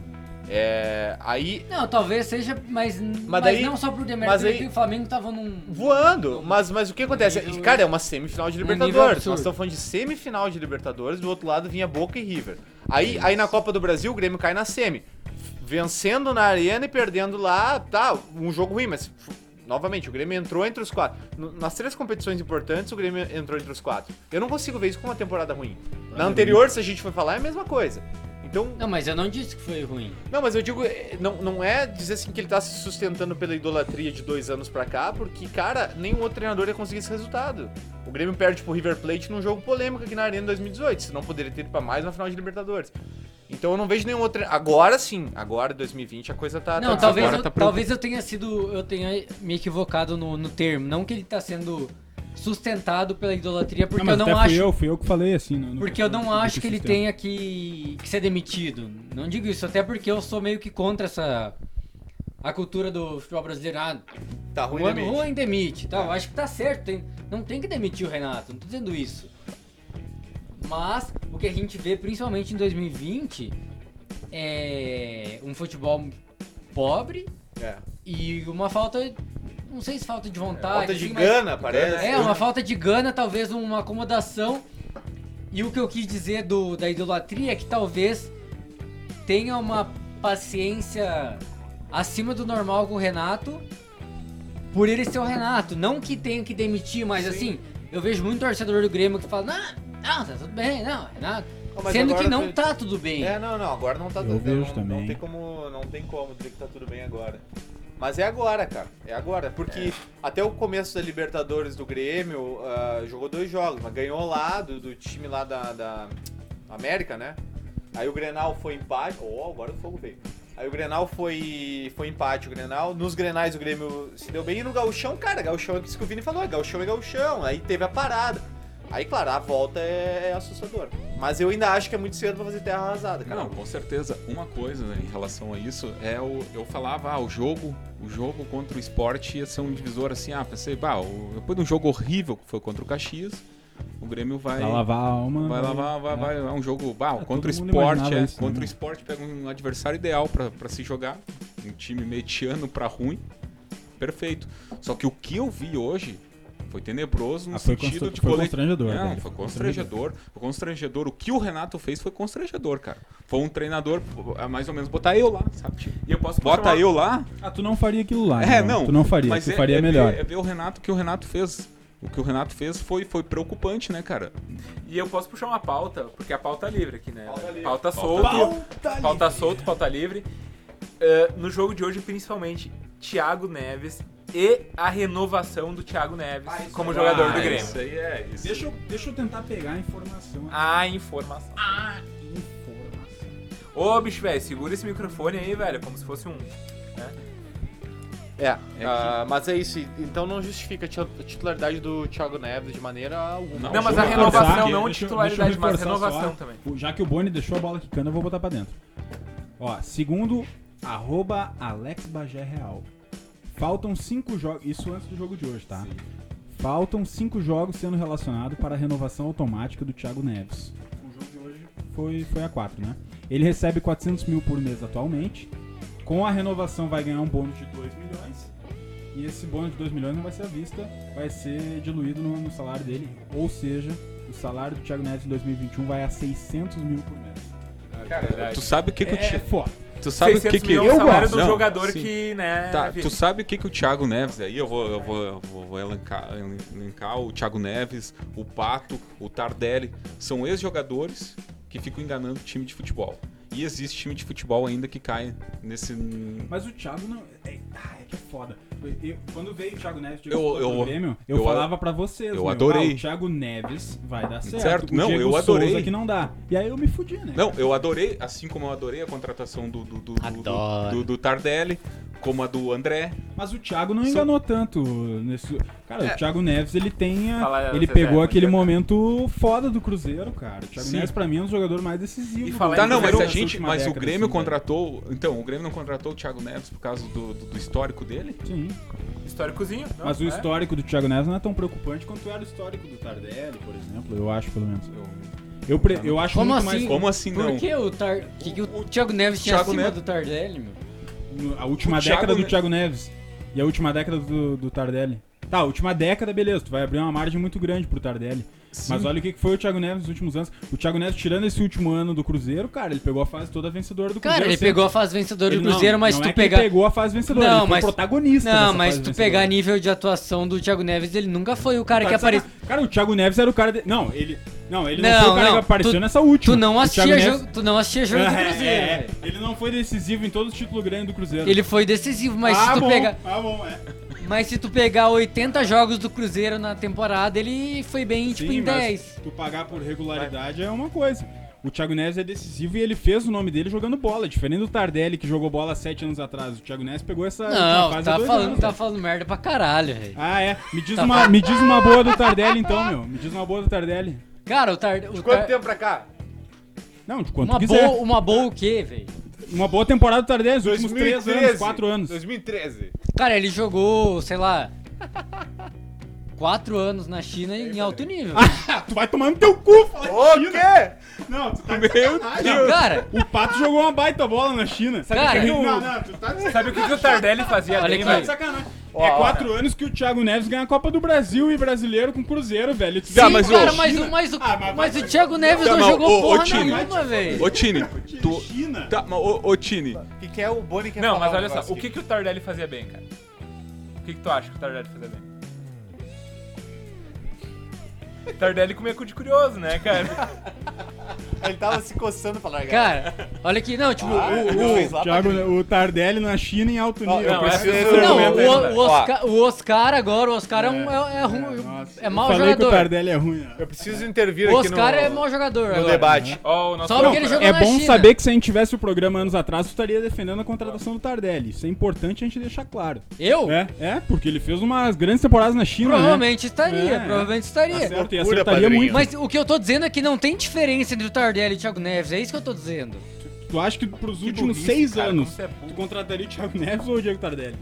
Speaker 1: É. Aí.
Speaker 3: Não, talvez seja, mas, mas,
Speaker 1: daí-
Speaker 3: não só pro
Speaker 1: mas
Speaker 3: Demérito,
Speaker 1: aí-
Speaker 3: porque o Flamengo tava num.
Speaker 1: Voando, mas, mas o que acontece?
Speaker 3: nível-
Speaker 1: Cara, é uma semifinal de
Speaker 3: nível
Speaker 1: Libertadores.
Speaker 3: absurdo.
Speaker 1: Nós estamos falando de semifinal de Libertadores, do outro lado vinha Boca e River. Aí, aí na Copa do Brasil, o Grêmio cai na semi. Vencendo na arena e perdendo lá, tá, um jogo ruim, mas f- novamente, o Grêmio entrou entre os quatro. N- Nas três competições importantes, o Grêmio entrou entre os quatro. Eu não consigo ver isso como uma temporada ruim. Na anterior, se a gente for falar, é a mesma coisa. Então,
Speaker 3: Não, mas eu não disse que foi ruim.
Speaker 1: não, mas eu digo, eh, não, não é dizer assim que ele tá se sustentando pela idolatria de dois anos pra cá, porque, cara, nenhum outro treinador ia conseguir esse resultado. O Grêmio perde pro River Plate num jogo polêmico aqui na Arena em 2018, senão poderia ter ido pra mais uma final de Libertadores. Então eu não vejo nenhum outro. Agora sim, agora 2020 a coisa tá.
Speaker 3: Não,
Speaker 1: tá-
Speaker 3: talvez
Speaker 1: agora
Speaker 3: eu,
Speaker 1: tá pro-
Speaker 3: talvez eu tenha sido. Eu tenha me equivocado no, no termo. Não que ele tá sendo sustentado pela idolatria, porque
Speaker 2: mas
Speaker 3: eu
Speaker 2: até
Speaker 3: não
Speaker 2: fui
Speaker 3: acho.
Speaker 2: eu, fui eu que falei assim. no- no-
Speaker 3: Porque eu não
Speaker 2: no-
Speaker 3: acho que ele
Speaker 2: sustenta.
Speaker 3: tenha que, que ser demitido. Não digo isso, até porque eu sou meio que contra essa. A cultura do futebol brasileiro. Ah,
Speaker 1: Tá ruim,
Speaker 3: um ano
Speaker 1: demite. É.
Speaker 3: ruim demite. Tá, eu acho que tá certo. tem- não tem que demitir o Renato, não tô dizendo isso. Mas o que a gente vê, principalmente em 2020, é um futebol pobre
Speaker 1: É.
Speaker 3: e uma falta. Não sei se falta de vontade.
Speaker 1: Falta de
Speaker 3: assim, mas-
Speaker 1: gana, parece.
Speaker 3: É, uma falta de gana, talvez uma acomodação. E o que eu quis dizer do, da idolatria é que talvez tenha uma paciência acima do normal com o Renato. por ele ser o Renato. Não que tenha que demitir, mas assim, eu vejo muito torcedor do Grêmio que fala, não, não, tá tudo bem, não, Renato.
Speaker 1: Não, mas
Speaker 3: Sendo
Speaker 1: agora
Speaker 3: que não
Speaker 1: tem-
Speaker 3: tá tudo bem.
Speaker 1: É, não, não, agora não tá
Speaker 2: Eu
Speaker 1: tudo
Speaker 2: vejo
Speaker 1: não,
Speaker 2: também.
Speaker 1: Não tem como, não tem como dizer que tá tudo bem agora. Mas é agora, cara. É agora. Porque até o começo da Libertadores do Grêmio, ah, jogou dois jogos, mas ganhou lá do, do time lá da, da América, né? Aí o Grenal foi empate. Oh, agora o fogo veio. Aí o Grenal foi, foi empate, o Grenal. Nos Grenais o Grêmio se deu bem. E no Gauchão, cara, Gauchão é isso que o Vini falou. é Gauchão é Gauchão. Aí teve a parada. Aí, claro, a volta é, é assustadora. Mas eu ainda acho que é muito cedo pra fazer terra arrasada, cara.
Speaker 5: Não, com certeza. Uma coisa né, em relação a isso é o. Eu falava, ah, o jogo, o jogo contra o esporte ia ser um divisor assim, ah, pensei, bah, o- depois de um jogo horrível que foi contra o Caxias, o Grêmio vai.
Speaker 2: Vai lavar a alma.
Speaker 5: Vai lavar, vai, vai, é um jogo bah, contra o
Speaker 2: todo mundo
Speaker 5: esporte,
Speaker 2: imaginava
Speaker 5: é.
Speaker 2: isso, né,
Speaker 5: contra o
Speaker 2: mano?
Speaker 5: esporte pega um adversário ideal pra pra se jogar, um time mediano pra ruim, perfeito. Só que o que eu vi hoje foi tenebroso no
Speaker 2: Ah, foi
Speaker 5: sentido
Speaker 2: constr-
Speaker 5: de
Speaker 2: foi
Speaker 5: cole-
Speaker 2: constrangedor,
Speaker 5: Não,
Speaker 2: velho,
Speaker 5: foi
Speaker 2: foi constrangedor.
Speaker 5: constrangedor, foi constrangedor. O que o Renato fez foi constrangedor, cara. Foi um treinador, é mais ou menos botar eu lá, sabe? Tipo,
Speaker 4: E eu posso
Speaker 5: Bota
Speaker 4: chamar-
Speaker 5: eu lá,
Speaker 2: Ah, tu não faria aquilo lá.
Speaker 5: é,
Speaker 2: então.
Speaker 5: não.
Speaker 2: Tu não faria, tu
Speaker 5: é-
Speaker 2: faria
Speaker 5: é ver-
Speaker 2: melhor.
Speaker 5: É ver o Renato o que o Renato fez. O que o Renato fez foi, foi preocupante, né, cara?
Speaker 4: E eu posso puxar uma pauta, porque a pauta é livre aqui, né? Pauta,
Speaker 1: livre.
Speaker 4: solta. Pauta, solta, pauta livre. Ah, no jogo de hoje, principalmente, Thiago Neves e a renovação do Thiago Neves como jogador
Speaker 5: Ah,
Speaker 4: do Grêmio.
Speaker 5: Isso aí é isso.
Speaker 2: Deixa, eu, deixa eu tentar pegar a informação.
Speaker 4: A informação. Ô, bicho, velho, segura esse microfone aí, velho, como se fosse um...
Speaker 1: É, ah, mas é isso. Então não justifica a ti- a titularidade do Thiago Neves de maneira alguma.
Speaker 5: Não,
Speaker 4: Não, mas
Speaker 5: deixa
Speaker 4: a
Speaker 5: eu
Speaker 4: renovação,
Speaker 2: reforçar.
Speaker 4: não
Speaker 2: Deixa eu-
Speaker 4: titularidade,
Speaker 2: deixa eu
Speaker 4: mas
Speaker 2: reforçar
Speaker 4: renovação
Speaker 2: só.
Speaker 4: também.
Speaker 2: O- Já que o Boni deixou a bola quicando, eu vou botar pra dentro. Ó, segundo, arroba Alex Bagé Real. Faltam cinco jogos. Isso antes do jogo de hoje, tá? Faltam cinco jogos sendo relacionados para a renovação automática do Thiago Neves. O jogo de hoje foi, foi a 4, né? Ele recebe 400 mil por mês atualmente. Com a renovação vai ganhar um bônus de 2 milhões. E esse bônus de 2 milhões não vai ser à vista, vai ser diluído no, no salário dele. Ou seja, o salário do Thiago Neves em 2021 vai a 600 mil por mês.
Speaker 5: Tu sabe o que, que o
Speaker 2: É
Speaker 5: Thiago.
Speaker 2: foda.
Speaker 5: Tu sabe o que,
Speaker 4: 600
Speaker 5: que
Speaker 4: milhões é o salário do
Speaker 5: Não,
Speaker 4: jogador
Speaker 5: sim.
Speaker 4: que, né...
Speaker 5: Tá,
Speaker 4: vive.
Speaker 5: tu sabe o que, que o Thiago Neves aí, eu vou, eu vou, eu vou, vou elencar, elencar o Thiago Neves, o Pato, o Tardelli, são ex-jogadores que ficam enganando o time de futebol. E existe time de futebol ainda que cai nesse.
Speaker 2: Mas o Thiago não. É, ah, é que é foda. Eu- quando veio o Thiago Neves de
Speaker 5: Eu-
Speaker 2: pro
Speaker 5: eu-
Speaker 2: Grêmio, eu,
Speaker 5: eu-
Speaker 2: falava pra vocês.
Speaker 5: eu
Speaker 2: meu,
Speaker 5: adorei.
Speaker 2: ah, o Thiago Neves vai dar certo.
Speaker 5: Certo,
Speaker 2: O
Speaker 5: não,
Speaker 2: Diego
Speaker 5: eu adorei.
Speaker 2: Souza que não dá. E aí eu me fudi, né?
Speaker 5: Não, eu adorei, assim como eu adorei a contratação do, do, do, do,
Speaker 3: Adoro.
Speaker 5: do- do Tardelli, como a do André.
Speaker 2: Mas o Thiago não enganou tanto nesse. Cara, o Thiago Neves, ele tem. a-
Speaker 4: É. Fala, é
Speaker 2: ele
Speaker 4: Zezé,
Speaker 2: pegou
Speaker 4: bom
Speaker 2: aquele
Speaker 4: dia, cara.
Speaker 2: momento foda do Cruzeiro, cara. O Thiago
Speaker 5: Sim.
Speaker 2: Neves, pra mim, é um jogador mais decisivo.
Speaker 4: E
Speaker 2: do-
Speaker 4: falar
Speaker 5: Tá, não, mas
Speaker 4: Cruzeiro né?
Speaker 5: a
Speaker 4: nessa
Speaker 5: gente.
Speaker 2: última
Speaker 5: Mas o
Speaker 2: década,
Speaker 5: Grêmio
Speaker 2: assim, velho.
Speaker 5: contratou. Então, o Grêmio não contratou o Thiago Neves por causa do, do- do histórico dele?
Speaker 2: é Sim.
Speaker 4: Históricozinho. não,
Speaker 2: Mas o
Speaker 4: é.
Speaker 2: histórico do Thiago Neves não é tão preocupante quanto era o histórico do Tardelli, por exemplo. Eu acho, pelo menos.
Speaker 5: Eu-
Speaker 2: Eu, pre- eu acho
Speaker 3: Como
Speaker 2: muito
Speaker 3: assim?
Speaker 2: mais.
Speaker 5: Tá, Como assim
Speaker 3: Por
Speaker 5: não?
Speaker 3: que o, Tar... que que o Thiago Neves tinha
Speaker 5: Thiago
Speaker 3: acima
Speaker 5: Neves-
Speaker 3: do Tardelli, meu?
Speaker 2: No- A última
Speaker 5: O Thiago
Speaker 2: década do
Speaker 5: Ne-
Speaker 2: Thiago Neves e a última década do, do Tardelli. Tá, a última década, beleza, tu vai abrir uma margem muito grande pro Tardelli. Mas olha o que que foi o Thiago Neves nos últimos anos. O Thiago Neves, tirando esse último ano do Cruzeiro, cara, ele pegou a fase toda vencedora do Cruzeiro.
Speaker 3: Cara, ele
Speaker 2: sempre.
Speaker 3: pegou a fase vencedora do
Speaker 2: Ele não-
Speaker 3: Cruzeiro, mas
Speaker 2: não
Speaker 3: se tu
Speaker 2: é que ele
Speaker 3: pegar...
Speaker 2: pegou a fase vencedora,
Speaker 3: Não,
Speaker 2: ele foi
Speaker 3: mas-
Speaker 2: protagonista
Speaker 3: Não,
Speaker 2: dessa
Speaker 3: mas
Speaker 2: fase
Speaker 3: se tu
Speaker 2: vencedora.
Speaker 3: pegar nível de atuação do Thiago Neves, ele nunca foi o
Speaker 2: Tá
Speaker 3: cara que apareceu.
Speaker 2: Cara, o Thiago Neves era o cara... de- Não, ele... Não, ele não,
Speaker 3: Não,
Speaker 2: foi o cara
Speaker 3: não,
Speaker 2: que apareceu
Speaker 3: tu-
Speaker 2: nessa última.
Speaker 3: Tu não
Speaker 2: O Thiago
Speaker 3: assistia
Speaker 2: Neves-
Speaker 3: jogo, tu não assistia jogo do
Speaker 2: É,
Speaker 3: Cruzeiro.
Speaker 2: é, é.
Speaker 3: velho.
Speaker 2: Ele não foi decisivo em todo o título grande do Cruzeiro.
Speaker 3: Ele foi decisivo, mas
Speaker 2: ah,
Speaker 3: se tu
Speaker 2: bom,
Speaker 3: pegar,
Speaker 2: Ah, bom, é.
Speaker 3: mas se tu pegar 80 jogos do Cruzeiro na temporada, ele foi bem tipo em
Speaker 2: mas
Speaker 3: 10.
Speaker 2: Tu pagar por regularidade é uma coisa. O Thiago Neves é decisivo e ele fez o nome dele jogando bola. Diferente do Tardelli, que jogou bola sete anos atrás. O Thiago Neves pegou essa última
Speaker 3: Não,
Speaker 2: fase
Speaker 3: tá
Speaker 2: há dois
Speaker 3: falando,
Speaker 2: anos,
Speaker 3: tá
Speaker 2: velho.
Speaker 3: falando merda pra caralho, velho.
Speaker 2: Ah, é. Me diz, uma, me diz uma boa do Tardelli, então, meu. Me diz uma boa do Tardelli.
Speaker 3: Cara, o Tar... o
Speaker 1: Quanto
Speaker 2: é
Speaker 3: Tar-
Speaker 1: tempo pra cá?
Speaker 2: Não, de quanto
Speaker 3: uma
Speaker 2: quiser.
Speaker 3: boa, uma boa o quê, velho?
Speaker 2: Uma boa temporada do Tardelli, os últimos três anos, quatro anos.
Speaker 1: 2013.
Speaker 3: Cara, ele jogou, sei lá, 4 anos na China em alto nível.
Speaker 2: Ah, tu vai tomar no teu cu, fala.
Speaker 1: O quê?
Speaker 2: Não, tu tá Meu Deus.
Speaker 3: Cara,
Speaker 2: O Pato jogou uma baita bola na China. Sabe
Speaker 3: Cara,
Speaker 2: que ele-
Speaker 3: eu-
Speaker 2: não, não, tu tá de sacanagem.
Speaker 4: Sabe o que, que o Tardelli fazia
Speaker 3: Olha
Speaker 4: bem,
Speaker 3: aqui.
Speaker 4: velho?
Speaker 2: Tá de sacanagem. é quatro anos que o Thiago Neves ganha a Copa do Brasil e brasileiro com Cruzeiro, velho. Tu
Speaker 3: sim,
Speaker 5: mas o-
Speaker 3: cara, mas, o, mas, o,
Speaker 2: Ah, mas-
Speaker 3: mas o Thiago Neves
Speaker 5: Tá,
Speaker 3: não,
Speaker 5: mas
Speaker 3: jogou
Speaker 5: o- o
Speaker 3: porra
Speaker 5: time-
Speaker 3: nenhuma, velho.
Speaker 5: Ô, Tini, tu.
Speaker 2: China.
Speaker 5: Tá, mas ô, ô Tini,
Speaker 1: O que, que é o Boni que
Speaker 4: Não, mas olha só, o que, que o Tardelli fazia bem, cara? O que, que, que tu acha que o Tardelli fazia bem? Tardelli comia cu de curioso, né, cara?
Speaker 1: Ele tava se coçando pra largar.
Speaker 3: Cara, olha aqui, não, tipo,
Speaker 2: Ah,
Speaker 3: o- o-
Speaker 1: fez lá pra
Speaker 2: Thiago, né, o Tardelli na China em alto nível.
Speaker 4: não,
Speaker 2: Eu
Speaker 4: é-
Speaker 2: preciso-
Speaker 4: é-
Speaker 3: Não,
Speaker 4: Não,
Speaker 3: o, o
Speaker 1: Ó.
Speaker 3: Oscar, o Oscar agora, o Oscar é, um, é, é ruim,
Speaker 2: nossa.
Speaker 3: é
Speaker 2: Eu
Speaker 3: mau
Speaker 2: falei que o
Speaker 3: jogador.
Speaker 2: Tardelli é ruim. ó.
Speaker 1: Eu preciso intervir
Speaker 3: O
Speaker 1: aqui no,
Speaker 3: Oscar é né? mau jogador
Speaker 1: no
Speaker 3: agora.
Speaker 1: debate.
Speaker 4: Ó, o nosso
Speaker 3: Só porque ele jogou
Speaker 2: é
Speaker 3: na
Speaker 2: bom
Speaker 3: China.
Speaker 2: saber que se a gente tivesse o programa anos atrás, tu estaria defendendo a contratação do Tardelli. Isso é importante a gente deixar claro.
Speaker 3: Eu?
Speaker 2: É, é porque ele fez umas grandes temporadas na China, né?
Speaker 3: Provavelmente estaria,
Speaker 2: É.
Speaker 3: provavelmente estaria.
Speaker 2: Certo, e
Speaker 1: Loucura,
Speaker 2: acertaria
Speaker 1: padrinho.
Speaker 2: muito.
Speaker 3: Mas o que eu tô dizendo é que não tem diferença entre o Tardelli e o Thiago Neves, é isso que eu tô dizendo.
Speaker 2: Tu acha que pros últimos
Speaker 4: burrice,
Speaker 2: seis
Speaker 4: cara, como
Speaker 2: anos,
Speaker 4: você é burro.
Speaker 2: tu contrataria o Thiago Neves ou o Diego Tardelli?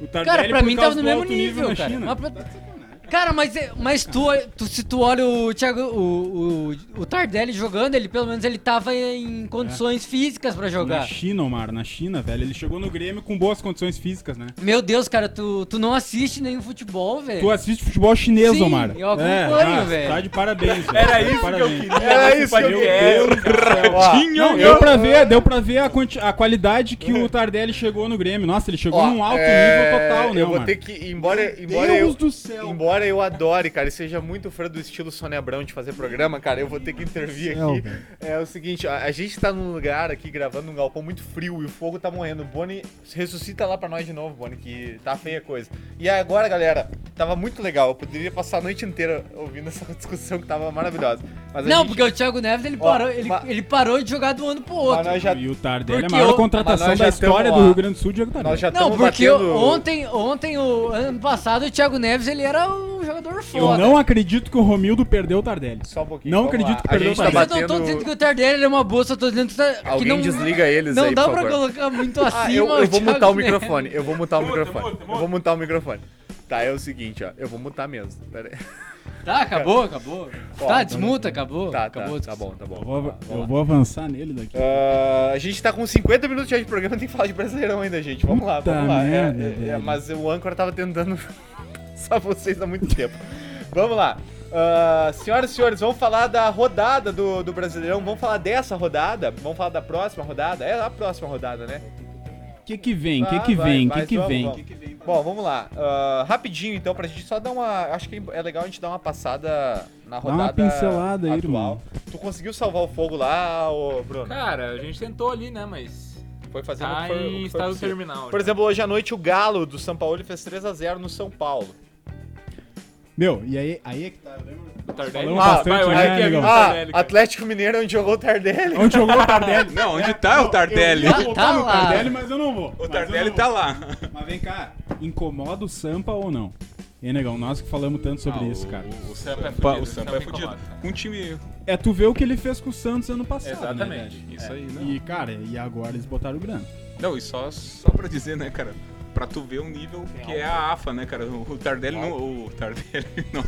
Speaker 2: O Tardelli
Speaker 3: Cara, pra
Speaker 2: por
Speaker 3: mim
Speaker 2: causa
Speaker 3: tava no
Speaker 2: do
Speaker 3: mesmo
Speaker 2: alto
Speaker 3: nível,
Speaker 2: na
Speaker 3: cara.
Speaker 2: China. Tá
Speaker 3: Mas pra- Cara, mas, mas tu, tu, se tu olha o, Thiago, o, o, o Tardelli jogando, ele pelo menos ele tava em condições físicas pra
Speaker 2: Na
Speaker 3: jogar.
Speaker 2: China, Omar, na China, velho. Ele chegou no Grêmio com boas condições físicas, né?
Speaker 3: Meu Deus, cara, tu, tu não assiste nenhum futebol, velho.
Speaker 2: Tu assiste futebol chinês,
Speaker 3: Sim,
Speaker 2: Omar.
Speaker 3: eu acompanho,
Speaker 2: nossa,
Speaker 3: velho.
Speaker 2: Tá de parabéns, velho.
Speaker 4: Era
Speaker 2: Tá de
Speaker 4: isso que eu
Speaker 2: parabéns.
Speaker 4: queria.
Speaker 1: Era
Speaker 4: nesse
Speaker 1: É isso que eu
Speaker 4: podcast,
Speaker 1: queria.
Speaker 4: cara.
Speaker 2: Não, deu pra ver, deu pra ver a, quanti- a qualidade que o Tardelli chegou no Grêmio. Nossa, ele chegou
Speaker 1: Ó,
Speaker 2: num alto
Speaker 1: é,
Speaker 2: nível total, né,
Speaker 1: Eu vou
Speaker 2: Omar?
Speaker 1: ter que, embora, embora
Speaker 2: Deus
Speaker 1: eu,
Speaker 2: do céu.
Speaker 1: embora eu adore, cara, e seja muito fã do estilo Sônia Abrão de fazer programa, cara, eu vou ter que intervir
Speaker 2: céu,
Speaker 1: aqui.
Speaker 2: velho.
Speaker 1: É o seguinte, a, a gente tá num lugar aqui gravando num galpão muito frio e o fogo tá morrendo. O Boni ressuscita lá pra nós de novo, Boni, que tá feia a coisa. E agora, galera, tava muito legal. Eu poderia passar a noite inteira ouvindo essa discussão que tava maravilhosa. Mas a
Speaker 3: Não,
Speaker 1: gente-
Speaker 3: porque o Thiago Neves ele,
Speaker 1: Ó,
Speaker 3: parou, ele,
Speaker 1: mas-
Speaker 3: ele parou de jogar de um ano pro outro.
Speaker 1: Mas nós já,
Speaker 2: E o Tardelli é a
Speaker 3: Porque
Speaker 2: maior
Speaker 3: eu-
Speaker 2: contratação
Speaker 1: mas nós já
Speaker 2: da história
Speaker 1: tamo, ó.
Speaker 2: do Rio Grande do Sul, Diego Tardelli.
Speaker 1: nós já
Speaker 3: Não,
Speaker 1: estamos
Speaker 3: porque
Speaker 1: batendo...
Speaker 3: ontem, ontem, o ano passado, o Thiago Neves ele era um jogador
Speaker 2: Eu
Speaker 3: foda.
Speaker 2: não acredito que o Romildo perdeu o Tardelli.
Speaker 1: Só um pouquinho.
Speaker 2: Não
Speaker 1: vamos
Speaker 2: acredito
Speaker 1: lá.
Speaker 2: que
Speaker 1: a
Speaker 2: perdeu
Speaker 1: gente
Speaker 2: o
Speaker 1: tá
Speaker 3: Mas
Speaker 2: Tardelli.
Speaker 1: batendo...
Speaker 3: eu não tô dizendo que o Tardelli é uma boa, só tô dizendo que, tá, que
Speaker 1: Alguém
Speaker 3: não,
Speaker 1: desliga eles
Speaker 3: não
Speaker 1: aí,
Speaker 3: dá
Speaker 1: por
Speaker 3: pra
Speaker 1: favor.
Speaker 3: colocar muito
Speaker 1: Ah,
Speaker 3: acima
Speaker 1: eu, eu vou
Speaker 3: Thiago
Speaker 1: mutar o
Speaker 3: Neves.
Speaker 1: microfone. Eu vou mutar o
Speaker 4: Muta,
Speaker 1: microfone.
Speaker 4: muta,
Speaker 1: Eu vou mutar o microfone. Tá, é o seguinte, ó. Eu vou mutar mesmo. Pera aí.
Speaker 3: Tá, acabou, acabou.
Speaker 1: Ó,
Speaker 3: tá,
Speaker 1: não-
Speaker 3: desmuta, acabou.
Speaker 1: Tá, tá,
Speaker 3: acabou.
Speaker 1: tá bom, tá bom.
Speaker 2: Eu vou,
Speaker 1: Tá, vamos
Speaker 2: eu
Speaker 1: lá.
Speaker 2: vou avançar nele daqui.
Speaker 1: Ah, a gente tá com 50 minutos já de programa, tem que falar de Brasileirão ainda, gente. Vamos lá,
Speaker 2: Puta
Speaker 1: vamos lá. É,
Speaker 2: merda,
Speaker 1: é, é,
Speaker 2: velho.
Speaker 1: mas o âncora tava tentando só vocês há muito tempo. Vamos lá. Ah, senhoras e senhores, vamos falar da rodada do, do Brasileirão. Vamos falar dessa rodada? Vamos falar da próxima rodada? É a próxima rodada, né?
Speaker 2: O que que vem? O
Speaker 1: Ah,
Speaker 2: que que
Speaker 1: vai,
Speaker 2: vem? O
Speaker 1: vai,
Speaker 2: que que
Speaker 1: vamos,
Speaker 2: vem?
Speaker 1: vamos. Bom, vamos lá. Ah, rapidinho, então, pra gente só dar uma. Acho que é legal a gente dar uma passada na
Speaker 2: Dá uma
Speaker 1: rodada.
Speaker 2: pincelada
Speaker 1: atual.
Speaker 2: aí, irmão.
Speaker 1: Tu conseguiu salvar o fogo lá, ô Bruno?
Speaker 4: Cara, a gente tentou ali, né, mas...
Speaker 1: Foi fazer o
Speaker 4: Tá
Speaker 1: que foi- o que
Speaker 4: em
Speaker 1: foi
Speaker 4: estado
Speaker 1: possível.
Speaker 4: terminal. né?
Speaker 1: Por
Speaker 4: já.
Speaker 1: exemplo, hoje à noite o Galo do São Paulo ele fez 3x0 no São Paulo.
Speaker 2: Meu, e aí, aí é que tá.
Speaker 4: Tardelli.
Speaker 2: Falamos bastante,
Speaker 4: vai, eu
Speaker 2: né,
Speaker 4: achei que ia vir
Speaker 2: amigão?
Speaker 4: o
Speaker 1: Ah,
Speaker 4: Tardelli, cara.
Speaker 1: Atlético Mineiro é onde jogou o Tardelli.
Speaker 2: Onde jogou o Tardelli?
Speaker 5: Não, onde tá o Tardelli?
Speaker 2: Eu
Speaker 3: Tá-
Speaker 2: ia
Speaker 3: tá
Speaker 2: votar no
Speaker 3: lá.
Speaker 1: Ah.
Speaker 2: Tardelli, mas eu não vou. Mas
Speaker 5: O
Speaker 2: eu
Speaker 5: Tardelli
Speaker 2: não
Speaker 5: tá
Speaker 2: vou.
Speaker 5: lá.
Speaker 2: Mas vem cá, incomoda o Sampa ou não? E negão, nós que falamos tanto sobre
Speaker 4: Ah,
Speaker 2: isso,
Speaker 4: o-
Speaker 2: cara.
Speaker 4: O Sampa é
Speaker 5: Pa-
Speaker 4: fudido.
Speaker 5: O Sampa é
Speaker 4: incomoda,
Speaker 5: fudido.
Speaker 4: cara.
Speaker 5: Um time.
Speaker 2: É tu ver o que ele fez com o Santos ano passado.
Speaker 4: Exatamente.
Speaker 2: Né,
Speaker 5: Isso aí,
Speaker 2: velho?
Speaker 5: não.
Speaker 2: e, cara, e agora eles botaram o grana.
Speaker 5: Não, e só, só pra dizer, né, cara? Pra tu ver o nível que é a AFA, né, cara? O Tardelli não. O Tardelli não.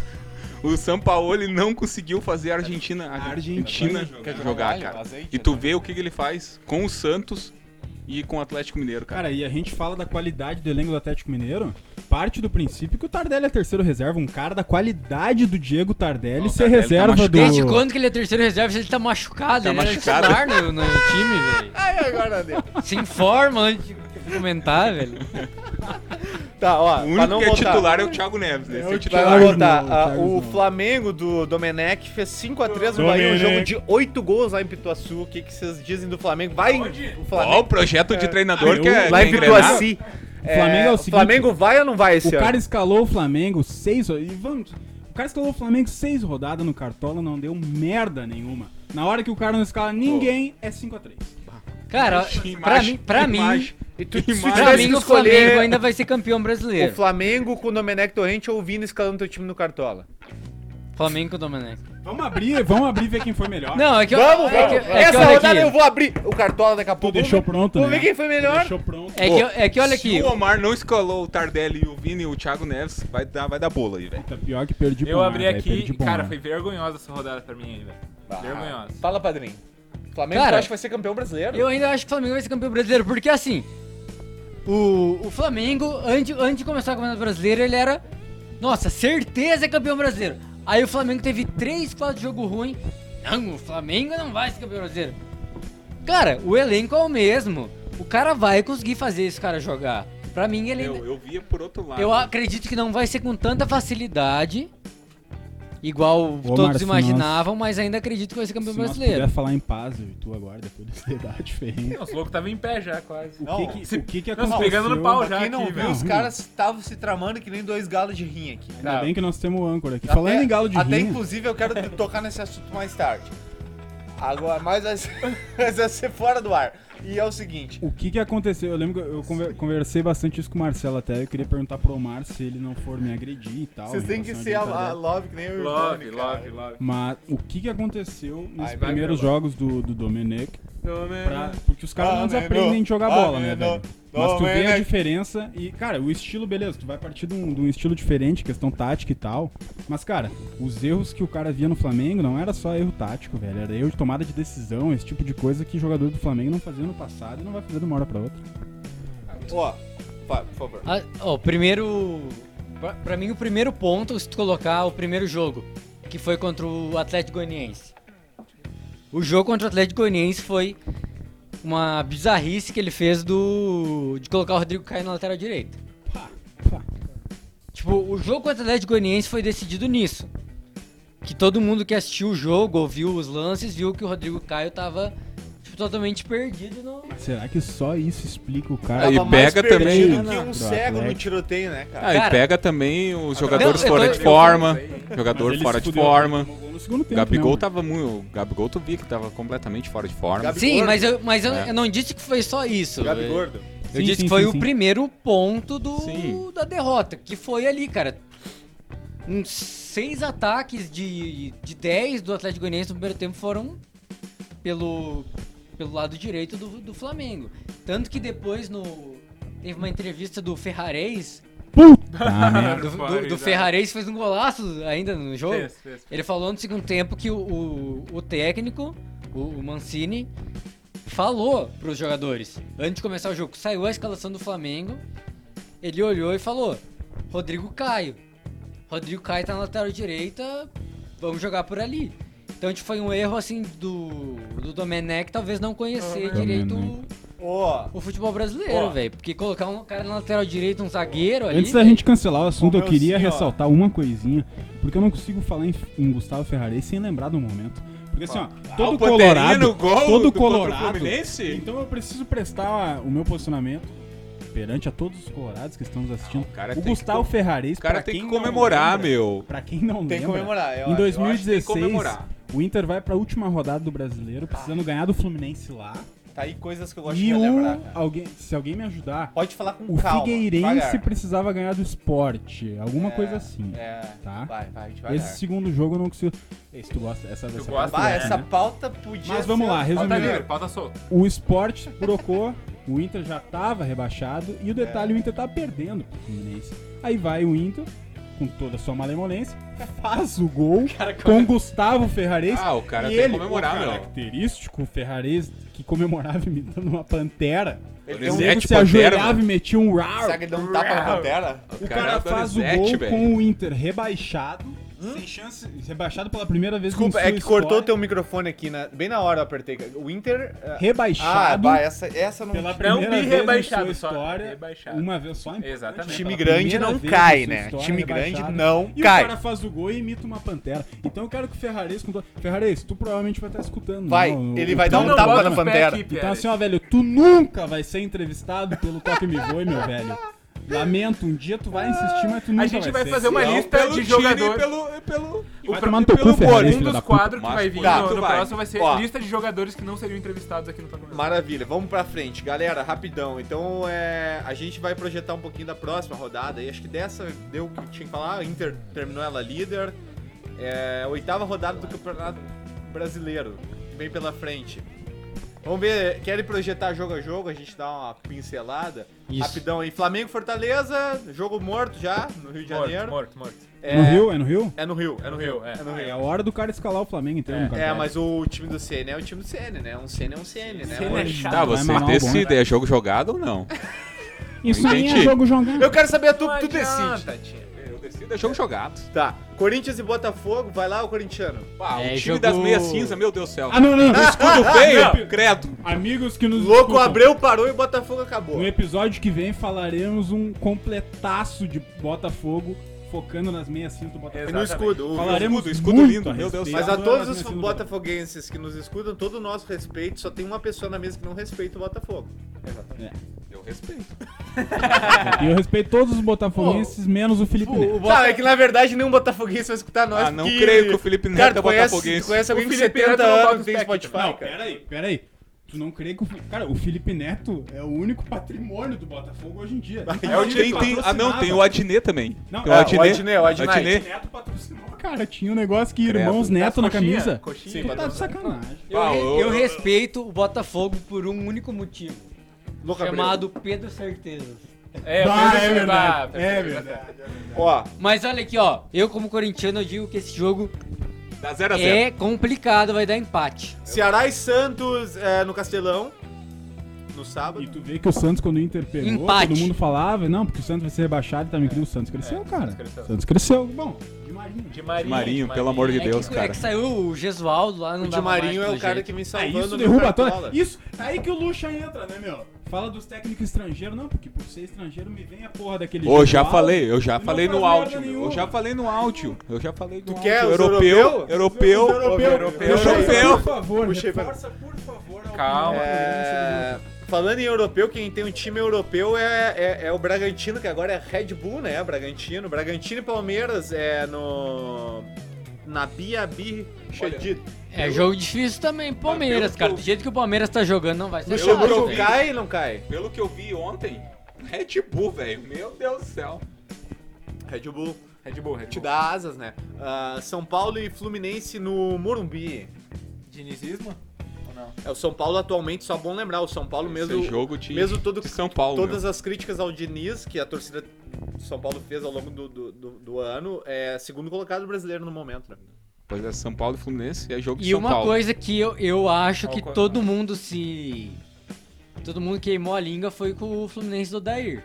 Speaker 5: O Sampaoli não conseguiu fazer a Argentina, a
Speaker 2: Argentina
Speaker 5: Argentina jogar, cara. E tu vê o que, que ele faz com o Santos e com o Atlético Mineiro, cara.
Speaker 2: Cara, e a gente fala da qualidade do elenco do Atlético Mineiro, parte do princípio que o Tardelli é terceiro reserva, um cara da qualidade do Diego Tardelli
Speaker 5: Não, o
Speaker 2: ser
Speaker 5: Tardelli tá
Speaker 2: reserva do...
Speaker 5: machucado.
Speaker 3: Desde quando que ele é terceiro reserva, se ele tá machucado,
Speaker 5: Tá
Speaker 3: ele era
Speaker 5: machucado.
Speaker 3: titular no, no time, velho.
Speaker 1: Ai, agora deu.
Speaker 3: Se informa antes de comentar, velho.
Speaker 1: Tá, ó.
Speaker 5: O
Speaker 1: pra
Speaker 5: único
Speaker 1: não
Speaker 5: que é
Speaker 1: voltar.
Speaker 5: titular é o Thiago Neves, né?
Speaker 2: É o
Speaker 5: Esse é
Speaker 1: Pra
Speaker 5: titular.
Speaker 1: não
Speaker 2: Thiago
Speaker 1: voltar.
Speaker 2: não,
Speaker 1: ah,
Speaker 2: Thiago
Speaker 1: o
Speaker 2: não.
Speaker 1: Flamengo do Domenech fez 5x3 no Bahia, um jogo de 8 gols lá em Pituaçu. O que que vocês dizem do Flamengo? Vai o
Speaker 5: Ó, o
Speaker 1: Flamengo.
Speaker 5: projeto de treinador
Speaker 2: Ah,
Speaker 5: que é.
Speaker 2: eu-
Speaker 1: lá
Speaker 5: quer
Speaker 1: em
Speaker 5: engrenar.
Speaker 1: Pituaci.
Speaker 2: O Flamengo é o seguinte-
Speaker 1: Flamengo vai ou não vai esse
Speaker 2: O cara
Speaker 1: ano?
Speaker 2: escalou o Flamengo seis... E vamos... O cara escalou o Flamengo seis rodadas no Cartola, não deu merda nenhuma. Na hora que o cara não escala ninguém, é 5x3.
Speaker 3: Cara, pra mim, pra mim,
Speaker 5: imagem.
Speaker 1: E tu,
Speaker 5: Imagem.
Speaker 1: tu
Speaker 3: pra
Speaker 1: tivesse
Speaker 3: mim
Speaker 1: que
Speaker 3: o
Speaker 1: escolher
Speaker 3: Flamengo ainda vai ser campeão
Speaker 1: o
Speaker 3: brasileiro.
Speaker 1: Flamengo com o Domenech Torrente ou o Vini escalando teu time no Cartola?
Speaker 3: Flamengo com o Domenech.
Speaker 2: Vamos abrir, vamos abrir e ver quem foi melhor.
Speaker 3: Não, é que eu-
Speaker 1: Ah, Vamos,
Speaker 3: é que-
Speaker 1: vamos!
Speaker 3: é que
Speaker 1: Essa
Speaker 3: olha
Speaker 1: rodada
Speaker 3: aqui.
Speaker 1: eu vou abrir o Cartola daqui a pouco. Vamos
Speaker 2: deixou
Speaker 1: ver-
Speaker 2: pronto,
Speaker 1: Vamos
Speaker 2: né?
Speaker 1: ver quem foi melhor.
Speaker 2: Deixou pronto.
Speaker 3: É que, eu- é que olha aqui.
Speaker 5: Se o Omar não escalou o Tardelli, o Vini e o Thiago Neves, vai dar, vai dar bola aí, velho.
Speaker 2: Tá pior que perdi
Speaker 4: Eu
Speaker 2: pro
Speaker 4: abri
Speaker 2: Mar, velho,
Speaker 4: aqui,
Speaker 2: né? perdi pro
Speaker 4: cara,
Speaker 2: Mar.
Speaker 4: foi vergonhosa essa rodada pra mim aí, velho.
Speaker 5: é
Speaker 4: Vergonhosa.
Speaker 1: Ah, Fala, padrinho. Flamengo
Speaker 3: Cara,
Speaker 1: tu acha que vai ser campeão brasileiro?
Speaker 3: Eu ainda acho que o Flamengo vai ser campeão brasileiro, porque assim, o, o Flamengo, antes, antes de começar o Campeonato Brasileiro, ele era, nossa, certeza é campeão brasileiro. Aí o Flamengo teve 3, 4 jogos ruins. Não, o Flamengo não vai ser campeão brasileiro. Cara, o elenco é o mesmo. O cara vai conseguir fazer esse cara jogar. Pra mim, ele.
Speaker 5: Eu, eu via por outro lado.
Speaker 3: Eu acredito que não vai ser com tanta facilidade, igual todos
Speaker 2: Márcio,
Speaker 3: imaginavam, mas ainda acredito que vai ser campeão
Speaker 2: Se nós
Speaker 3: brasileiro.
Speaker 2: puder falar em paz, eu e tu agora, depois dessa idade ferrenha.
Speaker 4: Os loucos estavam em pé já, quase.
Speaker 1: Não,
Speaker 2: O que que, o que que
Speaker 4: Não, se
Speaker 2: aconteceu?
Speaker 4: pegando no pau
Speaker 1: Pra
Speaker 4: já
Speaker 1: quem não
Speaker 4: aqui,
Speaker 1: viu,
Speaker 4: velho.
Speaker 1: os caras estavam se tramando que nem dois galos de rinha aqui.
Speaker 2: Ainda
Speaker 1: cara.
Speaker 2: bem que nós temos o âncora aqui.
Speaker 1: Até-
Speaker 2: Falando em galo de
Speaker 1: Até
Speaker 2: rinha,
Speaker 1: inclusive eu quero t- tocar nesse assunto mais tarde. Agora, mas vai ser, mas vai ser fora do ar. E é o seguinte.
Speaker 2: o que que aconteceu? Eu lembro que eu conver- conversei bastante isso com o Marcelo até. Eu queria perguntar pro Omar se ele não for me agredir e tal.
Speaker 1: Vocês
Speaker 2: em
Speaker 1: têm que
Speaker 2: relação à
Speaker 1: ser a, a
Speaker 2: brincadeira.
Speaker 1: Love que nem o
Speaker 4: Love,
Speaker 1: Tony, cara.
Speaker 4: love, love.
Speaker 2: Mas o que que aconteceu nos
Speaker 1: vai
Speaker 2: primeiros
Speaker 1: gravar.
Speaker 2: jogos do, do Domenech? pra- porque os caras Ah, né, não
Speaker 1: Domenico,
Speaker 2: desaprendem de jogar bola, né, velho?
Speaker 1: Domenico,
Speaker 2: Mas é tu vê a
Speaker 1: Domenico.
Speaker 2: diferença e, cara, o estilo, beleza, tu vai partir de um, de um estilo diferente, questão tática e tal. Mas, cara, os erros que o cara via no Flamengo não era só erro tático, velho. Era erro de tomada de decisão, esse tipo de coisa que jogador do Flamengo não fazia no passado e não vai fazer de uma hora pra outra.
Speaker 1: Ó, Fábio, por favor.
Speaker 3: Ah, ó, o primeiro. Pra, pra mim, o primeiro ponto, se tu colocar o primeiro jogo, que foi contra o Atlético Goianiense. O jogo contra o Atlético Goianiense foi uma bizarrice que ele fez do. de colocar o Rodrigo Caio na lateral direita.
Speaker 2: Pá, pá.
Speaker 3: Tipo, o jogo contra o Atlético Goianiense foi decidido nisso. Que todo mundo que assistiu o jogo, ouviu os lances, viu que o Rodrigo Caio tava tipo, totalmente perdido no.
Speaker 2: Será que só isso explica o cara?
Speaker 5: Aí
Speaker 1: Tava mais
Speaker 5: pega
Speaker 1: perdido
Speaker 5: também-
Speaker 1: que um
Speaker 2: Pro
Speaker 1: cego no
Speaker 2: Atlético.
Speaker 1: tiroteio, né, cara?
Speaker 5: Ah, e
Speaker 3: Cara,
Speaker 5: pega também os
Speaker 3: eu
Speaker 5: jogadores
Speaker 3: tô-
Speaker 5: fora de
Speaker 3: eu-
Speaker 5: forma.
Speaker 2: Mas
Speaker 5: Jogador
Speaker 2: ele
Speaker 5: fora
Speaker 2: se
Speaker 5: de
Speaker 2: fudeu,
Speaker 5: forma.
Speaker 2: tomou gol No segundo tempo,
Speaker 5: Gabigol tá
Speaker 2: né, mano?
Speaker 5: tava muito. Gabigol tu via que tava completamente fora de forma.
Speaker 1: Gabigol,
Speaker 3: Sim, mas, eu, mas eu,
Speaker 5: É.
Speaker 3: eu não disse que foi só isso.
Speaker 1: Gabi
Speaker 3: Eu-
Speaker 1: Gordo.
Speaker 3: Eu
Speaker 2: Sim,
Speaker 3: disse
Speaker 2: sim,
Speaker 3: que foi
Speaker 2: sim,
Speaker 3: o
Speaker 2: sim.
Speaker 3: primeiro ponto do,
Speaker 5: Sim.
Speaker 3: da derrota, que foi ali, cara. Uns seis ataques de, de 10 do Atlético Goianiense no primeiro tempo foram pelo, pelo lado direito do, do Flamengo. Tanto que depois no teve uma entrevista do Ferrarez,
Speaker 5: né?
Speaker 2: Tá, merda.
Speaker 3: do, do,
Speaker 4: Ferrarese,
Speaker 3: do
Speaker 4: é.
Speaker 3: Ferrarese fez um golaço ainda no jogo.
Speaker 4: Fez, fez.
Speaker 3: Ele falou no segundo tempo que o, o, o técnico, o, o Mancini, falou pros jogadores, antes de começar o jogo, saiu a escalação do Flamengo, ele olhou e falou, Rodrigo Caio. Rodrigo Caio tá na lateral direita, vamos jogar por ali. Então, tipo, foi um erro, assim, do, do Domenech, talvez não conhecer direito o,
Speaker 1: Ó,
Speaker 3: o futebol brasileiro,
Speaker 1: Ó.
Speaker 3: velho. Porque colocar um cara na lateral direita, um zagueiro ali...
Speaker 2: Antes da gente cancelar o assunto,
Speaker 1: Ô,
Speaker 2: eu
Speaker 1: meu
Speaker 2: queria
Speaker 5: assim,
Speaker 1: senhor.
Speaker 2: ressaltar uma coisinha, porque eu não consigo falar em, em Gustavo Ferrari sem lembrar do momento. Porque assim, ó, todo
Speaker 5: o Panterinha
Speaker 2: colorado,
Speaker 5: no é gol
Speaker 2: todo
Speaker 5: do- contra o
Speaker 2: colorado.
Speaker 5: Fluminense?
Speaker 2: Então eu preciso prestar o meu posicionamento perante a todos os colorados que estão nos assistindo.
Speaker 5: o cara
Speaker 2: o
Speaker 5: tem
Speaker 2: Gustavo
Speaker 5: que-
Speaker 2: Ferrari,
Speaker 5: O cara tem que comemorar, meu.
Speaker 2: Pra quem não lembra,
Speaker 1: tem que comemorar. eu
Speaker 2: em
Speaker 1: acho.
Speaker 2: 2016,
Speaker 5: comemorar. Ah.
Speaker 2: o Inter vai pra última rodada do Brasileiro, precisando ganhar do Fluminense lá.
Speaker 1: Tá aí coisas que eu gosto de
Speaker 2: E o
Speaker 1: relembrar, cara.
Speaker 2: alguém, se alguém me ajudar,
Speaker 1: Pode falar com
Speaker 2: o
Speaker 1: calma.
Speaker 2: Figueirense
Speaker 1: devagar.
Speaker 2: precisava ganhar do esporte, alguma
Speaker 1: É,
Speaker 2: coisa assim.
Speaker 1: É,
Speaker 2: Tá?
Speaker 1: vai, vai, devagar.
Speaker 2: Esse segundo jogo eu não consigo. Esse tu gosta, essa dessa
Speaker 4: gosta?
Speaker 1: Bah,
Speaker 4: É,
Speaker 1: essa
Speaker 2: né?
Speaker 1: pauta podia
Speaker 2: Mas vamos
Speaker 1: ser-
Speaker 2: lá,
Speaker 4: Pauta
Speaker 2: resumindo.
Speaker 4: livre, pauta solta.
Speaker 2: O esporte brocou, o Inter já tava rebaixado, e o detalhe, o Inter tava perdendo pro Fluminense. Aí vai o Inter, com toda a sua malemolência, faz o gol com Gustavo Ferrarese.
Speaker 5: Ah, o cara
Speaker 2: e
Speaker 5: tem que
Speaker 2: ele,
Speaker 5: comemorar,
Speaker 2: o
Speaker 5: meu.
Speaker 2: característico Ferrarese, que comemorava imitando uma pantera.
Speaker 1: Ele
Speaker 5: Tem
Speaker 2: O
Speaker 1: deu um-
Speaker 5: Zé-
Speaker 2: nego
Speaker 5: Zete
Speaker 2: se
Speaker 5: Pantera,
Speaker 2: ajoelhava
Speaker 5: mano.
Speaker 2: e metia um rar.
Speaker 1: Será que ele deu um tapa na pantera?
Speaker 2: O cara
Speaker 5: adora
Speaker 2: faz o
Speaker 5: Zete,
Speaker 2: gol
Speaker 5: velho.
Speaker 2: com o Inter rebaixado,
Speaker 4: Hum?
Speaker 2: sem chance, rebaixado pela primeira vez
Speaker 1: Desculpa,
Speaker 2: em
Speaker 1: é
Speaker 2: sua
Speaker 1: que cortou o
Speaker 2: história.
Speaker 1: teu microfone aqui, na- bem na hora eu apertei. O Inter... é- Ah,
Speaker 2: rebaixado
Speaker 1: bah, essa, essa não...
Speaker 2: pela
Speaker 4: Não
Speaker 2: primeira vez
Speaker 4: rebaixado,
Speaker 2: na sua
Speaker 4: É um só
Speaker 2: história,
Speaker 4: rebaixado.
Speaker 2: uma vez só. importante,
Speaker 4: Exatamente.
Speaker 2: né?
Speaker 1: Time
Speaker 2: Pela
Speaker 1: grande
Speaker 2: primeira
Speaker 1: não
Speaker 2: vez
Speaker 1: cai,
Speaker 2: na sua
Speaker 1: né?
Speaker 2: história,
Speaker 1: Time grande
Speaker 2: rebaixado.
Speaker 1: não
Speaker 2: e
Speaker 1: cai.
Speaker 2: o cara faz o gol e imita uma pantera. Então eu quero que o Ferrarese... Com... Ferrarese, tu provavelmente vai estar escutando.
Speaker 1: Vai,
Speaker 2: não,
Speaker 1: ele
Speaker 2: o-
Speaker 1: vai
Speaker 2: então
Speaker 1: dar um
Speaker 2: não
Speaker 1: tapa na
Speaker 2: bota-
Speaker 4: pé
Speaker 1: Pantera.
Speaker 4: aqui,
Speaker 2: Então
Speaker 4: Pierre.
Speaker 2: assim, ó, velho, tu nunca vai ser entrevistado pelo Top Me Voe, meu velho. Lamento, um dia tu vai insistir, mas tu nunca
Speaker 4: A gente vai
Speaker 2: ser.
Speaker 4: fazer uma
Speaker 5: Não,
Speaker 4: lista
Speaker 5: pelo time
Speaker 4: de
Speaker 5: e
Speaker 4: jogador.
Speaker 5: pelo- e pelo-
Speaker 4: O
Speaker 2: Vai
Speaker 4: pro-
Speaker 2: tomar no teu
Speaker 4: pelo
Speaker 2: cu, Ferrari,
Speaker 4: Boris, um
Speaker 2: filho
Speaker 4: dos
Speaker 2: da puta.
Speaker 4: quadros que
Speaker 5: Mas
Speaker 4: vai vir
Speaker 1: tá,
Speaker 4: no,
Speaker 5: tu
Speaker 4: no
Speaker 5: vai.
Speaker 4: próximo vai ser
Speaker 1: Ó.
Speaker 4: lista de jogadores que não seriam entrevistados aqui no Panorama.
Speaker 1: Maravilha, vamos pra frente, galera, rapidão. Então, é, a gente vai projetar um pouquinho da próxima rodada. E acho que dessa deu o que tinha que falar. A Inter terminou ela líder. É, oitava rodada do Campeonato Brasileiro. Bem pela frente. Vamos ver, querem projetar jogo a jogo? A gente dá uma pincelada.
Speaker 3: Isso.
Speaker 1: Rapidão aí. Flamengo e Fortaleza, jogo morto já, no Rio de Janeiro.
Speaker 4: Morto, morto, morto.
Speaker 1: É,
Speaker 2: No Rio? É no Rio?
Speaker 1: É no Rio.
Speaker 4: É no Rio, é.
Speaker 1: É no
Speaker 2: É
Speaker 1: Rio.
Speaker 2: a hora do cara escalar o Flamengo inteiro
Speaker 4: Tá
Speaker 2: no
Speaker 1: É,
Speaker 2: cartaz.
Speaker 1: mas o time do CN é o time do CN, né? Um CN é um CN, né?
Speaker 4: CN é
Speaker 1: Hoje-
Speaker 4: chato.
Speaker 5: Tá,
Speaker 2: Vai mamar
Speaker 5: vocês
Speaker 2: o
Speaker 5: decidem,
Speaker 2: bonde.
Speaker 5: é jogo jogado ou não?
Speaker 2: Isso aí é
Speaker 5: Entendi.
Speaker 2: jogo jogado.
Speaker 1: Eu quero saber, tu, tu
Speaker 4: Não
Speaker 1: decide.
Speaker 4: adianta, tia.
Speaker 5: Eu acontecido, é jogo jogado.
Speaker 1: Tá. Corinthians e Botafogo, vai lá, o corintiano.
Speaker 5: Pá,
Speaker 3: É,
Speaker 5: o time
Speaker 3: jogo-
Speaker 5: das meias cinza, meu Deus do céu.
Speaker 2: Ah, não, não. não.
Speaker 5: Escudo feio, credo.
Speaker 2: Amigos que nos
Speaker 1: Louco
Speaker 2: escutam,
Speaker 1: Abreu parou e o Botafogo acabou.
Speaker 2: No episódio que vem falaremos um completaço de Botafogo, focando nas meias cintas do Botafogo.
Speaker 1: E no escudo. o-
Speaker 2: Falaremos
Speaker 5: escudo, escudo
Speaker 2: muito
Speaker 5: lindo,
Speaker 2: a
Speaker 5: meu Deus do
Speaker 2: respeito.
Speaker 5: céu.
Speaker 1: Mas a
Speaker 2: Agora
Speaker 1: todos os
Speaker 2: nas meias cintas do Botafogo.
Speaker 1: botafoguenses que nos escutam, todo o nosso respeito, só tem uma pessoa na mesa que não respeita o Botafogo.
Speaker 5: Eu respeito.
Speaker 2: E eu respeito todos os botafoguenses, menos o Felipe
Speaker 3: O, o
Speaker 2: Neto.
Speaker 1: Tá, é que na verdade nenhum botafoguense vai escutar nós.
Speaker 5: Ah, não creio que o Felipe Neto
Speaker 1: cara,
Speaker 5: é
Speaker 1: tu conhece,
Speaker 5: botafoguense.
Speaker 1: tu conhece alguém
Speaker 4: O
Speaker 1: com
Speaker 4: Felipe
Speaker 1: 70
Speaker 4: Neto não bota
Speaker 1: anos
Speaker 4: no
Speaker 1: tem
Speaker 4: spec,
Speaker 1: Spotify,
Speaker 2: Não,
Speaker 1: cara?
Speaker 2: peraí, peraí. Tu não crê que o... Fi- Cara, o Felipe Neto é o único patrimônio do Botafogo hoje em dia.
Speaker 5: É o
Speaker 2: Adnet
Speaker 5: tem, tem, ah, não, tem o Adnet também.
Speaker 2: Não,
Speaker 5: tem o
Speaker 2: é, o
Speaker 5: Adnet.
Speaker 1: Adnet, Ah, o Adnet.
Speaker 2: Neto patrocinou, cara. Tinha um negócio que irmãos
Speaker 4: As
Speaker 2: Neto na
Speaker 4: coxinha,
Speaker 2: camisa.
Speaker 4: coxinha.
Speaker 2: Tu tá de sacanagem.
Speaker 3: Eu,
Speaker 5: Ah,
Speaker 3: re-
Speaker 5: ô,
Speaker 3: eu
Speaker 5: ô,
Speaker 3: respeito o Botafogo por um único motivo.
Speaker 1: Louco Abreu.
Speaker 3: Chamado Pedro Certezas.
Speaker 4: É, tá
Speaker 2: Bah,
Speaker 4: Pedro
Speaker 2: é
Speaker 4: Serdá,
Speaker 2: verdade.
Speaker 4: Pedro
Speaker 2: É
Speaker 4: Serdá.
Speaker 2: verdade.
Speaker 1: Ó,
Speaker 3: Mas olha aqui, ó. Eu, como corintiano, eu digo que esse jogo
Speaker 5: Dá 0 a
Speaker 1: Tá
Speaker 5: 0
Speaker 3: é complicado, vai dar empate.
Speaker 1: Ceará e Santos é, no Castelão, no sábado.
Speaker 2: E tu vê que o Santos, quando o Inter pegou,
Speaker 3: Empate.
Speaker 2: todo mundo falava, não, porque o Santos vai ser rebaixado e tá me O Santos cresceu, cara.
Speaker 4: Santos cresceu.
Speaker 2: Santos cresceu. Bom, de Marinho.
Speaker 4: De Marinho,
Speaker 5: Marinho, pelo amor de
Speaker 3: É que-
Speaker 5: Deus,
Speaker 3: é que,
Speaker 5: cara.
Speaker 3: saiu o Gesualdo lá, não
Speaker 1: O
Speaker 3: dava
Speaker 1: Di Marinho é
Speaker 3: mais
Speaker 1: o
Speaker 3: pelo
Speaker 1: cara
Speaker 3: jeito.
Speaker 1: que me
Speaker 2: Ah,
Speaker 1: salvando
Speaker 2: isso
Speaker 1: no
Speaker 2: derruba a
Speaker 1: Cartola.
Speaker 2: toda. Isso, tá aí que o Lucha entra, né, meu? Fala dos técnicos estrangeiros, não, porque por ser estrangeiro me vem a porra daquele
Speaker 5: Ô, já
Speaker 2: Gesualdo
Speaker 5: falei, eu
Speaker 2: e
Speaker 5: já
Speaker 2: não
Speaker 5: falei
Speaker 2: faz
Speaker 5: no
Speaker 2: merda
Speaker 5: áudio. meu, Eu
Speaker 2: nenhuma.
Speaker 5: já falei no áudio. Eu já falei no
Speaker 1: quer
Speaker 5: áudio.
Speaker 1: os
Speaker 5: Europeu,
Speaker 1: europeu?
Speaker 5: europeu.
Speaker 1: europeu.
Speaker 5: Eu
Speaker 2: Puxa aí,
Speaker 5: chapéu.
Speaker 2: Por favor,
Speaker 1: Puxei pra-
Speaker 2: reforça, por favor. a
Speaker 4: Calma.
Speaker 2: opinião
Speaker 1: É, Falando em europeu, quem tem um time europeu é, é- é o Bragantino, que agora é Red Bull, né? Bragantino. Bragantino e Palmeiras é no. Na Bia Bi Shedid.
Speaker 3: É jogo difícil também, Palmeiras, cara. Do jeito que o Palmeiras tá jogando, não vai ser
Speaker 5: Luxemburgo
Speaker 3: fácil,
Speaker 5: eu
Speaker 1: Luxemburgo
Speaker 5: vi.
Speaker 3: velho.
Speaker 1: cai não cai?
Speaker 5: Pelo que eu vi ontem, Red Bull, velho. Meu Deus do céu.
Speaker 1: Red Bull
Speaker 4: Red Bull, Red
Speaker 1: te
Speaker 4: Bull.
Speaker 1: dá asas, né? Ah, São Paulo e Fluminense no Morumbi.
Speaker 4: Dinizismo? Ou não?
Speaker 1: É, o São Paulo atualmente, só bom lembrar, o São Paulo
Speaker 5: Esse
Speaker 1: mesmo.
Speaker 5: é jogo de,
Speaker 1: mesmo todo-
Speaker 5: de São Paulo.
Speaker 1: Todas as críticas ao Diniz, que a torcida do São Paulo fez ao longo do, do- do- do ano, é segundo colocado brasileiro no momento, né?
Speaker 5: meu. Pois é, São Paulo e Fluminense é jogo de
Speaker 3: E
Speaker 5: São
Speaker 3: uma
Speaker 5: Paulo.
Speaker 3: coisa que eu, eu acho que
Speaker 4: Qual-
Speaker 3: todo mundo se. Todo mundo queimou a língua foi com o Fluminense do Dair.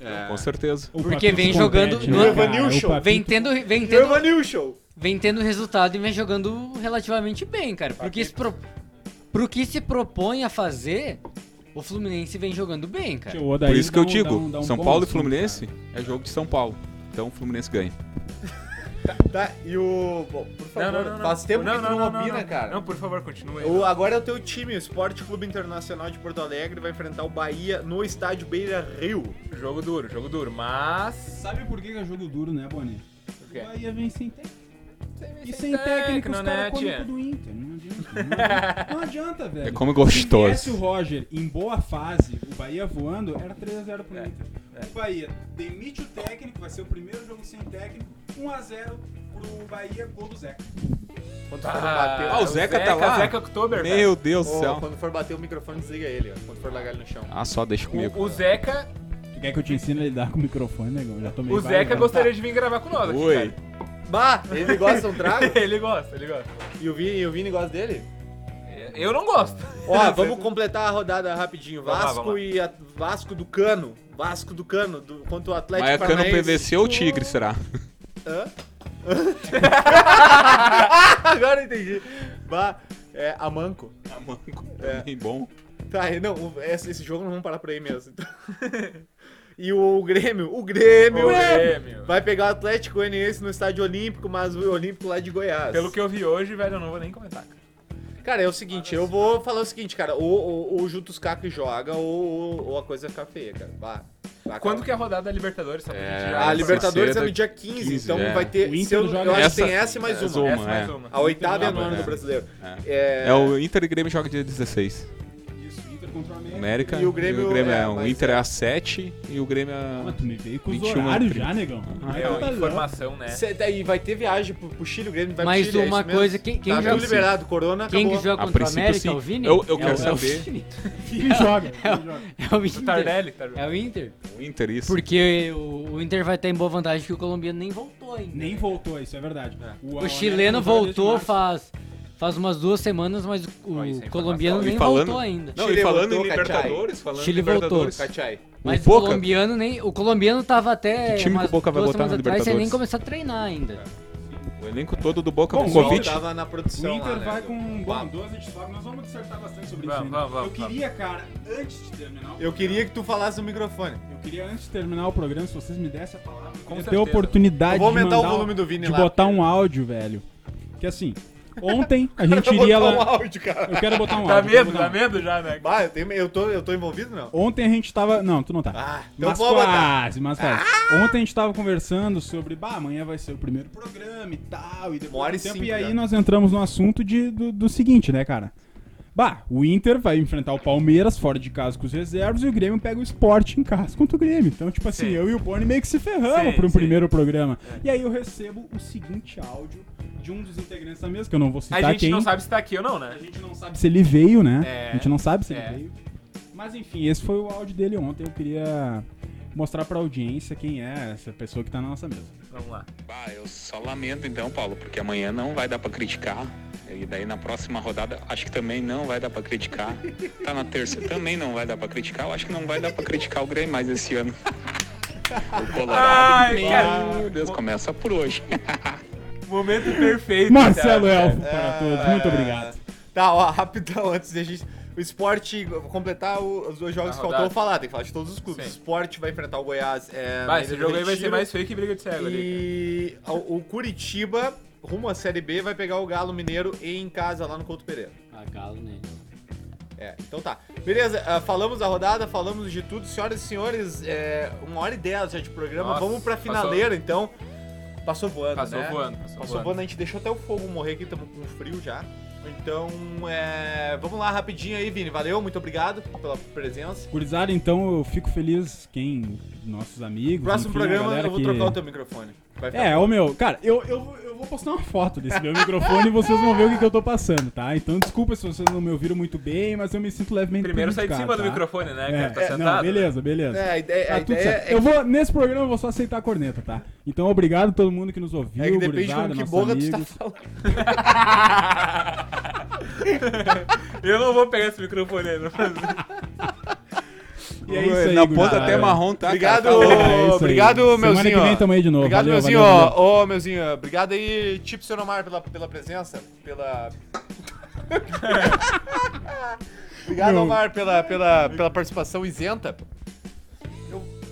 Speaker 1: É.
Speaker 5: Com certeza.
Speaker 2: do- O
Speaker 3: Porque
Speaker 2: Papito
Speaker 3: vem
Speaker 2: compete,
Speaker 3: jogando
Speaker 2: né,
Speaker 3: no-
Speaker 2: cara?
Speaker 1: Evanilson.
Speaker 2: O Papito-
Speaker 3: Vem tendo, vem tendo,
Speaker 1: Evanil Show!
Speaker 3: vem tendo resultado e vem jogando relativamente bem, cara. Porque se pro, pro que se propõe a fazer, o Fluminense vem jogando bem, cara.
Speaker 2: O Odair
Speaker 5: Por isso que eu
Speaker 2: dá um- dá
Speaker 5: digo,
Speaker 2: um- dá um
Speaker 5: São
Speaker 2: bom
Speaker 5: Paulo e
Speaker 2: assunto,
Speaker 5: Fluminense
Speaker 2: cara.
Speaker 5: é jogo de São Paulo. Então o Fluminense ganha.
Speaker 1: Tá, e o. Bom, por favor, faz tempo que tu não, opina, cara.
Speaker 4: Não, por favor, continue.
Speaker 1: O- agora é o teu time, o Esporte Clube Internacional de Porto Alegre vai enfrentar o Bahia no estádio Beira Rio.
Speaker 4: Jogo duro, jogo duro, mas...
Speaker 2: Sabe por que que é jogo duro, né, Boni?
Speaker 4: Por
Speaker 2: O
Speaker 4: quê?
Speaker 2: Bahia vem sem técnico. E sem
Speaker 4: técnico,
Speaker 2: técnico, os
Speaker 4: né,
Speaker 2: caras comem
Speaker 4: tia?
Speaker 2: tudo Inter. Não adianta, não adianta, velho.
Speaker 5: É como
Speaker 2: Se
Speaker 5: gostoso.
Speaker 2: tivesse o Roger em boa fase, o Bahia voando, era 3x0 pro
Speaker 4: É,
Speaker 2: Inter. O Bahia demite o técnico, vai ser o primeiro jogo sem técnico, 1x0 pro Bahia, gol do Zeca.
Speaker 1: Quando for bater.
Speaker 4: Ah,
Speaker 5: Ah, o Zeca tá lá?
Speaker 4: Zeca Oktober, velho.
Speaker 5: Meu Deus do
Speaker 1: Ô,
Speaker 5: céu.
Speaker 1: quando for bater o microfone, desliga ele, ó. Quando for largar ele no chão.
Speaker 5: Ah, só deixa comigo.
Speaker 4: O, o Zeca,
Speaker 2: Tu quer que eu te ensine a lidar com o microfone, negão? Já tomei
Speaker 4: o Zeca gostaria de vir gravar com nós aqui,
Speaker 5: Oi.
Speaker 1: Bah! Ele gosta de um trago?
Speaker 4: cara. Ele gosta, ele gosta.
Speaker 1: e, o Vini, e o Vini gosta dele?
Speaker 4: Eu não gosto.
Speaker 1: Ó, vamos completar a rodada rapidinho.
Speaker 4: Vamos lá,
Speaker 1: Vasco
Speaker 4: vamos lá.
Speaker 1: e a- Vasco do Cano. Vasco do Cano, do, contra o Atlético
Speaker 5: Maiacano
Speaker 1: Paranaense.
Speaker 5: PVC ou Tigre, será?
Speaker 1: Hã? Agora eu entendi. Bah, é, Amanco.
Speaker 5: Amanco. Também bom.
Speaker 1: Tá, não, o- esse, esse jogo não vamos parar por aí mesmo. Então. e o, Grêmio, o Grêmio,
Speaker 4: Meu Grêmio.
Speaker 1: vai pegar o Atlético Goianiense no Estádio Olímpico, mas o Olímpico lá de Goiás.
Speaker 4: Pelo que eu vi hoje, velho, eu não vou nem comentar. cara.
Speaker 1: Cara, é o seguinte, eu vou falar o seguinte, cara, ou, ou, ou junta os cacos e joga, ou, ou, ou a coisa fica feia, cara. Vá. Vá,
Speaker 4: Quando
Speaker 1: cara.
Speaker 4: que é a rodada da Libertadores? Só pra
Speaker 5: É,
Speaker 4: gente já-
Speaker 1: A Libertadores é
Speaker 5: Cedo,
Speaker 1: no dia 15,
Speaker 5: 15,
Speaker 1: então
Speaker 5: é.
Speaker 1: vai ter.
Speaker 2: O Inter
Speaker 1: se eu,
Speaker 2: joga
Speaker 1: eu acho que
Speaker 2: essa-
Speaker 1: tem essa e mais
Speaker 5: essa-
Speaker 1: uma.
Speaker 5: uma.
Speaker 4: Essa mais
Speaker 5: é.
Speaker 4: uma.
Speaker 1: A oitava e a nona
Speaker 5: é.
Speaker 1: do brasileiro.
Speaker 5: É o Inter e Grêmio joga dia 16.
Speaker 2: Isso, Inter contra o América.
Speaker 5: América.
Speaker 1: E o Grêmio- é,
Speaker 5: é. O
Speaker 1: mas
Speaker 5: Inter é a 7 e o Grêmio é.
Speaker 2: Ah, tu me veio com os
Speaker 5: 21
Speaker 2: horários
Speaker 5: e um 30.
Speaker 2: já, negão. Vai
Speaker 4: É, ó,
Speaker 2: pra lá.
Speaker 4: informação, né?
Speaker 1: Cê- daí vai ter viagem pro, pro Chile, o Grêmio vai
Speaker 3: Mas
Speaker 1: pro Chile. é
Speaker 3: uma
Speaker 1: isso mesmo?
Speaker 3: coisa, quem- quem
Speaker 1: tá
Speaker 3: joga-
Speaker 1: tudo liberado, Corona,
Speaker 3: Quem que
Speaker 1: acabou.
Speaker 3: joga
Speaker 5: A
Speaker 3: contra o
Speaker 5: princípio,
Speaker 3: América?
Speaker 5: sim.
Speaker 3: É o Vini?
Speaker 5: Eu- eu
Speaker 3: É
Speaker 5: quero
Speaker 3: o- é o
Speaker 5: saber.
Speaker 3: Vini.
Speaker 2: Quem joga?
Speaker 3: É o
Speaker 4: O
Speaker 3: Inter.
Speaker 4: Tardelli, tá Tardelli.
Speaker 3: É o Inter.
Speaker 5: O Inter, isso.
Speaker 3: Porque o, o Inter vai estar em boa vantagem que o colombiano nem voltou ainda.
Speaker 2: Nem voltou, isso é verdade.
Speaker 3: O chileno voltou faz, faz umas duas semanas, mas o,
Speaker 4: Ó, isso é
Speaker 3: o
Speaker 4: informação.
Speaker 3: colombiano
Speaker 5: E
Speaker 3: nem
Speaker 5: falando-
Speaker 3: voltou ainda.
Speaker 5: Não,
Speaker 1: Chile
Speaker 5: e falando
Speaker 1: voltou,
Speaker 5: em
Speaker 1: Cachai.
Speaker 5: Libertadores, falando
Speaker 3: Chile
Speaker 5: em Libertadores.
Speaker 1: Cachai.
Speaker 3: Mas o,
Speaker 8: Boca-
Speaker 3: colombiano nem. O colombiano tava até.
Speaker 8: Que time que
Speaker 3: umas
Speaker 8: o Boca vai
Speaker 3: duas
Speaker 8: botar na
Speaker 3: semanas atrás, sem nem
Speaker 8: Libertadores?
Speaker 3: começar a treinar ainda.
Speaker 8: O elenco todo do Boca
Speaker 2: Bom,
Speaker 8: com
Speaker 1: O Sol
Speaker 8: convite.
Speaker 1: tava na
Speaker 2: O
Speaker 1: produção lá,
Speaker 2: Inter
Speaker 1: né,
Speaker 2: vai
Speaker 1: do-
Speaker 2: com um
Speaker 1: do
Speaker 2: bom,
Speaker 1: papo.
Speaker 2: 12 de Nós vamos dissertar bastante sobre
Speaker 4: Vamos,
Speaker 2: isso. ainda.
Speaker 4: vamos, vamos,
Speaker 2: eu queria, cara, antes de terminar. o
Speaker 1: Eu queria
Speaker 2: programa-
Speaker 1: que tu falasse no microfone.
Speaker 2: Eu queria antes de terminar o programa, se vocês me dessem a palavra, eu queria
Speaker 4: Com
Speaker 2: ter a
Speaker 4: certeza.
Speaker 2: oportunidade
Speaker 1: Eu vou aumentar
Speaker 2: de
Speaker 1: o
Speaker 2: mandar um-
Speaker 1: volume do Vini
Speaker 2: de
Speaker 1: lá,
Speaker 2: botar
Speaker 1: porque-
Speaker 2: um áudio, velho. Que assim, ontem a gente
Speaker 1: Eu vou
Speaker 2: iria
Speaker 1: botar um
Speaker 2: lá.
Speaker 1: áudio, cara.
Speaker 2: Eu quero botar um
Speaker 4: Dá
Speaker 2: áudio. eu quero
Speaker 4: medo,
Speaker 2: botar um
Speaker 4: dá medo já, né?
Speaker 1: Bah, eu, tenho- eu tô, eu tô envolvido, não?
Speaker 2: Ontem a gente tava. Não, tu não tá.
Speaker 1: Ah, então
Speaker 2: mas
Speaker 1: vou botar. Ah!
Speaker 2: quase, mas quase. Ontem a gente tava conversando sobre, bah, amanhã vai ser o primeiro programa e tal, e depois
Speaker 1: Uma hora
Speaker 2: do
Speaker 1: e
Speaker 2: tempo,
Speaker 1: cinco
Speaker 2: e aí
Speaker 1: já.
Speaker 2: nós entramos no assunto de, do, do seguinte, né, cara? Bah, o Inter vai enfrentar o Palmeiras fora de casa com os reservas e o Grêmio pega o esporte em casa contra o Grêmio. Então, tipo assim,
Speaker 4: Sim.
Speaker 2: eu e o Boni meio que se ferramos
Speaker 4: Sim,
Speaker 2: pro
Speaker 4: sim.
Speaker 2: primeiro programa.
Speaker 1: É.
Speaker 2: E aí eu recebo o seguinte áudio de um dos integrantes da mesa, que eu não vou citar
Speaker 4: A gente
Speaker 2: quem
Speaker 4: não sabe se tá aqui ou não,
Speaker 2: a
Speaker 4: né?
Speaker 2: gente não sabe se ele veio, né?
Speaker 4: É.
Speaker 2: a gente não sabe se ele
Speaker 4: É.
Speaker 2: veio. Mas enfim, esse foi o áudio dele ontem. Eu queria mostrar pra audiência quem é essa pessoa que tá na nossa mesa.
Speaker 4: Vamos lá.
Speaker 9: Bah, eu só lamento então, Paulo, porque amanhã não vai dar pra criticar. E daí na próxima rodada acho que também não vai dar pra criticar. Tá na terça também não vai dar pra criticar. Eu acho que não vai dar pra criticar o Grêmio mais esse ano. O Colorado.
Speaker 4: Ai, cara.
Speaker 9: Meu Deus, começa por hoje.
Speaker 4: Momento perfeito.
Speaker 2: Marcelo
Speaker 4: cara.
Speaker 2: Elfo para todos, muito
Speaker 4: É.
Speaker 2: obrigado.
Speaker 1: É. Tá, ó, rapidão, antes da gente. O esporte, vou completar o- os dois jogos
Speaker 4: A
Speaker 1: que faltou eu
Speaker 4: rodada.
Speaker 1: falar, tem que falar de todos os clubes.
Speaker 4: Sim.
Speaker 1: O esporte vai enfrentar o Goiás. É, na
Speaker 4: Vai, esse
Speaker 1: Ilha do
Speaker 4: jogo aí vai
Speaker 1: Retiro.
Speaker 4: ser mais feio que briga de cego ali.
Speaker 1: E o o Curitiba, rumo à Série B, vai pegar o Galo Mineiro em casa lá no Couto Pereira.
Speaker 3: Ah, galo nele.
Speaker 1: É, então tá. Beleza, ah, falamos da rodada, falamos de tudo. Senhoras e senhores, é, uma hora e dez já de programa.
Speaker 4: Nossa,
Speaker 1: Vamos pra
Speaker 4: passou.
Speaker 1: finaleira, então. Passou voando,
Speaker 4: cara. Passou
Speaker 1: né?
Speaker 4: voando, passou,
Speaker 1: Passou
Speaker 4: voando.
Speaker 1: voando, a gente deixou até o fogo morrer aqui, estamos com frio já. Então, é, vamos lá rapidinho aí, Vini. Valeu, muito obrigado pela presença.
Speaker 2: Gurizada, então eu fico feliz quem nossos amigos,
Speaker 1: Próximo
Speaker 2: enfim, a
Speaker 1: programa
Speaker 2: galera
Speaker 1: eu vou
Speaker 2: que-
Speaker 1: trocar o teu microfone. Vai ficar
Speaker 2: É, o meu, cara, eu, eu, vou- eu vou postar uma foto desse meu microfone e vocês vão ver o que, que eu tô passando, tá? Então desculpa se vocês não me ouviram muito bem, mas eu me sinto levemente
Speaker 4: Primeiro sai de
Speaker 2: prejudicado,
Speaker 4: cima do
Speaker 2: tá?
Speaker 4: microfone, né,
Speaker 2: É,
Speaker 4: cara? Tá
Speaker 2: é, não,
Speaker 4: sentado.
Speaker 2: beleza, beleza.
Speaker 1: É, a ideia,
Speaker 2: Tá
Speaker 1: a
Speaker 2: tudo
Speaker 1: ideia
Speaker 2: certo.
Speaker 1: é,
Speaker 2: eu
Speaker 1: que,
Speaker 2: vou, nesse programa eu vou só aceitar a corneta, tá? Então obrigado a todo mundo que nos ouviu,
Speaker 1: é que depende
Speaker 2: gurizada,
Speaker 1: com que
Speaker 2: nossos
Speaker 1: boca tu
Speaker 2: amigos.
Speaker 1: tá falando.
Speaker 4: Eu não vou pegar esse microfone aí, não.
Speaker 2: E é isso aí,
Speaker 8: Na ponta
Speaker 2: gurizada.
Speaker 8: até marrom tá,
Speaker 1: Obrigado,
Speaker 8: cara. Tá louco.
Speaker 2: É isso aí.
Speaker 1: obrigado, meuzinho.
Speaker 2: Semana que vem tamo aí de novo.
Speaker 1: Obrigado,
Speaker 2: Valeu,
Speaker 1: meuzinho.
Speaker 2: valeu, valeu.
Speaker 1: Ô, meuzinho, obrigado aí, Tip Senomar, pela, pela presença, pela... obrigado,
Speaker 2: Meu.
Speaker 1: Omar, pela, pela, pela participação isenta.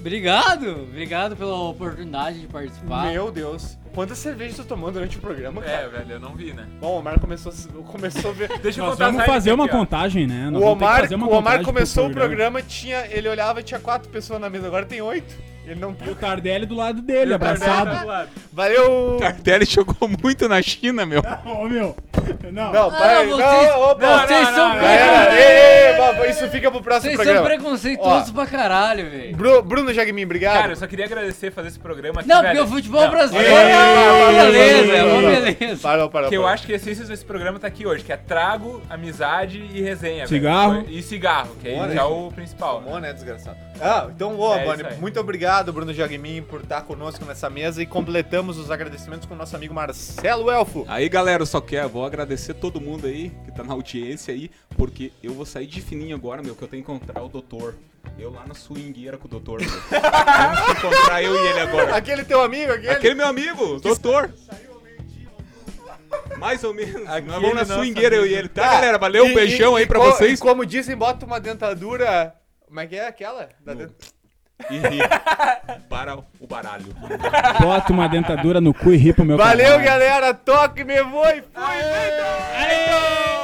Speaker 3: Obrigado! Obrigado pela oportunidade de participar.
Speaker 1: Meu Deus. Quantas cervejas tu tomou durante o programa, cara?
Speaker 4: É, velho, eu não vi, né?
Speaker 1: Bom, o Omar começou, a- começou a ver...
Speaker 4: Deixa eu
Speaker 2: Nós
Speaker 4: contar
Speaker 2: vamos
Speaker 4: as
Speaker 2: fazer uma
Speaker 4: aqui, ó.
Speaker 2: contagem, né? Nós
Speaker 1: o
Speaker 2: vamos ter que
Speaker 1: Omar,
Speaker 2: fazer uma
Speaker 1: o Omar
Speaker 2: contagem pro
Speaker 1: começou o programa, tinha, ele olhava e tinha quatro pessoas na mesa, agora tem oito. Ele não
Speaker 2: E o
Speaker 1: tem.
Speaker 2: Tardelli do lado dele,
Speaker 4: Tá do
Speaker 2: abraçado.
Speaker 4: lado.
Speaker 1: Valeu!
Speaker 8: Tardelli jogou muito na China, meu.
Speaker 2: Ô, meu. Não.
Speaker 1: Não,
Speaker 3: Ah,
Speaker 1: pai,
Speaker 3: vocês,
Speaker 1: não, opa!
Speaker 3: vocês
Speaker 4: não,
Speaker 3: são,
Speaker 4: não,
Speaker 3: precon-
Speaker 1: Galera, ei, ei, babá, isso fica pro próximo
Speaker 3: vocês são
Speaker 1: programa.
Speaker 3: preconceituosos
Speaker 1: Ó.
Speaker 3: pra caralho, velho.
Speaker 1: Bru- Bruno Jagmin, obrigado.
Speaker 4: Cara, eu só queria agradecer fazer esse programa aqui,
Speaker 3: Não,
Speaker 4: velho.
Speaker 3: porque o futebol
Speaker 4: Não,
Speaker 3: brasileiro
Speaker 1: Ei,
Speaker 3: é uma
Speaker 1: ei,
Speaker 3: beleza,
Speaker 1: ei,
Speaker 3: é uma
Speaker 1: ei, ei.
Speaker 3: beleza.
Speaker 1: Parou, parou,
Speaker 4: Que eu
Speaker 1: parou.
Speaker 4: acho que a essência desse programa tá aqui hoje, que é trago, amizade e resenha, velho.
Speaker 2: Cigarro.
Speaker 4: E cigarro, que
Speaker 1: Bora,
Speaker 4: aí já é o principal. né?
Speaker 1: Bom, né, desgraçado? Ah, então, ô,
Speaker 4: É
Speaker 1: Boni,
Speaker 4: isso aí.
Speaker 1: muito obrigado, Bruno Jagmin, por estar conosco nessa mesa e completamos os agradecimentos com o nosso amigo Marcelo Elfo.
Speaker 8: Aí, galera, eu só quero, vou agradecer todo mundo aí que tá na audiência aí, porque eu vou sair de fininho agora, meu, que eu tenho que encontrar o doutor. Eu lá na swingueira com o doutor, meu. Vamos encontrar eu e ele agora.
Speaker 1: Aquele teu amigo, aquele.
Speaker 8: Aquele meu amigo, doutor. Mais ou menos.
Speaker 4: Aquele
Speaker 8: Nós vamos na
Speaker 4: nosso
Speaker 8: swingueira eu e
Speaker 4: amigo.
Speaker 8: ele. Tá, galera? Valeu, um
Speaker 1: E-
Speaker 8: beijão
Speaker 1: e-
Speaker 8: aí
Speaker 1: e
Speaker 8: pra
Speaker 1: co-
Speaker 8: vocês.
Speaker 1: E como dizem, bota uma dentadura. Como é que é aquela? Da dent-
Speaker 8: E ri. Para o baralho.
Speaker 2: Bota uma dentadura no cu e ri pro meu
Speaker 1: Valeu,
Speaker 2: caralho.
Speaker 1: né? galera. Toque, me voe. Fui, feito! Feito!